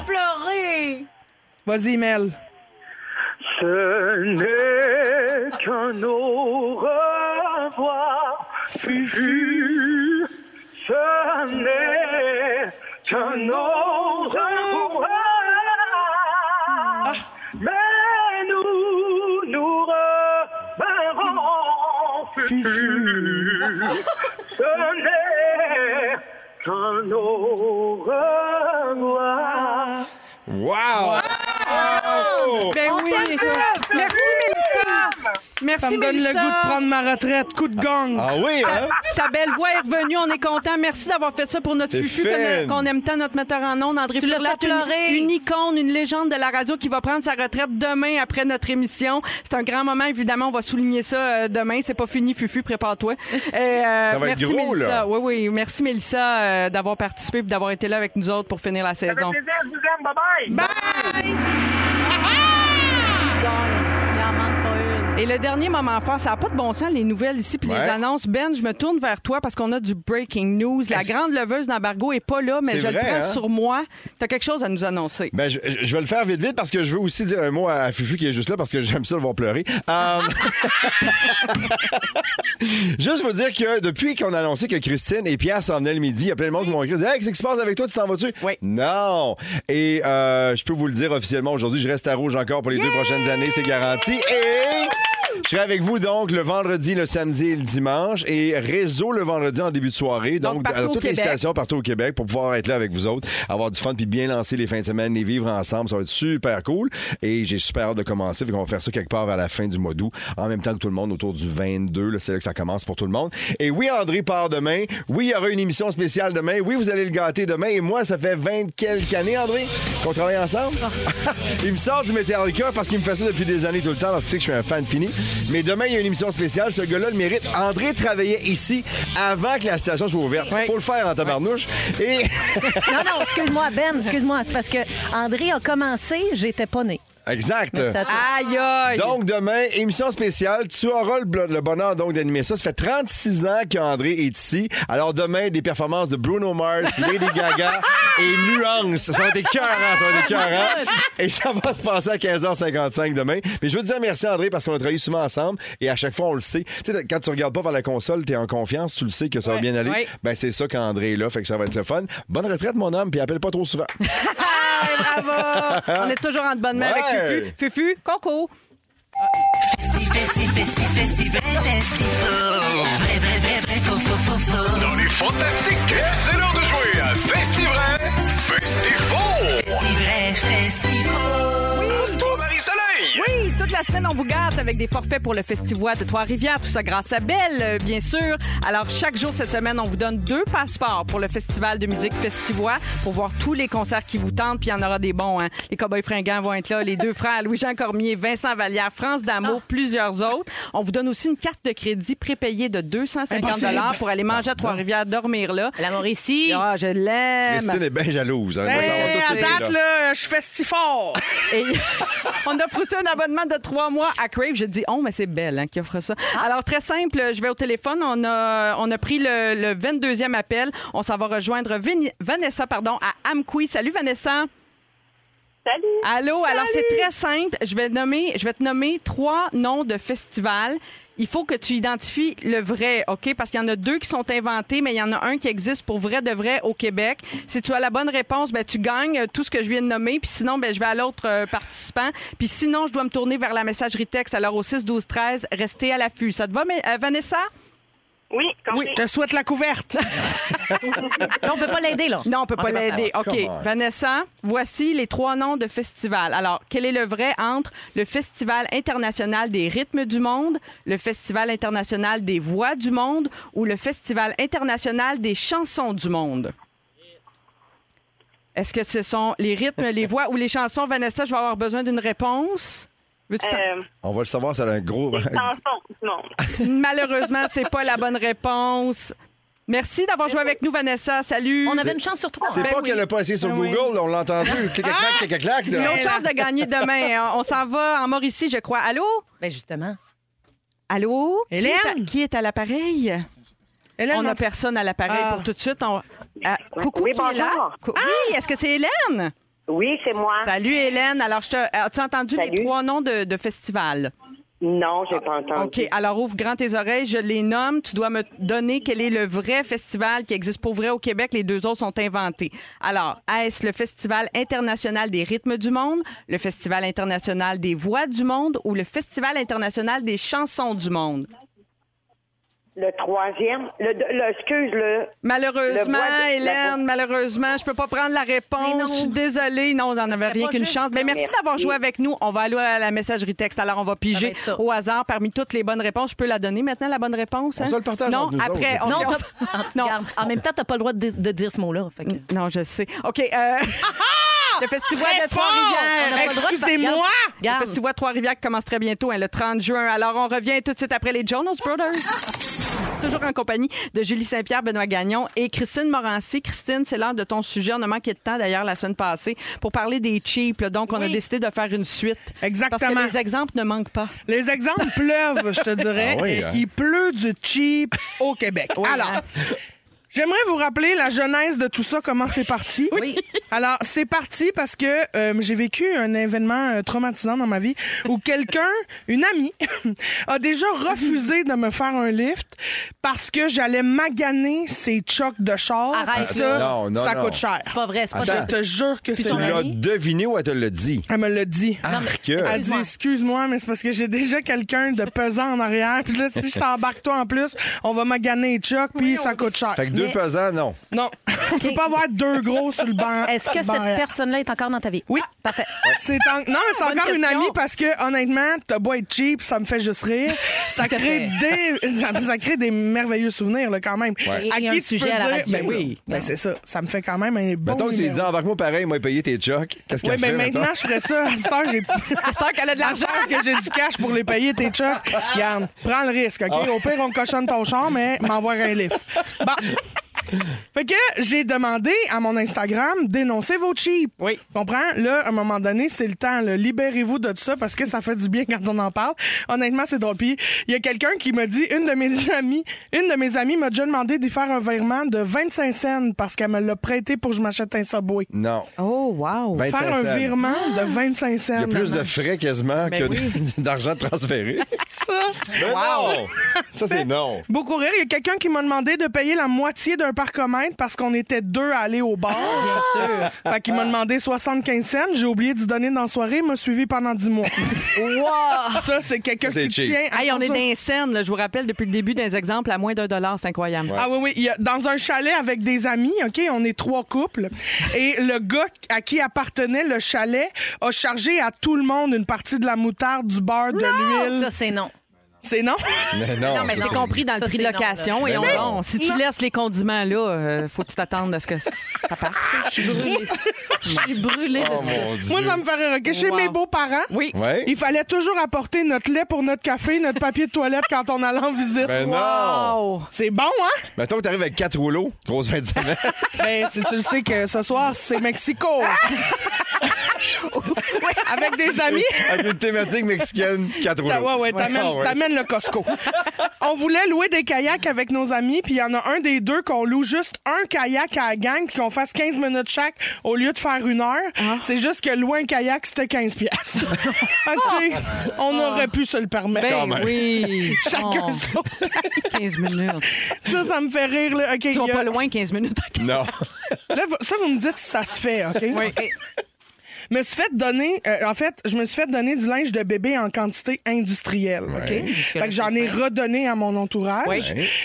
Speaker 5: pleurer.
Speaker 1: Vas-y, Mel.
Speaker 8: Ce n'est qu'un au revoir,
Speaker 1: Fufu.
Speaker 8: ce n'est qu'un au
Speaker 1: Ah.
Speaker 8: revoir. Mais nous, nous reverrons,
Speaker 1: Fufu.
Speaker 8: ce n'est qu'un au revoir.
Speaker 4: Wow!
Speaker 2: Ben oui. Merci, Mélissa.
Speaker 1: Ça
Speaker 2: Merci,
Speaker 1: me donne le
Speaker 2: Mélissa.
Speaker 1: goût de prendre ma retraite. Coup de gang.
Speaker 4: Ah oui, hein?
Speaker 2: Ta belle voix est revenue, on est content. Merci d'avoir fait ça pour notre
Speaker 4: C'est
Speaker 2: fufu
Speaker 4: fun.
Speaker 2: qu'on qu'on aime tant, notre metteur en ondes, André
Speaker 3: Tu l'as
Speaker 2: Furlat,
Speaker 3: fait pleurer.
Speaker 2: une, une icône, une légende de la radio qui va prendre sa retraite demain après notre émission. C'est un grand moment, évidemment, on va souligner ça euh, demain. C'est pas fini, fufu, prépare-toi. Et, euh,
Speaker 4: Ça va être
Speaker 2: merci,
Speaker 4: gros,
Speaker 2: Mélissa.
Speaker 4: là.
Speaker 2: Oui, oui, merci, Mélissa, euh, d'avoir participé et d'avoir été là avec nous autres pour finir la saison.
Speaker 8: Avec plaisir, je vous aime, bye-bye.
Speaker 3: Il en manque pas une.
Speaker 2: Et le dernier moment fort, ça n'a pas de bon sens, les nouvelles ici puis
Speaker 4: Ouais.
Speaker 2: les annonces. Ben, je me tourne vers toi parce qu'on a du breaking news. La grande leveuse d'embargo est pas là, mais
Speaker 4: C'est
Speaker 2: je le
Speaker 4: vrai,
Speaker 2: prends
Speaker 4: hein?
Speaker 2: sur moi. Tu as quelque chose à nous annoncer.
Speaker 4: Ben, je, je- je vais le faire vite, vite, parce que je veux aussi dire un mot à Fufu qui est juste là, parce que j'aime ça le voir pleurer. Euh, juste vous dire que depuis qu'on a annoncé que Christine et Pierre s'en venaient le midi, il y a plein de monde qui m'ont écrit Hey, qu'est-ce qui se passe avec toi Tu t'en vas-tu
Speaker 2: Oui.
Speaker 4: Non Et euh, je peux vous le dire officiellement aujourd'hui, je reste à rouge encore pour les deux prochaines années, c'est garanti. Et. Je serai avec vous donc le vendredi, le samedi et le dimanche et réseau le vendredi en début de soirée.
Speaker 2: Donc,
Speaker 4: Donc,
Speaker 2: partout
Speaker 4: dans
Speaker 2: au
Speaker 4: toutes les
Speaker 2: Québec.
Speaker 4: stations stations partout au Québec pour pouvoir être là avec vous autres, avoir du fun puis bien lancer les fins de semaine, les vivre ensemble. Ça va être super cool. Et j'ai super hâte de commencer. Fait qu'on va faire ça quelque part à la fin du mois d'août, en même temps que tout le monde, autour du 22. là, C'est là que ça commence pour tout le monde. Et oui, André part demain. Oui, il y aura une émission spéciale demain. Oui, vous allez le gâter demain. Et moi, ça fait 20 quelques années, André, qu'on travaille ensemble.
Speaker 3: Ah.
Speaker 4: il me sort du Metallica parce qu'il me fait ça depuis des années tout le temps parce que c'est que je suis un fan fini. Mais demain, il y a une émission spéciale. Ce gars-là le mérite. André travaillait ici avant que la station soit ouverte.
Speaker 2: Ouais.
Speaker 4: Faut le faire en tabarnouche. Et
Speaker 3: Non, non, excuse-moi, Ben, excuse-moi. C'est parce que André a commencé, j'étais pas née.
Speaker 4: exact.
Speaker 2: Euh.
Speaker 3: Mais ça-
Speaker 2: Aïe, aïe.
Speaker 4: Donc demain, émission spéciale, tu auras le, blo- le bonheur donc d'animer ça. Ça fait 36 ans qu'André est ici. Alors demain, des performances de Bruno Mars, Lady Gaga et Nuance. Ça va être écœurant, ça va être écœurant. Et ça va se passer à 15h55 demain. Mais je veux te dire merci André parce qu'on a travaillé souvent ensemble et à chaque fois on le sait. Tu sais quand tu regardes pas vers la console, tu es en confiance, tu le sais que ça va bien aller.
Speaker 2: Ouais.
Speaker 4: Ben c'est ça qu'André est là, fait que ça va être le fun. Bonne retraite mon homme, puis appelle pas trop souvent.
Speaker 2: Hey, bravo! On est toujours en de bonne main
Speaker 4: Ouais.
Speaker 2: avec Fufu. Fufu, Coco.
Speaker 9: Dans les fantastiques, c'est l'heure de jouer à Festivray
Speaker 2: Ah,
Speaker 9: Festival. Festival, Festival. Toi, Marie-Soleil.
Speaker 2: Oui, toute la semaine, on vous gâte avec des forfaits pour le Festivois de Trois-Rivières. Tout ça grâce à Belle, euh, bien sûr. Alors, chaque jour cette semaine, on vous donne deux passeports pour le Festival de musique Festivois pour voir tous les concerts qui vous tentent. Puis il y en aura des bons. hein. Les Cowboys fringants vont être là. Les deux frères, Louis-Jean Cormier, Vincent Vallière, France D'Amour, plusieurs autres. On vous donne aussi une carte de crédit prépayée de 250
Speaker 1: Impossible.
Speaker 2: pour aller manger à Trois-Rivières, dormir là.
Speaker 3: La Mauricie.
Speaker 2: Ah, je l'aime.
Speaker 4: Christine est bien jalouse. hein. Elle va
Speaker 1: Hey,
Speaker 4: savoir tous
Speaker 1: à
Speaker 4: ces prix,
Speaker 1: date,
Speaker 4: là.
Speaker 1: là, je suis festifort.
Speaker 2: Et on offre aussi un abonnement de trois mois à Crave. Je dis on, mais c'est Belle hein, qui offre ça. Alors, très simple, je vais au téléphone. On a, on a pris le, le 22e appel. On s'en va rejoindre Vin- Vanessa pardon, à Amqui. Salut, Vanessa.
Speaker 8: Salut.
Speaker 2: Allô, alors c'est très simple. Je vais, nommer, je vais te nommer trois noms de festivals. Il faut que tu identifies le vrai, OK? Parce qu'il y en a deux qui sont inventés, mais il y en a un qui existe pour vrai de vrai au Québec. Si tu as la bonne réponse, ben, tu gagnes euh, tout ce que je viens de nommer. Puis sinon, ben, je vais à l'autre euh, participant. Puis sinon, je dois me tourner vers la messagerie texte. Alors au 6-12-13, restez à l'affût. Ça te va, mais, euh, Vanessa?
Speaker 8: Oui, quand
Speaker 1: Je te souhaite la couverte.
Speaker 3: Là, on peut pas l'aider, là.
Speaker 2: Non, on peut pas
Speaker 3: est pas-
Speaker 2: l'aider.
Speaker 4: Ah,
Speaker 2: OK.
Speaker 4: come on.
Speaker 2: Vanessa, voici les trois noms de festivals. Alors, quel est le vrai entre le Festival international des rythmes du monde, le Festival international des voix du monde ou le Festival international des chansons du monde? Est-ce que ce sont les rythmes, les voix ou les chansons? Vanessa, je vais avoir besoin d'une réponse. Veux-tu t'en-
Speaker 8: Euh,
Speaker 4: On va le savoir, ça a un gros. hein.
Speaker 8: chanson du monde.
Speaker 2: Malheureusement, c'est pas la bonne réponse. Merci d'avoir joué avec nous, Vanessa. Salut.
Speaker 3: On avait une chance sur trois.
Speaker 4: C'est
Speaker 2: Ben
Speaker 4: pas
Speaker 2: oui.
Speaker 4: qu'elle a pas essayé sur Google, là, on l'a entendu. Clic-clac, clic-clac.
Speaker 2: Une autre chance de gagner demain. hein. On s'en va en Mauricie, je crois. Allô?
Speaker 3: Ben justement.
Speaker 2: Allô? Qui est à- Qui est
Speaker 1: Hélène?
Speaker 2: à, l'appareil?
Speaker 1: Hélène,
Speaker 2: on n'a
Speaker 1: en-
Speaker 2: personne à l'appareil
Speaker 1: Ah.
Speaker 2: pour tout de suite. On... Ah, coucou,
Speaker 8: Oui,
Speaker 2: qui est là?
Speaker 8: bonjour. Ah!
Speaker 2: Cou- Oui, est-ce que c'est Hélène?
Speaker 8: Oui, c'est moi.
Speaker 2: Salut, Hélène. Alors, je te... as-tu entendu les
Speaker 8: Salut.
Speaker 2: trois noms de, de festivals?
Speaker 8: Non, j'ai pas entendu.
Speaker 2: OK, ah. alors ouvre grand tes oreilles, je les nomme. Tu dois me donner quel est le vrai festival qui existe pour vrai au Québec. Les deux autres sont inventés. Alors, est-ce le Festival international des rythmes du monde, le Festival international des voix du monde ou le Festival international des chansons du monde?
Speaker 8: Le troisième, le, le- excuse le.
Speaker 2: Malheureusement,
Speaker 8: Le voix de- la
Speaker 2: Hélène, malheureusement, je peux pas prendre la
Speaker 3: Mais non.
Speaker 2: réponse. Je suis désolée. Non, on n'en avait
Speaker 3: serait
Speaker 2: rien
Speaker 3: pas
Speaker 2: qu'une
Speaker 3: juste.
Speaker 2: chance. Mais merci,
Speaker 8: Merci.
Speaker 2: d'avoir joué avec nous. On va aller à la messagerie texte. Alors, on va
Speaker 3: Ça
Speaker 2: piger
Speaker 3: va être ça.
Speaker 2: au hasard parmi toutes les bonnes réponses. Je peux la donner maintenant, la bonne réponse? hein?
Speaker 4: se le partage
Speaker 2: Non,
Speaker 4: entre nous
Speaker 2: après,
Speaker 4: autres.
Speaker 2: on-
Speaker 3: Non,
Speaker 2: on-
Speaker 3: t'as- Ah,
Speaker 2: Non. Ben,
Speaker 3: Regarde, en même temps, t'as pas le droit de, de dire ce mot-là. fait que-
Speaker 2: Non, je sais. OK. euh,
Speaker 1: Ah!
Speaker 2: le Festival
Speaker 1: Très
Speaker 2: de
Speaker 1: fort!
Speaker 3: On n'a
Speaker 2: Trois-Rivières.
Speaker 3: pas le droit de-
Speaker 1: Excusez-moi!
Speaker 2: Le
Speaker 3: Regarde. regarde.
Speaker 2: Festival de Trois-Rivières qui commence très bientôt, hein, le 30 juin. Alors, on revient tout de suite après les Jonas Brothers. Toujours en compagnie de Julie Saint-Pierre, Benoît Gagnon et Christine Morancy. Christine, c'est l'heure de ton sujet. On a manqué de temps, d'ailleurs, la semaine passée pour parler des cheap. là. Donc, on a décidé de faire une suite. Parce
Speaker 1: Exactement.
Speaker 2: que les exemples ne manquent pas.
Speaker 1: Les exemples pleuvent, je te dirais.
Speaker 4: Ah oui,
Speaker 1: Et
Speaker 4: hein?
Speaker 1: Il pleut du cheap au Québec. Alors, j'aimerais vous rappeler la genèse de tout ça, comment c'est parti.
Speaker 3: Oui.
Speaker 1: Alors, c'est parti parce que euh, j'ai vécu un événement euh, traumatisant dans ma vie où quelqu'un, une amie, a déjà refusé de me faire un lift parce que j'allais maganer ses chocs de char.
Speaker 3: Arrête,
Speaker 1: ça,
Speaker 4: là. Non, non,
Speaker 1: ça
Speaker 4: non.
Speaker 1: coûte cher.
Speaker 3: C'est pas vrai, c'est pas
Speaker 4: Attends.
Speaker 3: vrai.
Speaker 1: Je te jure que c'est
Speaker 4: Tu
Speaker 3: ton
Speaker 1: vrai.
Speaker 4: l'as
Speaker 3: ami?
Speaker 4: deviné ou elle te l'a dit?
Speaker 1: Elle me l'a dit.
Speaker 4: Arc.
Speaker 1: Elle dit excuse-moi, mais c'est parce que j'ai déjà quelqu'un de pesant en arrière. Puis là, si je t'embarque toi en plus, on va maganer Chuck, puis ça coûte cher.
Speaker 4: Fait que deux
Speaker 3: Mais-
Speaker 4: pesants, non.
Speaker 1: Non, on peut pas avoir deux gros sur le banc.
Speaker 3: Est-ce que
Speaker 1: sur le banc
Speaker 3: cette
Speaker 1: arrière.
Speaker 3: personne-là est encore dans ta vie?
Speaker 1: Oui.
Speaker 3: Ah, Parfait.
Speaker 1: C'est en- Non, mais c'est
Speaker 2: Bonne
Speaker 1: encore une
Speaker 2: question.
Speaker 1: amie parce que, honnêtement, t'as beau être cheap, ça me fait juste rire. Ça crée des, ça, ça crée des merveilleux souvenirs, là, quand même.
Speaker 3: Et un
Speaker 1: tu
Speaker 3: sujet
Speaker 1: peux
Speaker 3: à la radio,
Speaker 1: ben,
Speaker 3: là.
Speaker 1: oui. Ben, c'est ça. Ça me fait quand même un bon.
Speaker 4: Mettons que tu lui dis,
Speaker 1: numéro.
Speaker 4: embarque-moi pareil, moi, payer tes chocs. Qu'est-ce
Speaker 1: Oui,
Speaker 4: qu'elle
Speaker 1: mais
Speaker 4: fait? mettons?
Speaker 1: maintenant, je ferais ça. À cette heure, j'ai.
Speaker 2: À ce temps qu'elle a de
Speaker 1: La
Speaker 2: l'argent.
Speaker 1: sœur que j'ai du cash pour les payer, tes chocs. Regarde, prends le risque, OK? Au pire, on cochonne ton char, mais m'envoie un livre. Bon. Fait que j'ai demandé à mon Instagram, dénoncez vos cheap.
Speaker 2: Oui.
Speaker 1: Comprends? Là, à un moment donné, c'est le temps. là. Libérez-vous de ça parce que ça fait du bien quand on en parle. Honnêtement, c'est drôle. Puis il y a quelqu'un qui m'a dit, une de mes amies, une de mes amies m'a déjà demandé d'y faire un virement de 25 cents parce qu'elle me l'a prêté pour que je m'achète un subway.
Speaker 4: Non.
Speaker 2: Oh, wow.
Speaker 4: 25
Speaker 1: Faire un
Speaker 4: cents.
Speaker 1: virement de 25 cents.
Speaker 4: Il y a plus
Speaker 1: maman.
Speaker 4: de frais quasiment
Speaker 2: Mais
Speaker 4: que
Speaker 2: oui.
Speaker 4: d'argent transféré.
Speaker 1: Ben ça.
Speaker 4: Ben non! Ça, c'est non.
Speaker 1: Beaucoup rire. Il y a quelqu'un qui m'a demandé de payer la moitié d'un parcomètre parce qu'on était deux à aller au bar. Bien sûr. Fait qu'il m'a demandé 75 cents. J'ai oublié d'y donner dans la soirée. Il m'a suivi pendant 10 mois.
Speaker 2: Wow!
Speaker 1: Ça, c'est quelqu'un
Speaker 4: Ça, c'est
Speaker 1: qui
Speaker 4: cheap.
Speaker 1: tient. à
Speaker 2: Hey, on
Speaker 1: son-
Speaker 2: est dans les scènes, là. je vous rappelle, depuis le début, des exemples à moins d'un dollar, c'est incroyable.
Speaker 1: Ah oui, oui. Il y a- dans un chalet avec des amis, OK, on est trois couples. Et le gars à qui appartenait le chalet a chargé à tout le monde une partie de la moutarde, du beurre, de l'huile.
Speaker 3: Ça, c'est non.
Speaker 1: C'est non?
Speaker 4: Mais non,
Speaker 2: Non, mais
Speaker 4: ça,
Speaker 2: c'est compris dans le
Speaker 3: Ça,
Speaker 2: prix de
Speaker 3: c'est
Speaker 2: location.
Speaker 4: non, là.
Speaker 2: et on,
Speaker 4: Mais
Speaker 2: on-
Speaker 4: non.
Speaker 2: si tu laisses les condiments là, euh, faut que tu t'attendes à ce que ça parte.
Speaker 3: Je suis brûlée de
Speaker 4: Oh
Speaker 3: ça.
Speaker 4: mon Dieu.
Speaker 1: Moi, ça me fait rire. OK, chez
Speaker 2: Wow.
Speaker 1: mes beaux-parents,
Speaker 2: Oui.
Speaker 4: Ouais.
Speaker 1: il fallait toujours apporter notre lait pour notre café, notre papier de toilette quand on allait en visite.
Speaker 4: Ben non!
Speaker 2: Oh.
Speaker 1: C'est bon, hein?
Speaker 4: Mettons que t'arrives avec quatre rouleaux, grosse fin de semaine.
Speaker 1: Ben, si tu le sais que ce soir, c'est Mexico. Avec des amis.
Speaker 4: avec une thématique mexicaine, quatre
Speaker 1: T'as-
Speaker 4: rouleaux.
Speaker 1: Ouais, ouais, t'amènes,
Speaker 4: Ah ouais.
Speaker 1: t'amènes le Costco. On voulait louer des kayaks avec nos amis, puis il y en a un des deux qu'on loue juste un kayak à la gang, puis qu'on fasse 15 minutes chaque au lieu de faire une heure. C'est juste que louer un kayak, c'était 15 piastres. Fait que, tu sais, on aurait pu se le permettre.
Speaker 2: Ben oui.
Speaker 1: Chacun
Speaker 2: Oh,
Speaker 1: son kayak.
Speaker 2: 15 minutes.
Speaker 1: Ça, ça me fait rire. Là. OK,
Speaker 2: Ils sont
Speaker 1: il y a-
Speaker 2: pas loin, 15 minutes.
Speaker 4: Non.
Speaker 1: là, vous- ça, vous me dites si ça se fait, OK?
Speaker 2: Oui.
Speaker 1: me suis fait donner, euh, en fait, je me suis fait donner du linge de bébé en quantité industrielle. OK? Fait que j'en ai redonné à mon entourage.
Speaker 2: Ouais.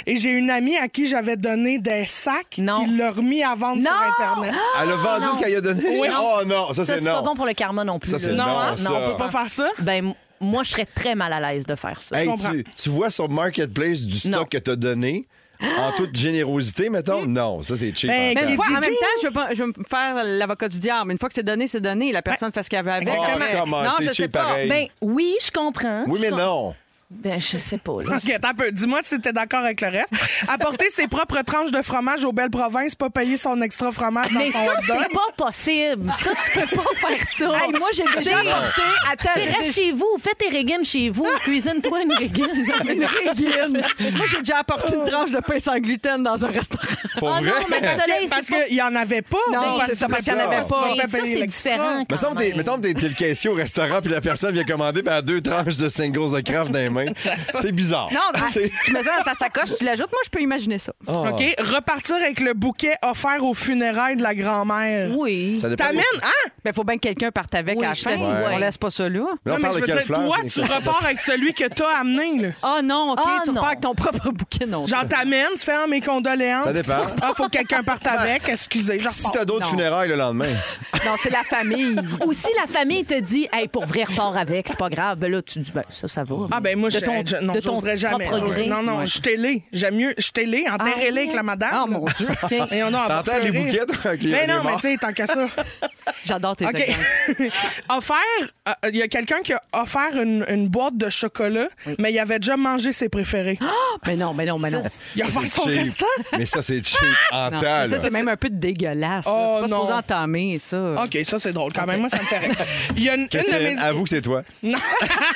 Speaker 1: Et j'ai une amie à qui j'avais donné des sacs
Speaker 3: Non.
Speaker 1: qui l'a remis à vendre sur
Speaker 3: Non!
Speaker 1: Internet.
Speaker 4: Elle a vendu
Speaker 3: non.
Speaker 4: ce qu'elle a donné.
Speaker 3: Oui.
Speaker 4: Oh non, ça,
Speaker 3: Ça,
Speaker 4: c'est
Speaker 3: c'est pas
Speaker 4: non.
Speaker 3: bon pour le karma non plus.
Speaker 4: Ça, c'est
Speaker 3: là.
Speaker 4: non,
Speaker 1: hein?
Speaker 4: ça.
Speaker 1: Non, on peut pas faire ça.
Speaker 3: Ben, m- moi, je serais très mal à l'aise de faire ça.
Speaker 4: Hey,
Speaker 1: Je comprends.
Speaker 4: tu, tu vois sur Marketplace du stock
Speaker 3: Non.
Speaker 4: que t'as donné, en toute générosité, mettons? Non, ça, c'est cheap. hein.
Speaker 1: Ben,
Speaker 4: en
Speaker 2: Mais
Speaker 1: Et
Speaker 2: une fois,
Speaker 1: Gigi?
Speaker 2: en même temps, je veux, pas- je veux me faire l'avocat du diable. Une fois que c'est donné, c'est donné. La personne fait ce qu'elle veut avec.
Speaker 4: Oh,
Speaker 1: Exactement.
Speaker 4: comment,
Speaker 2: Non,
Speaker 4: c'est
Speaker 2: je sais
Speaker 4: cheap
Speaker 2: pas.
Speaker 4: pareil.
Speaker 3: Ben oui, je comprends.
Speaker 4: oui, mais
Speaker 3: Je-
Speaker 4: non.
Speaker 3: Ben, je sais pas. là.
Speaker 1: OK, attends un peu. Dis-moi si t'es d'accord avec le reste. Apporter ses propres tranches de fromage aux belles provinces, pas payer son extra fromage dans
Speaker 3: Mais
Speaker 1: son
Speaker 3: ça,
Speaker 1: hot dog.
Speaker 3: c'est pas possible. Ça, tu peux pas faire ça.
Speaker 2: Hey, moi, j'ai déjà apporté. Attends, j'ai
Speaker 3: Reste chez vous, fais tes régines chez vous, cuisine-toi une régine.
Speaker 2: déjà- Moi, j'ai déjà apporté une tranche de pain sans gluten dans un restaurant.
Speaker 4: Pour
Speaker 3: Ah
Speaker 4: vrai.
Speaker 3: non, mais le soleil,
Speaker 1: Parce
Speaker 3: c'est pas...
Speaker 1: qu'il y en avait pas.
Speaker 2: Non,
Speaker 1: parce
Speaker 2: c'est ça, parce
Speaker 1: que-
Speaker 2: qu'il y en avait pas.
Speaker 1: tu vas
Speaker 3: Mais ça,
Speaker 1: payer
Speaker 3: c'est
Speaker 1: l'extra.
Speaker 3: différent.
Speaker 4: Mais
Speaker 3: quand
Speaker 4: semble t'es-
Speaker 3: même.
Speaker 4: mettons que t'es t'es le caissier au restaurant puis la personne vient commander ben, elle a deux tranches de singles de craft dans les mains. C'est bizarre.
Speaker 2: Non,
Speaker 4: Ah,
Speaker 2: ben,
Speaker 4: C'est- Ah.
Speaker 2: tu mets ça dans ta sacoche, tu l'ajoutes. Moi, je peux imaginer ça.
Speaker 1: OK, repartir avec le bouquet offert aux funérailles de la grand-mère.
Speaker 3: Oui.
Speaker 4: Ça dépend
Speaker 1: T'amènes,
Speaker 4: des-
Speaker 1: hein?
Speaker 2: Mais il faut bien que quelqu'un parte avec
Speaker 3: Oui,
Speaker 2: à la
Speaker 3: je
Speaker 2: fin.
Speaker 3: suis
Speaker 4: d'accord.
Speaker 2: On laisse pas ça là.
Speaker 4: Là, on
Speaker 1: Non, mais
Speaker 4: parle
Speaker 1: je
Speaker 4: de
Speaker 1: veux
Speaker 4: quelle
Speaker 1: dire,
Speaker 4: fleur?
Speaker 1: toi,
Speaker 4: c'est-
Speaker 1: tu repars avec celui que t'as amené, là.
Speaker 2: Ah non, OK,
Speaker 3: Ah
Speaker 2: tu
Speaker 3: non.
Speaker 2: repars avec ton propre bouquet, non.
Speaker 1: Genre, t'amènes, tu fais ah, mes condoléances.
Speaker 4: Ça dépend.
Speaker 1: Ah, faut que quelqu'un parte avec, excusez, je
Speaker 4: Si
Speaker 1: repars.
Speaker 4: t'as d'autres
Speaker 2: Non.
Speaker 4: funérailles le lendemain.
Speaker 2: Non, c'est la famille.
Speaker 3: Ou si la famille te dit, hey, pour vrai, repars avec, c'est pas grave, ben là, tu dis, ben ça, ça va.
Speaker 1: Ah ben moi,
Speaker 3: De
Speaker 1: je,
Speaker 3: ton-
Speaker 1: je- non,
Speaker 3: de ton
Speaker 1: j'oserais jamais.
Speaker 3: propre
Speaker 1: J'oserais-
Speaker 3: gré.
Speaker 1: Non, non,
Speaker 3: Ouais.
Speaker 1: je t'ai J'aime mieux, je t'ai enterrez-les
Speaker 3: Ah,
Speaker 1: avec la madame.
Speaker 2: Ah, mon Dieu.
Speaker 1: Et on a
Speaker 4: T'entends les bouquets toi, avec les
Speaker 1: Mais
Speaker 4: les
Speaker 1: Ben non, mais
Speaker 4: morts?
Speaker 1: tu sais, tant qu'à ça.
Speaker 2: J'adore tes
Speaker 1: OK.
Speaker 2: exemples.
Speaker 1: offert, euh, il y a quelqu'un qui a offert une, une boîte de chocolat, mais il avait déjà mangé ses préférés.
Speaker 3: Ah!
Speaker 2: Mais non, mais non, mais non.
Speaker 1: il a offert son
Speaker 4: Cheap.
Speaker 1: restant.
Speaker 4: Mais ça, c'est cheap en
Speaker 2: Non,
Speaker 4: temps.
Speaker 2: Ça,
Speaker 4: Ah, là.
Speaker 2: c'est même un peu dégueulasse. là.
Speaker 1: Oh,
Speaker 2: c'est pas
Speaker 1: non. Ah,
Speaker 2: supposé entamer, ça.
Speaker 1: OK, ça, c'est drôle quand même. Moi, ça me fait rire. Il y a une, une
Speaker 4: Que
Speaker 1: de
Speaker 4: c'est-
Speaker 1: mes...
Speaker 4: Avoue que c'est toi.
Speaker 1: Non.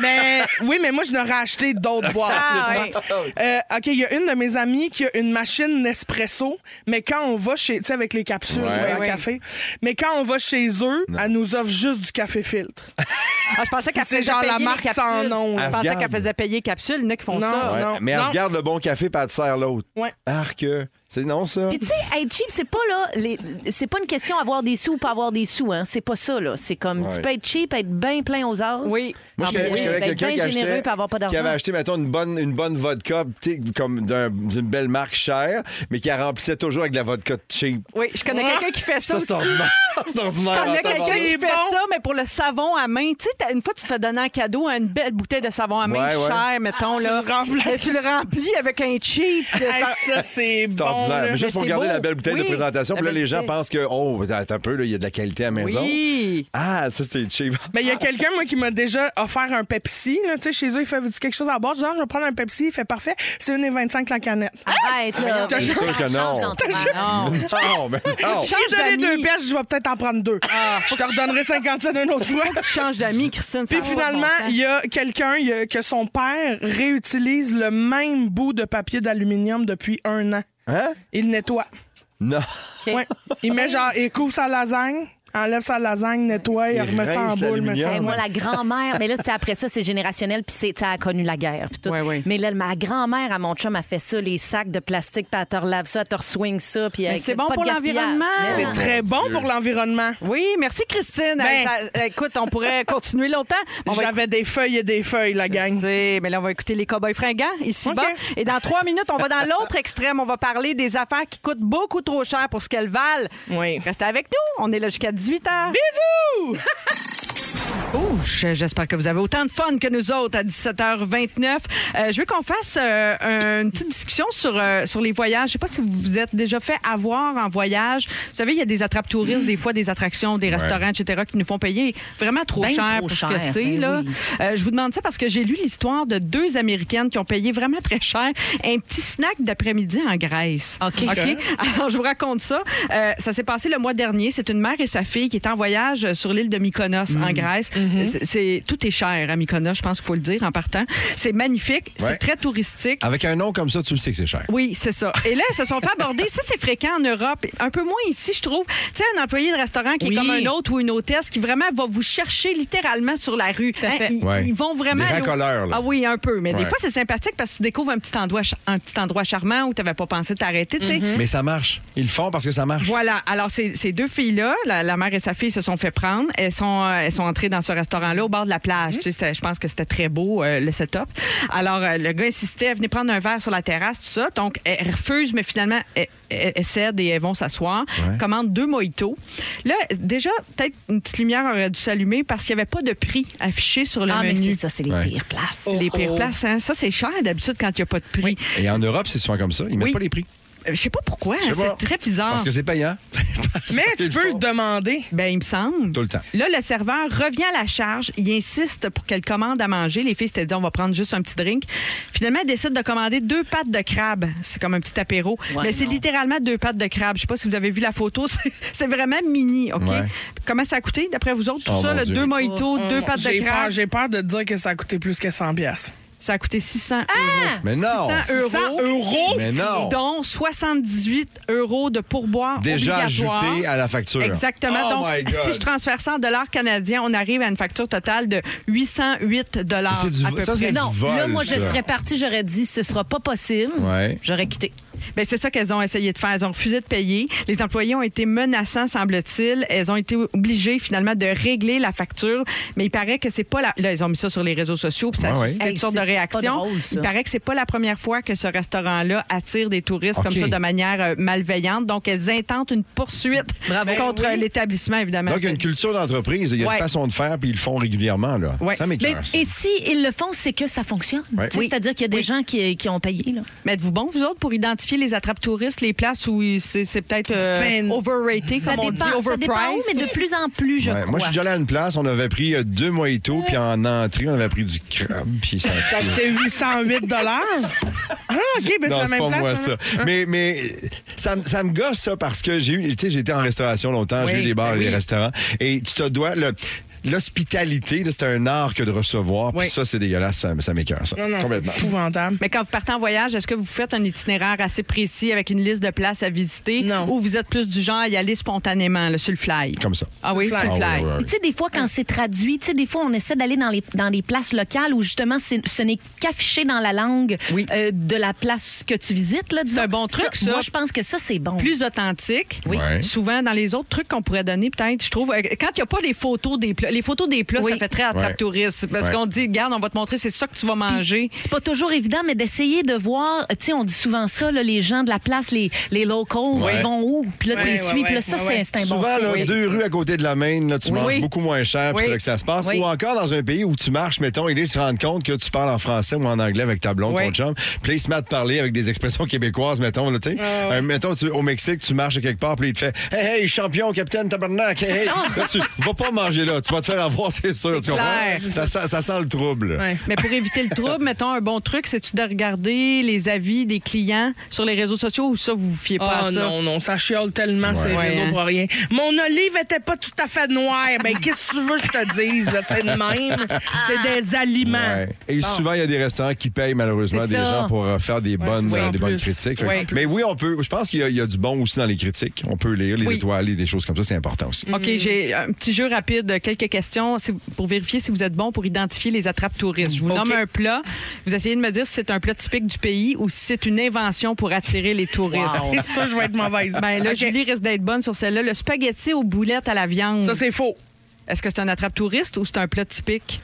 Speaker 1: mais oui, mais moi, je n'aurais acheté d'autres boîtes.
Speaker 2: Ah,
Speaker 1: tu vois. Euh, OK, il y a une de mes amies qui a une machine Nespresso, mais quand on va chez. Tu sais, avec les capsules
Speaker 4: Ouais.
Speaker 1: ouais, à
Speaker 2: Oui.
Speaker 1: café. Mais quand on va chez eux, elle nous offre juste du café filtre.
Speaker 2: Ah, je pensais qu'elle
Speaker 1: C'est
Speaker 2: faisait
Speaker 1: genre la
Speaker 2: payer les
Speaker 1: marque sans
Speaker 2: capsules.
Speaker 1: nom, là.
Speaker 2: Je pensais
Speaker 4: Asgard.
Speaker 2: qu'elle faisait payer capsule. Il y en a qui font
Speaker 1: Non.
Speaker 2: ça.
Speaker 4: Ouais.
Speaker 1: non,
Speaker 4: mais elle
Speaker 1: non.
Speaker 4: se garde le bon café puis elle te sert l'autre.
Speaker 1: Ouais.
Speaker 4: Arc. euh, C'est non, ça?
Speaker 3: Puis tu sais, être cheap, c'est pas là, les- c'est pas une question avoir des sous ou pas avoir des sous, hein. C'est pas ça là. C'est comme
Speaker 4: Ouais.
Speaker 3: tu peux être cheap, être bien plein aux os.
Speaker 2: Oui.
Speaker 4: Moi, je
Speaker 3: Ah,
Speaker 4: connais,
Speaker 3: ben
Speaker 4: je
Speaker 3: oui,
Speaker 4: connais
Speaker 3: ben,
Speaker 4: quelqu'un
Speaker 3: ben
Speaker 4: qui,
Speaker 3: généreux,
Speaker 4: achetait-
Speaker 3: puis avoir pas d'argent.
Speaker 4: qui avait acheté, mettons, une bonne, une bonne vodka, tu sais, comme d'un- d'une belle marque chère, mais qui la remplissait toujours avec de la vodka cheap.
Speaker 2: Oui, je
Speaker 1: Ah.
Speaker 2: connais quelqu'un qui fait
Speaker 4: Ça,
Speaker 2: ça.
Speaker 4: c'est
Speaker 2: aussi.
Speaker 4: ordinaire. Ça, c'est ordinaire.
Speaker 2: Il y
Speaker 4: en
Speaker 2: en a quelqu'un
Speaker 4: tabarnak.
Speaker 2: qui
Speaker 1: bon.
Speaker 2: fait ça, mais pour le savon à main. Tu sais, t'as- une fois, tu te fais donner un cadeau, une belle bouteille de savon à main
Speaker 4: Ouais, ouais.
Speaker 2: cher, mettons. là.
Speaker 1: Ah, le remplaces.
Speaker 2: Mais tu le remplis avec un cheap. de
Speaker 1: Hey, ça, c'est
Speaker 4: C'est
Speaker 1: bon.
Speaker 4: ordinaire.
Speaker 1: là.
Speaker 4: mais juste
Speaker 2: mais
Speaker 4: pour
Speaker 2: c'est
Speaker 4: garder
Speaker 2: beau.
Speaker 4: la belle bouteille de
Speaker 2: Oui,
Speaker 4: présentation,
Speaker 2: la
Speaker 4: puis là,
Speaker 2: belle
Speaker 4: les gens
Speaker 2: bouteille.
Speaker 4: pensent que, oh, attends un peu, là, il y a de la qualité à la maison.
Speaker 2: Oui.
Speaker 4: Ah, ça, c'était cheap.
Speaker 1: Mais il y a quelqu'un, moi, qui m'a déjà offert un Pepsi. Là, tu sais, chez eux, il fait Veux-tu quelque chose à boire. Genre, je vais prendre un Pepsi. Il fait parfait. C'est 1,25 la canette.
Speaker 3: Arrête là.
Speaker 4: C'est sûr que non.
Speaker 2: Non.
Speaker 4: Non, mais non.
Speaker 1: Si je donnais
Speaker 2: Ah. Change d'amis.
Speaker 1: deux pièces, je vais peut-être en prendre deux. Je te redonnerai 50 cents une autre fois.
Speaker 2: Ah. Tu hein. changes d'amis, Christine. ça
Speaker 1: Puis
Speaker 2: a pas de
Speaker 1: finalement,
Speaker 2: bon
Speaker 1: il y a quelqu'un il y a- que son père réutilise le même bout de papier d'aluminium depuis un an.
Speaker 4: Hein?
Speaker 1: Il le nettoie.
Speaker 4: Non.
Speaker 1: Ouais. Il met genre, il couvre sa lasagne. enlève sa lasagne, nettoie, elle remet ça en
Speaker 4: rince
Speaker 1: boule. mais
Speaker 4: l'aluminium.
Speaker 1: ça-
Speaker 3: Ben, moi, la grand-mère, mais là, tu sais, après ça, c'est générationnel, puis c'est- ça a connu la guerre. puis tout.
Speaker 2: Ouais, ouais.
Speaker 3: Mais là, ma grand-mère à mon chum a fait ça, les sacs de plastique, puis elle te relave ça, elle te swing ça. puis avec-
Speaker 2: c'est bon
Speaker 3: pas de
Speaker 2: pour
Speaker 3: gaspillage.
Speaker 2: l'environnement.
Speaker 3: Mais
Speaker 1: C'est
Speaker 3: non.
Speaker 1: très bon pour l'environnement.
Speaker 2: Oui, merci Christine.
Speaker 1: Ben.
Speaker 2: Euh, ça- écoute, on pourrait continuer longtemps. On va
Speaker 1: J'avais des feuilles et des feuilles, la gang.
Speaker 2: C'est- Mais là, on va écouter les cow-boys fringants ici
Speaker 1: OK.
Speaker 2: bas. Et dans trois minutes, on va dans l'autre extrême. On va parler des affaires qui coûtent beaucoup trop cher pour ce qu'elles valent.
Speaker 1: Oui.
Speaker 2: Restez avec nous. On est là jusqu'à 18 h.
Speaker 1: Bisous!
Speaker 2: Ouch, j'espère que vous avez autant de fun que nous autres à 17h29. Euh, je veux qu'on fasse euh, une petite discussion sur, euh, sur les voyages. Je sais pas si vous vous êtes déjà fait avoir en voyage. Vous savez, il y a des attrapes touristes,
Speaker 3: Mm.
Speaker 2: des fois des attractions, des restaurants, etc., qui nous font payer vraiment trop
Speaker 3: Ben
Speaker 2: cher
Speaker 3: trop
Speaker 2: pour ce que
Speaker 3: cher,
Speaker 2: c'est.
Speaker 3: ben
Speaker 2: là.
Speaker 3: oui.
Speaker 2: Euh, je vous demande ça parce que j'ai lu l'histoire de deux Américaines qui ont payé vraiment très cher un petit snack d'après-midi en Grèce.
Speaker 3: OK.
Speaker 2: OK?
Speaker 3: Hein?
Speaker 2: Alors, je vous raconte ça. Euh, ça s'est passé le mois dernier. C'est une mère et sa fille qui étaient en voyage sur l'île de Mykonos,
Speaker 3: Mm.
Speaker 2: en Grèce.
Speaker 3: Mm-hmm.
Speaker 2: C'est- c'est, tout est cher à Mykonos, je pense qu'il faut le dire en partant. C'est magnifique, c'est
Speaker 4: Ouais.
Speaker 2: très touristique.
Speaker 4: Avec un nom comme ça, tu le sais que c'est cher.
Speaker 2: Oui, c'est ça. Et là, elles se sont fait aborder. Ça, c'est fréquent en Europe. Un peu moins ici, je trouve. Tu sais, un employé de restaurant qui
Speaker 3: Oui.
Speaker 2: est comme un hôte ou une hôtesse qui vraiment va vous chercher littéralement sur la rue. Hein,
Speaker 3: à fait.
Speaker 2: ils,
Speaker 4: Ouais.
Speaker 2: ils vont vraiment.
Speaker 4: Des
Speaker 2: aller au-
Speaker 4: racoleurs, là.
Speaker 2: Ah oui, un peu. Mais des
Speaker 4: Ouais.
Speaker 2: fois, c'est sympathique parce que tu découvres un petit endroit, ch- un petit endroit charmant où tu n'avais pas pensé t'arrêter. tu sais.
Speaker 3: Mm-hmm.
Speaker 4: Mais ça marche. Ils le font parce que ça marche.
Speaker 2: Voilà. Alors, ces, ces deux filles-là, la, la mère et sa fille, se sont fait prendre. Elles sont, euh, elles sont entrées dans ce restaurant-là au bord de la
Speaker 4: Mhm.
Speaker 2: plage. Tu sais, c'était- je pense que c'était très beau, euh, le setup. Alors, euh, le gars insistait, venez prendre un verre sur la terrasse, tout ça. Donc, elles refusent, mais finalement, elles, elles- elles cèdent et elles vont s'asseoir. Commandent deux mojitos. Là, déjà, peut-être une petite lumière aurait dû s'allumer parce qu'il n'y avait pas de prix affiché sur le
Speaker 3: Ah, mais
Speaker 2: menu.
Speaker 3: c'est ça, c'est les
Speaker 4: Ouais. Oh,
Speaker 3: pires places.
Speaker 2: Les pires places, hein. Ça, c'est cher d'habitude quand il n'y a pas de prix.
Speaker 4: Et en Europe, c'est souvent comme ça. Ils mettent
Speaker 2: Oui.
Speaker 4: pas les prix.
Speaker 2: Euh, Je sais pas pourquoi,
Speaker 4: Je
Speaker 2: hein,
Speaker 4: sais pas.
Speaker 2: c'est très bizarre.
Speaker 4: Parce que c'est payant. Parce
Speaker 1: Mais
Speaker 4: qu'ils
Speaker 1: tu
Speaker 4: le
Speaker 1: peux
Speaker 4: font.
Speaker 1: le demander.
Speaker 2: Ben, il me semble.
Speaker 4: Tout le temps.
Speaker 2: Là, le serveur revient à la charge. Il insiste pour qu'elle commande à manger. Les filles s'étaient dit, on va prendre juste un petit drink. Finalement, elle décide de commander deux pattes de crabe. C'est comme un petit apéro.
Speaker 3: Ouais,
Speaker 2: Mais c'est
Speaker 3: non.
Speaker 2: littéralement deux pattes de crabe. Je sais pas si vous avez vu la photo. C'est- C'est vraiment mini, OK?
Speaker 4: Ouais.
Speaker 2: Comment ça a coûté, d'après vous autres, tout
Speaker 4: Oh,
Speaker 2: ça?
Speaker 4: mon
Speaker 2: là,
Speaker 4: Dieu.
Speaker 2: deux mojitos,
Speaker 3: Oh,
Speaker 2: deux pattes
Speaker 1: J'ai
Speaker 2: de
Speaker 1: peur,
Speaker 2: crabe.
Speaker 1: j'ai peur de te dire que ça a coûté plus que 100 pièces.
Speaker 2: ça a coûté 600
Speaker 3: Ah!
Speaker 2: euros.
Speaker 4: Mais non.
Speaker 2: 600 euros.
Speaker 1: 100 euros?
Speaker 4: Mais non.
Speaker 2: dont 78 euros de pourboire
Speaker 4: Déjà
Speaker 2: obligatoire.
Speaker 4: ajouté à la facture.
Speaker 2: Exactement.
Speaker 4: Oh
Speaker 2: Donc,
Speaker 4: my God.
Speaker 2: si je transfère 100 dollars canadiens, on arrive à une facture totale de 808 dollars.
Speaker 4: C'est du-
Speaker 2: à peu
Speaker 4: ça,
Speaker 2: près.
Speaker 4: c'est du
Speaker 3: Non,
Speaker 4: vol,
Speaker 3: là, moi, je
Speaker 4: ça.
Speaker 3: serais partie, j'aurais dit, ce sera pas possible.
Speaker 4: Ouais.
Speaker 3: J'aurais quitté.
Speaker 2: Ben, c'est ça qu'elles ont essayé de faire. Elles ont refusé de payer. Les employés ont été menaçants, semble-t-il. Elles ont été obligées, finalement, de régler la facture. Mais il paraît que c'est pas la. Là, ils ont mis ça sur les réseaux sociaux, puis ça
Speaker 4: Ouais,
Speaker 2: a
Speaker 4: ouais.
Speaker 2: suscité
Speaker 3: Hey,
Speaker 2: toutes sortes de
Speaker 3: c'est pas
Speaker 2: réactions.
Speaker 3: drôle, ça.
Speaker 2: il paraît que c'est pas la première fois que ce restaurant-là attire des touristes
Speaker 4: OK.
Speaker 2: comme ça de manière euh, malveillante. Donc, elles intentent une poursuite contre
Speaker 3: Ben
Speaker 2: l'établissement, évidemment.
Speaker 4: Donc, il y a une culture d'entreprise, il y a
Speaker 2: Ouais.
Speaker 4: une façon de faire, puis ils le font régulièrement. Là.
Speaker 2: Ouais.
Speaker 4: Ça
Speaker 3: Mais-
Speaker 4: m'écœure, Hein, ça.
Speaker 3: et si ils le font, c'est que ça fonctionne.
Speaker 4: Ouais.
Speaker 3: Tu sais,
Speaker 4: Oui.
Speaker 3: C'est-à-dire qu'il y a des gens qui, qui ont payé. Là.
Speaker 2: Mais êtes-vous bon, vous autres, pour identifier les attrapes touristes, les places où il- c'est c'est peut-être euh,
Speaker 1: Ben,
Speaker 2: overrated,
Speaker 3: Ça,
Speaker 2: comme on dit,
Speaker 3: dépend, ça
Speaker 2: overpriced?
Speaker 3: dépend où, mais de plus en plus, je
Speaker 4: Ouais,
Speaker 3: crois.
Speaker 4: Moi, je suis déjà allé à une place, on avait pris euh, deux mojitos, puis en entrée, on avait pris du crabe, puis ça.
Speaker 1: Ça a coûté 808 dollars. Ah, OK, ben c'est
Speaker 4: Non,
Speaker 1: la
Speaker 4: c'est
Speaker 1: même
Speaker 4: pas
Speaker 1: place.
Speaker 4: moi,
Speaker 1: hein?
Speaker 4: ça. Mais, mais ça, me- ça me gosse, ça, parce que j'ai eu, tu sais, j'ai été en restauration longtemps, j'ai
Speaker 2: Oui,
Speaker 4: eu les bars
Speaker 2: ben
Speaker 4: et les
Speaker 2: oui.
Speaker 4: restaurants, et tu te dois le. L'hospitalité, là, c'est un art que de recevoir. Puis
Speaker 2: Oui.
Speaker 4: ça, c'est dégueulasse. Ça, ça m'écœure, ça.
Speaker 1: Non, non, c'est
Speaker 4: Complètement.
Speaker 1: épouvantable.
Speaker 2: Mais quand vous partez en voyage, est-ce que vous faites un itinéraire assez précis avec une liste de places à visiter
Speaker 1: Non.
Speaker 2: ou vous êtes plus du genre à y aller spontanément, là, sur le fly?
Speaker 4: Comme ça.
Speaker 2: Ah oui,
Speaker 1: Sur le
Speaker 2: sur le
Speaker 4: fly.
Speaker 2: fly.
Speaker 4: Ah ouais, ouais, ouais.
Speaker 3: Puis, tu sais, des fois, quand c'est traduit, tu sais, des fois, on essaie d'aller dans les, dans les places locales où, justement, c'est- ce n'est qu'affiché dans la langue
Speaker 2: Oui.
Speaker 3: euh, de la place que tu visites. là, disons.
Speaker 2: un bon truc, ça.
Speaker 3: Moi, je pense que ça, c'est bon.
Speaker 2: Plus authentique.
Speaker 4: Oui. Ouais.
Speaker 2: Souvent, dans les autres trucs qu'on pourrait donner, peut-être, je trouve, euh, quand il n'y a pas les photos des plats, les photos des plats,
Speaker 3: Oui.
Speaker 2: ça fait très attrape-touriste. Parce
Speaker 4: Ouais.
Speaker 2: qu'on dit, regarde, on va te montrer, c'est ça que tu vas manger.
Speaker 3: C'est pas toujours évident, mais d'essayer de voir, tu sais, on dit souvent ça, là, les gens de la place, les, les locals,
Speaker 4: Ouais.
Speaker 3: ils vont où? Puis là, tu
Speaker 1: Ouais,
Speaker 3: les
Speaker 1: ouais,
Speaker 3: suis. Puis
Speaker 1: ouais,
Speaker 3: là, ça,
Speaker 1: ouais,
Speaker 3: c'est-
Speaker 1: ouais.
Speaker 3: c'est un bon
Speaker 4: Souvent,
Speaker 3: signe.
Speaker 4: là,
Speaker 3: Oui.
Speaker 4: deux rues à côté de la Maine, là, tu
Speaker 2: Oui.
Speaker 4: manges beaucoup moins cher, puis
Speaker 2: Oui.
Speaker 4: c'est là que ça se passe.
Speaker 3: Oui.
Speaker 4: Ou encore dans un pays où tu marches, mettons, et là, ils se rendent compte que tu parles en français ou en anglais avec ta blonde,
Speaker 2: Oui.
Speaker 4: ton chum. Puis là, ils se mettent à te parler avec des expressions québécoises, mettons, là, tu sais. Euh, mettons, tu, au Mexique, tu marches à quelque part, puis là, il te fait Hey, hey, champion, capitaine, tabarnak, hey, hey. Là, tu vas pas manger là, tu vas te faire avoir, c'est sûr.
Speaker 2: C'est
Speaker 4: tu comprends?
Speaker 2: clair.
Speaker 4: Ça, sent- ça sent le trouble.
Speaker 1: Ouais.
Speaker 2: Mais pour éviter le trouble, mettons un bon truc, c'est-tu de regarder les avis des clients sur les réseaux sociaux ou ça, vous vous fiez pas
Speaker 1: Ah
Speaker 2: à ça?
Speaker 1: non, non, ça chiole tellement ces
Speaker 2: Ouais,
Speaker 1: réseaux
Speaker 2: hein.
Speaker 1: pour rien. Mon olive était pas tout à fait noire. Ben, qu'est-ce que tu veux que je te dise? là? C'est de même. C'est des aliments.
Speaker 2: Hein?
Speaker 4: Ouais. Et souvent, il y a des restaurants qui payent malheureusement
Speaker 3: C'est
Speaker 4: des
Speaker 3: ça.
Speaker 4: gens pour euh, faire des bonnes,
Speaker 1: c'est ça,
Speaker 4: euh,
Speaker 1: en
Speaker 4: des bonnes
Speaker 1: plus.
Speaker 4: critiques. Fait que-
Speaker 1: Ouais, en plus.
Speaker 4: mais oui, on peut. Je pense qu'il y a- il y, a du bon aussi dans les critiques. On peut lire les
Speaker 2: Oui. Mm.
Speaker 4: étoiles et des choses comme ça. C'est important aussi.
Speaker 1: Mm-hmm.
Speaker 2: OK, j'ai un petit jeu rapide, quelques questions si- pour vérifier si vous êtes bon pour identifier les attrapes touristes. Je vous
Speaker 1: OK.
Speaker 2: nomme un plat. Vous essayez de me dire si c'est un plat typique du pays ou si c'est une invention pour attirer les touristes.
Speaker 1: C'est sûr, je vais être mauvaise.
Speaker 2: Ben là,
Speaker 1: Ok.
Speaker 2: Julie risque d'être bonne sur celle-là. Le spaghetti aux boulettes à la viande.
Speaker 1: Ça, c'est faux.
Speaker 2: Est-ce que c'est un attrape touriste ou c'est un plat typique?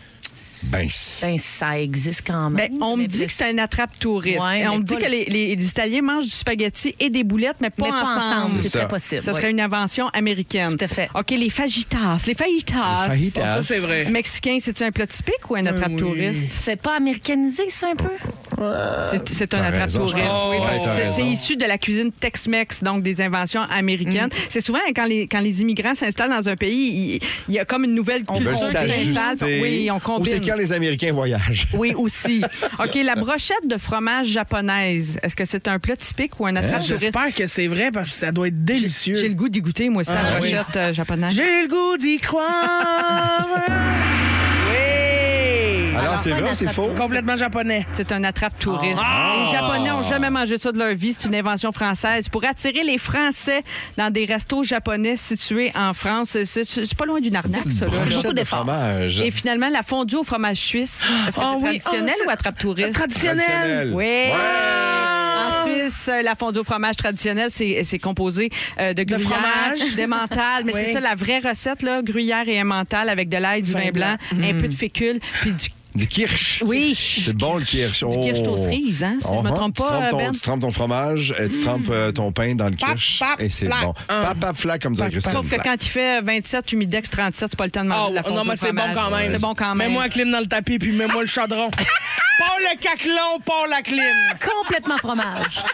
Speaker 4: Ben, c'est-
Speaker 3: Ben, ça existe quand même.
Speaker 2: Ben, on me
Speaker 3: Mais
Speaker 2: dit
Speaker 3: plus-
Speaker 2: que c'est un attrape touriste.
Speaker 3: Ouais,
Speaker 2: et on
Speaker 3: mais
Speaker 2: me dit
Speaker 3: pas
Speaker 2: que
Speaker 3: le-
Speaker 2: les, les- les Italiens mangent du spaghetti et des boulettes, mais pas
Speaker 3: mais pas
Speaker 2: ensemble.
Speaker 3: ensemble,
Speaker 4: C'est
Speaker 3: c'est
Speaker 4: ça.
Speaker 3: très possible.
Speaker 2: Ça
Speaker 3: oui.
Speaker 2: serait une invention américaine.
Speaker 3: Tout à fait.
Speaker 2: OK, les fajitas. Les fajitas.
Speaker 4: Les fajitas.
Speaker 1: Ça, c'est vrai.
Speaker 2: Mexicain, c'est un plat typique
Speaker 1: Euh,
Speaker 2: ou un attrape touriste?
Speaker 3: C'est pas américanisé, ça, un peu?
Speaker 2: C'est- C'est un
Speaker 4: T'as
Speaker 2: attrape
Speaker 4: raison, je
Speaker 2: touriste.
Speaker 4: pense.
Speaker 1: Euh, Ah oui,
Speaker 4: Ouais,
Speaker 1: parce que
Speaker 4: t'as
Speaker 2: C'est- C'est
Speaker 4: raison.
Speaker 2: issu de la cuisine Tex-Mex, donc des inventions américaines.
Speaker 1: Mm.
Speaker 2: C'est souvent quand les, quand les immigrants s'installent dans un pays, il- il y a comme une nouvelle
Speaker 4: Ils
Speaker 2: culture
Speaker 4: veulent
Speaker 2: qui s'installe.
Speaker 4: s'ajuster.
Speaker 2: Oui, on
Speaker 4: Ou c'est
Speaker 2: combine.
Speaker 4: quand les Américains voyagent.
Speaker 2: Oui, aussi. OK, la brochette de fromage japonaise, est-ce que c'est un plat typique ou un attrape touriste?
Speaker 1: Hein? J'espère que c'est vrai parce que ça doit être
Speaker 2: J'ai
Speaker 1: délicieux.
Speaker 2: j'ai le goût d'y goûter, moi aussi, la
Speaker 1: Ah, oui.
Speaker 2: brochette euh, japonaise.
Speaker 1: J'ai le goût d'y croire. oui.
Speaker 4: Alors, c'est vrai, ou c'est faux.
Speaker 1: Complètement japonais.
Speaker 2: C'est un attrape-touriste.
Speaker 1: Ah!
Speaker 2: Les Japonais n'ont jamais mangé ça de leur vie. C'est une invention française pour attirer les Français dans des restos japonais situés en France. C'est- C'est c'est pas loin d'une arnaque, ça. là.
Speaker 4: Brochette de fromage.
Speaker 2: Et finalement, la fondue au fromage suisse. Est-ce que
Speaker 1: Ah
Speaker 2: c'est
Speaker 1: oui,
Speaker 2: traditionnel
Speaker 1: ah,
Speaker 2: ou attrape-touriste?
Speaker 1: Traditionnel.
Speaker 2: Oui. En Suisse, euh, la fondue au fromage traditionnelle, c'est c'est composé euh, de gruyère,
Speaker 1: fromage.
Speaker 2: d'émental. Mais
Speaker 1: Oui.
Speaker 2: c'est ça, la vraie recette, là, gruyère et emmental avec de l'ail, du
Speaker 1: Vin Mm.
Speaker 2: vin blanc, un peu de fécule, puis du
Speaker 4: Du kirsch.
Speaker 2: Oui.
Speaker 4: C'est bon le kirsch. Oh.
Speaker 2: Du kirsch aux cerises, hein, si je me
Speaker 4: Uh-huh.
Speaker 2: trompe
Speaker 4: Tu
Speaker 2: pas,
Speaker 4: trempes ton-
Speaker 2: Ben.
Speaker 4: Tu trempes ton fromage, euh, tu trempes euh, ton pain dans le
Speaker 1: Pap,
Speaker 4: kirsch.
Speaker 1: pap,
Speaker 4: et c'est
Speaker 1: flac.
Speaker 4: bon.
Speaker 1: Hum.
Speaker 4: Pap, pap, flac, comme dirait
Speaker 1: Pap, pap,
Speaker 4: Christine.
Speaker 2: Sauf que quand il fait 27, humidex, 37, c'est pas le temps de manger de la
Speaker 1: Oh,
Speaker 2: fondue
Speaker 1: non, mais
Speaker 2: au
Speaker 1: c'est bon
Speaker 2: fromage.
Speaker 1: quand même.
Speaker 2: C'est bon quand même.
Speaker 1: Mets-moi la clim dans le tapis, puis mets-moi le chaudron. pas le caclon, pas la clim.
Speaker 3: Complètement fromage.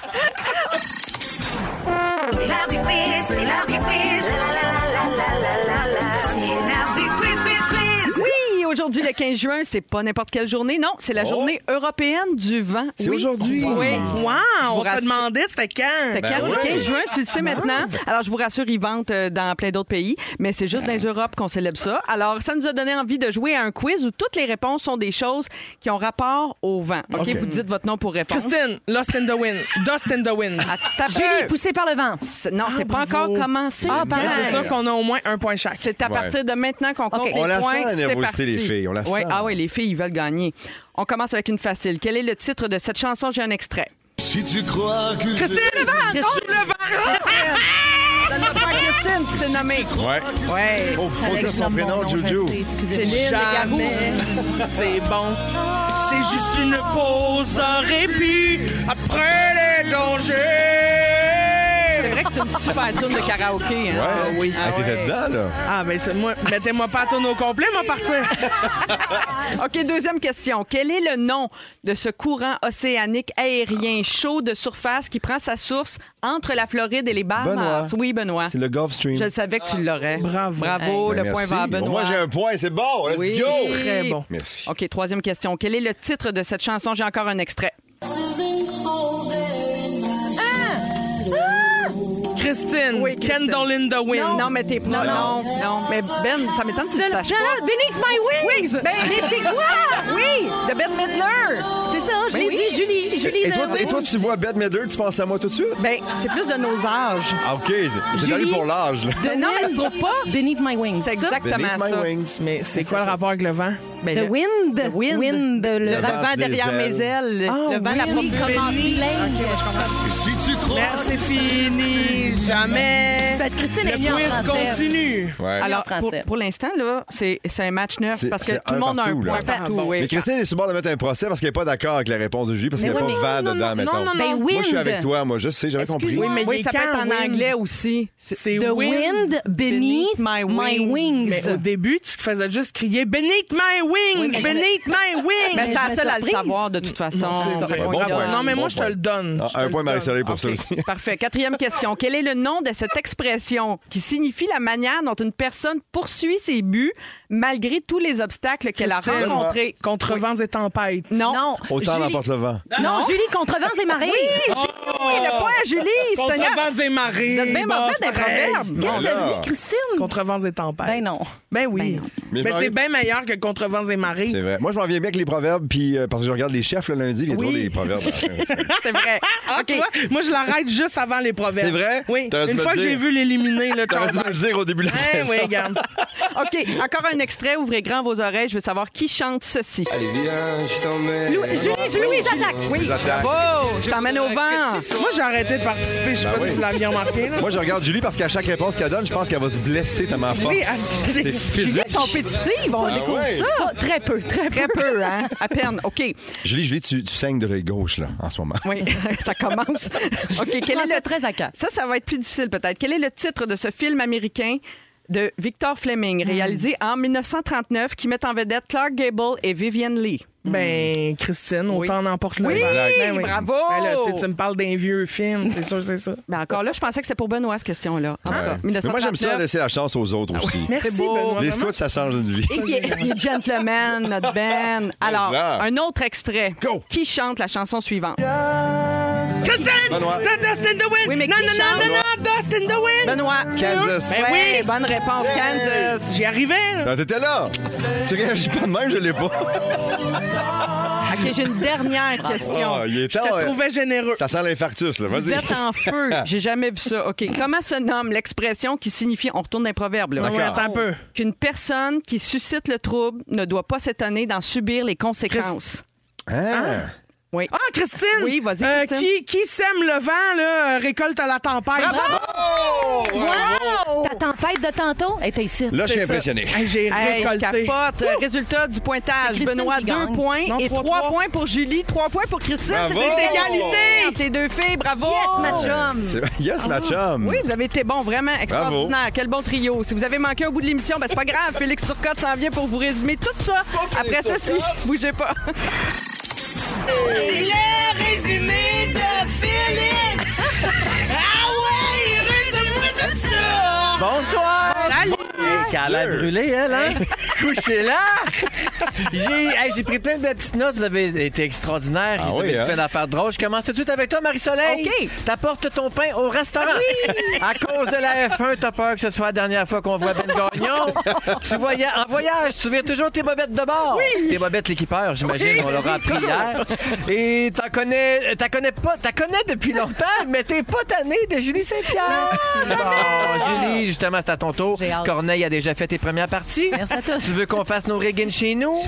Speaker 7: C'est l'heure du quiz, c'est l'heure du quiz. La, la, la, la, la, la, la. C'est l'heure du quiz, quiz, quiz.
Speaker 2: Oui, aujourd'hui, le 15 juin, c'est pas n'importe quelle journée, non, c'est la
Speaker 1: Oh.
Speaker 2: journée européenne du vent.
Speaker 4: C'est
Speaker 2: Oui.
Speaker 4: aujourd'hui.
Speaker 2: Oui.
Speaker 1: Wow, on va
Speaker 2: rassure-
Speaker 1: te demander c'était quand?
Speaker 2: Fait que
Speaker 4: Ben
Speaker 2: c'est
Speaker 4: oui.
Speaker 2: le 15 juin, tu le
Speaker 1: Ah,
Speaker 2: sais
Speaker 1: ben
Speaker 2: maintenant. Alors, je vous rassure, ils vantent euh, dans plein d'autres pays, mais c'est juste dans les Europes qu'on célèbre ça. Alors, ça nous a donné envie de jouer à un quiz où toutes les réponses sont des choses qui ont rapport au vent. OK,
Speaker 4: OK.
Speaker 2: vous dites votre nom pour répondre.
Speaker 1: Christine, Lost in the Wind. Dust in the Wind.
Speaker 2: Attends,
Speaker 3: Julie, poussée par le vent.
Speaker 2: C'est- Non,
Speaker 1: Ah,
Speaker 2: c'est pas encore commencé.
Speaker 3: Ah,
Speaker 1: Mais
Speaker 3: pardon.
Speaker 1: ben, C'est sûr qu'on a au moins un point chaque.
Speaker 2: C'est à
Speaker 4: Ouais.
Speaker 2: partir de maintenant qu'on compte
Speaker 3: OK.
Speaker 2: les
Speaker 4: On la
Speaker 2: points.
Speaker 4: sent, la
Speaker 2: C'est
Speaker 4: nervosité,
Speaker 2: parti.
Speaker 4: les filles, on la
Speaker 2: Ouais,
Speaker 4: sent.
Speaker 2: Ah oui, les filles, ils veulent gagner. On commence avec une facile. Quel est le titre de cette chanson? J'ai un extrait.
Speaker 9: Si tu crois que
Speaker 1: Christine Levent! Christine Levent!
Speaker 2: Donne-le pas à Christine, qui s'est nommée.
Speaker 4: Ouais.
Speaker 2: Ouais.
Speaker 4: Faut, Oh, faut dire son prénom, Juju.
Speaker 2: Céline
Speaker 3: Excusez-moi.
Speaker 2: Légarou.
Speaker 1: Jamais. C'est bon. C'est juste une pause, un répit après les
Speaker 2: C'est
Speaker 1: dangers.
Speaker 2: vrai que c'est une super tune de karaoké.
Speaker 4: Ouais.
Speaker 2: Hein?
Speaker 4: oui. Ah, t'étais dedans, là.
Speaker 1: Ah, ben, c'est moi. Mettez-moi pas à tourner au complet, moi, partir.
Speaker 2: OK, deuxième question. Quel est le nom de ce courant océanique aérien chaud de surface qui prend sa source entre la Floride et les Bahamas?
Speaker 4: Benoît.
Speaker 2: Ah, Oui, Benoît.
Speaker 4: C'est le Gulf Stream.
Speaker 2: Je le savais que tu l'aurais.
Speaker 1: Bravo.
Speaker 2: Ah. Bravo,
Speaker 4: Ben,
Speaker 2: le point
Speaker 4: merci.
Speaker 2: va à Benoît.
Speaker 4: Moi, j'ai un point, c'est bon. Let's
Speaker 2: Oui.
Speaker 4: go.
Speaker 1: Très bon.
Speaker 4: Merci.
Speaker 2: OK, troisième question. Quel est le titre de cette chanson? J'ai encore un extrait.
Speaker 1: Christine,
Speaker 2: Oui, Christine.
Speaker 1: Candle in the Wind.
Speaker 2: Non, mais t'es pas. Non,
Speaker 3: Non,
Speaker 2: non. Mais Ben, ça m'étonne que tu le saches
Speaker 3: Non,
Speaker 2: pas.
Speaker 3: non, beneath my wings!
Speaker 2: Ben, mais c'est quoi? Oui, de Ben Midler.
Speaker 3: C'est ça, je l'ai
Speaker 2: oui.
Speaker 3: dit, Julie. Julie
Speaker 4: Et
Speaker 3: de-
Speaker 4: toi, et toi, tu vois Bette Midler, tu penses à moi tout de suite?
Speaker 2: Ben, c'est plus de nos âges.
Speaker 4: Ah, OK. c'est- C'est allé
Speaker 3: Julie.
Speaker 4: pour l'âge, là.
Speaker 2: De non, mais je trouve pas.
Speaker 3: Beneath my wings.
Speaker 2: C'est
Speaker 3: Ça?
Speaker 2: exactement
Speaker 4: Beneath my
Speaker 2: ça.
Speaker 4: wings.
Speaker 1: Mais c'est quoi le rapport avec le vent?
Speaker 2: Ben,
Speaker 3: The
Speaker 2: le-
Speaker 3: wind.
Speaker 2: The wind.
Speaker 3: le
Speaker 2: Le
Speaker 4: vent
Speaker 2: vent
Speaker 4: des
Speaker 2: derrière mes ailes.
Speaker 1: Ah,
Speaker 2: le vent,
Speaker 1: oui.
Speaker 2: la
Speaker 3: Oui,
Speaker 2: promenade.
Speaker 3: comment
Speaker 9: si tu crois
Speaker 1: Merde, Ah, c'est fini, jamais.
Speaker 3: Parce que Christine
Speaker 1: Le
Speaker 3: est mieux en
Speaker 1: quiz
Speaker 3: français.
Speaker 1: continue.
Speaker 4: Ouais.
Speaker 2: Alors,
Speaker 3: en
Speaker 2: pour,
Speaker 3: français.
Speaker 2: pour l'instant, là, c'est c'est un match neuf
Speaker 4: C'est-
Speaker 2: parce que
Speaker 4: c'est
Speaker 2: tout
Speaker 4: un
Speaker 2: le monde a un
Speaker 4: partout, là.
Speaker 2: point partout. oui.
Speaker 4: Mais Christine est sur le bord de mettre un procès parce qu'elle n'est pas d'accord avec la réponse de Julie parce qu'il n'y a
Speaker 1: Mais
Speaker 4: pas
Speaker 1: oui,
Speaker 4: de
Speaker 1: mais
Speaker 4: vent
Speaker 1: non,
Speaker 4: dedans,
Speaker 1: non,
Speaker 4: mettons.
Speaker 1: non, non,
Speaker 3: Ben,
Speaker 4: Moi, je suis
Speaker 3: wind.
Speaker 4: avec toi. Moi, je sais, j'avais compris.
Speaker 3: Excuse-moi.
Speaker 1: mais
Speaker 2: Oui,
Speaker 1: il
Speaker 2: ça
Speaker 1: est
Speaker 2: peut être
Speaker 1: quand,
Speaker 2: en
Speaker 1: wind?
Speaker 2: anglais aussi. C'est-
Speaker 1: C'est
Speaker 3: The
Speaker 1: wind.
Speaker 3: wind beneath my wings.
Speaker 1: Mais au début, tu faisais juste crier Beneath my
Speaker 3: Oui,
Speaker 1: wings!
Speaker 3: mais je-
Speaker 1: Beneath my wings!
Speaker 2: Mais c'est la
Speaker 3: me
Speaker 2: seule à le
Speaker 3: surprise.
Speaker 2: savoir, de toute façon.
Speaker 1: vrai.
Speaker 2: On
Speaker 4: Bon
Speaker 2: regarde.
Speaker 4: point.
Speaker 1: non, mais
Speaker 4: Bon
Speaker 1: moi, je te
Speaker 4: point.
Speaker 1: le donne.
Speaker 4: Ah,
Speaker 1: Je te
Speaker 4: un
Speaker 1: le
Speaker 4: point
Speaker 1: donne.
Speaker 4: Marie-Soleil pour ça
Speaker 2: Ok,
Speaker 4: aussi.
Speaker 2: Parfait. Quatrième question. Quel est le nom de cette expression qui signifie la manière dont une personne poursuit ses buts malgré tous les obstacles qu'elle a
Speaker 1: Christine,
Speaker 2: rencontrés.
Speaker 1: Contre
Speaker 2: Oui.
Speaker 1: vents et tempêtes.
Speaker 2: Non.
Speaker 3: Non.
Speaker 4: Autant
Speaker 3: Julie...
Speaker 4: l'emporte le vent.
Speaker 3: Non, Julie, contre vents et marées.
Speaker 2: Oui, le point à Julie,
Speaker 1: Oh! Contre
Speaker 2: Seigneur.
Speaker 1: vents et marées.
Speaker 2: Vous êtes bien
Speaker 1: Bon,
Speaker 2: mauvais
Speaker 1: c'est
Speaker 2: des
Speaker 1: pareil.
Speaker 2: proverbes.
Speaker 3: Qu'est-ce que
Speaker 4: Voilà.
Speaker 3: t'as dit, Christine?
Speaker 1: Contre vents et tempêtes.
Speaker 3: Ben non.
Speaker 1: Ben oui.
Speaker 4: Mais
Speaker 1: Mais,
Speaker 4: Marie-
Speaker 1: c'est bien meilleur que contre vents et marées.
Speaker 4: C'est vrai. Moi, je m'en viens bien avec les proverbes, puis euh, parce que je regarde les chefs le lundi, il y a toujours
Speaker 2: Oui.
Speaker 4: des proverbes.
Speaker 2: C'est vrai.
Speaker 1: Ah,
Speaker 2: OK.
Speaker 1: tu vois, moi, je l'arrête juste avant les proverbes.
Speaker 4: C'est vrai?
Speaker 1: Oui.
Speaker 4: T'aurais dû
Speaker 1: Une
Speaker 4: me
Speaker 1: fois
Speaker 4: le
Speaker 1: que
Speaker 4: dire.
Speaker 1: j'ai vu l'éliminer, le
Speaker 4: T'aurais dû me le dire au début de la
Speaker 1: Eh
Speaker 4: saison.
Speaker 1: oui, regarde.
Speaker 2: OK, encore un extrait. Ouvrez grand vos oreilles. Je veux savoir qui chante ceci.
Speaker 10: Allez, viens, je t'emmène.
Speaker 2: Lou- Julie, Louise attaque. Oui.
Speaker 4: Louise attaque.
Speaker 2: Bravo. Je t'emmène au vent.
Speaker 1: Moi, j'ai arrêté de participer. Je sais pas
Speaker 4: Ben oui.
Speaker 1: si vous l'aviez remarqué. là.
Speaker 4: Moi, je regarde Julie parce qu'à chaque réponse qu'elle donne, je pense qu'elle va se blesser tellement fort.
Speaker 1: Oui, elle-
Speaker 4: C'est physique.
Speaker 2: Juliette compétitive, on découvre
Speaker 4: ouais.
Speaker 2: ça.
Speaker 3: Pas- très peu, très peu.
Speaker 2: Très peu, hein? À peine. OK.
Speaker 4: Julie, Julie, tu, tu saignes de l'œil gauche, là, en ce moment.
Speaker 2: Oui, ça commence. OK, quel
Speaker 3: Prends
Speaker 2: est
Speaker 3: ça
Speaker 2: le...
Speaker 3: très à cœur.
Speaker 2: Ça, ça va être plus difficile peut-être. Quel est le titre de ce film américain de Victor Fleming,
Speaker 4: Hmm.
Speaker 2: réalisé en 1939, qui met en vedette Clark Gable et Vivian Lee?
Speaker 1: Ben, Christine,
Speaker 2: Oui.
Speaker 1: autant n'emporte le
Speaker 2: Oui,
Speaker 1: vent. Ben
Speaker 2: bravo!
Speaker 1: Ben là, tu sais, tu me parles d'un vieux film, c'est sûr, c'est ça.
Speaker 2: Ben encore là, je pensais que c'était pour Benoît, cette question-là. En tout cas,
Speaker 4: Ouais. Mais moi, j'aime ça
Speaker 2: 1939.
Speaker 4: laisser la chance aux
Speaker 2: Ah
Speaker 4: autres aussi.
Speaker 1: Merci,
Speaker 2: beau.
Speaker 1: Benoît.
Speaker 4: Les
Speaker 1: vraiment.
Speaker 4: scouts, ça change une vie.
Speaker 2: Il est, il est gentleman, notre Ben. Alors,
Speaker 4: ça.
Speaker 2: un autre extrait.
Speaker 4: Go.
Speaker 2: Qui chante la chanson suivante?
Speaker 1: Christine!
Speaker 4: Benoît.
Speaker 1: The Dust in the Wind!
Speaker 2: Oui, mais
Speaker 1: non,
Speaker 2: qui
Speaker 1: non,
Speaker 2: chante?
Speaker 1: non, non, non, Dust in the Wind!
Speaker 2: Benoît.
Speaker 4: Kansas.
Speaker 2: Ben oui, bonne réponse, Kansas.
Speaker 1: J'y arrivais, là.
Speaker 4: Ah, T'étais là! Tu réagis pas de même, je l'ai pas.
Speaker 2: OK, j'ai une dernière question.
Speaker 4: Ah, il est
Speaker 1: Je
Speaker 4: temps,
Speaker 1: te
Speaker 4: ouais.
Speaker 1: trouvais généreux.
Speaker 4: Ça sent l'infarctus, là.
Speaker 2: Vous
Speaker 4: Vas-y.
Speaker 2: êtes en feu. J'ai jamais vu ça. OK. Comment se nomme l'expression qui signifie, on retourne d'un proverbe, là.
Speaker 1: Ouais, attends un peu.
Speaker 2: qu'une personne qui suscite le trouble ne doit pas s'étonner d'en subir les conséquences?
Speaker 4: Hein?
Speaker 2: Oui.
Speaker 1: Ah, Christine!
Speaker 2: Oui, vas-y,
Speaker 1: Euh,
Speaker 2: Christine.
Speaker 1: qui, qui sème le vent, là, euh, récolte à la tempête.
Speaker 3: Tu vois, ta tempête de tantôt était ici.
Speaker 4: Là, je suis
Speaker 1: C'est ça.
Speaker 4: impressionné.
Speaker 2: Ah.
Speaker 1: Hey, J'ai
Speaker 2: Hey, je
Speaker 1: récolté.
Speaker 2: capote. Résultat du pointage.
Speaker 3: C'est Christine
Speaker 2: Benoît,
Speaker 3: qui
Speaker 2: deux
Speaker 3: gagne.
Speaker 2: points.
Speaker 1: Non,
Speaker 2: et
Speaker 1: trois,
Speaker 2: trois
Speaker 1: trois.
Speaker 2: points pour Julie, trois points pour Christine.
Speaker 4: Bravo!
Speaker 2: C'est
Speaker 1: Égalité!
Speaker 2: Entre les deux filles, bravo!
Speaker 3: Yes, ma chum.
Speaker 4: C'est- Yes,
Speaker 2: Ah.
Speaker 4: ma chum!
Speaker 2: Oui, vous avez été bon, vraiment extraordinaire.
Speaker 4: Bravo.
Speaker 2: Quel bon trio. Si vous avez manqué au bout de l'émission, ben c'est pas grave. Félix Turcotte s'en vient pour vous résumer tout ça. Après ça, si, bougez pas.
Speaker 7: C'est le résumé de Félix. Ah ouais, il résume tout ça.
Speaker 10: Bonsoir!
Speaker 1: Salut!
Speaker 10: Qu'elle a brûlé, elle, hein? Couchez-la! J'ai hey, j'ai pris plein de belles petites notes. Vous avez été extraordinaire.
Speaker 4: Ah
Speaker 10: Vous avez
Speaker 4: oui, hein?
Speaker 10: plein d'affaires drôles. Je commence tout de suite avec toi, Marie-Soleil.
Speaker 2: OK.
Speaker 10: T'apportes ton pain au restaurant.
Speaker 1: Ah
Speaker 10: À cause de la F1, t'as peur que ce soit la dernière fois qu'on voit Ben Gagnon. tu voyais, en voyage, tu viens toujours tes bobettes de bord. Tes bobettes l'équipeur, j'imagine. on l'aura appris hier. Et t'en connais, t'en connais pas. T'en connais depuis longtemps, mais t'es pas tanné de Julie Saint-Pierre. Bon, Julie, justement, c'est à ton tour.
Speaker 3: J'ai hâte.
Speaker 10: Corneille a déjà fait tes premières parties.
Speaker 3: Merci à tous.
Speaker 10: Tu veux qu'on fasse nos riggins chez nous?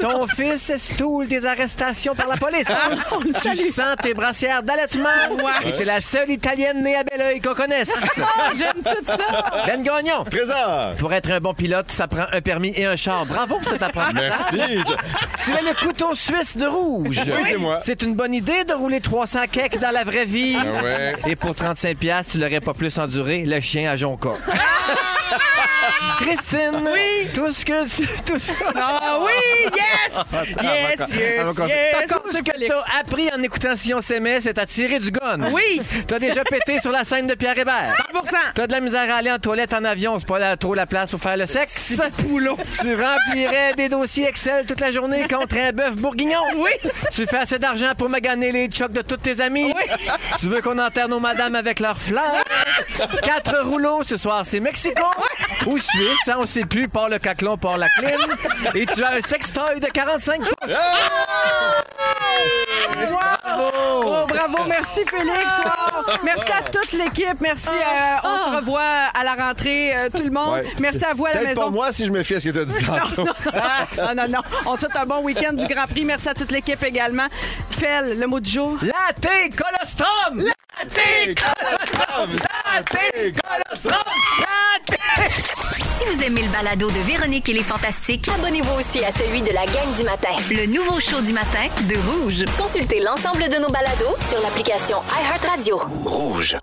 Speaker 10: Ton fils stoule des arrestations par la police.
Speaker 3: Ah
Speaker 10: tu sens tes brassières d'allaitement. Et C'est la seule Italienne née à Belleuil qu'on connaisse.
Speaker 3: Ah, J'aime tout ça.
Speaker 10: Ben Gagnon.
Speaker 4: Présent!
Speaker 10: Pour être un bon pilote, ça prend un permis et un char. Bravo pour cet apprentissage.
Speaker 4: Merci!
Speaker 10: Tu es le couteau suisse de rouge.
Speaker 4: Oui, c'est moi.
Speaker 10: C'est une bonne idée de rouler 300 cakes dans la vraie vie.
Speaker 4: Ah ouais.
Speaker 10: Et pour 35$, piastres, tu l'aurais pas plus enduré, le chien à Jonca. Christine, oui. tout ce que tu. Tout... Ah,
Speaker 1: Ah oui! Yes! Yes, yes, yes!
Speaker 10: Tout ce que t'as appris en écoutant Si on s'aimait, c'est à tirer du gun.
Speaker 1: Oui!
Speaker 10: T'as déjà pété sur la scène de Pierre Hébert.
Speaker 1: 100%!
Speaker 10: T'as de la misère à aller en toilette en avion, c'est pas la- trop la place pour faire le sexe.
Speaker 1: Poulot!
Speaker 10: Tu remplirais des dossiers Excel toute la journée contre un bœuf bourguignon.
Speaker 1: Oui!
Speaker 10: Tu fais assez d'argent pour maganer les chocs de toutes tes amies. Tu veux qu'on enterre nos madames avec leurs fleurs. Quatre rouleaux ce soir, c'est Mexico ou Suisse, hein, on sait plus, par le caclon, par la clim. Et tu as un sextoy de 45 pouces. Bravo!
Speaker 2: Oh, bravo, merci Félix.
Speaker 4: Ah.
Speaker 2: Wow. Merci à toute l'équipe. Merci à. On se revoit à la rentrée, euh, tout le monde.
Speaker 4: Ouais.
Speaker 2: Merci à vous à la
Speaker 4: Peut-être
Speaker 2: maison.
Speaker 4: pas moi si je me fie à ce que tu as dit tantôt.
Speaker 2: non, non, non. On te souhaite un bon week-end du Grand Prix. Merci à toute l'équipe également. Fel, le mot du jour.
Speaker 10: La thé colostrum! La thé colostrum! La thé colostrum! La thé!
Speaker 6: Si vous aimez le balado de Véronique et les Fantastiques, abonnez-vous aussi à celui de la gang du matin. Le nouveau show du matin de Rouge. Consultez l'ensemble de nos balados sur l'application iHeartRadio.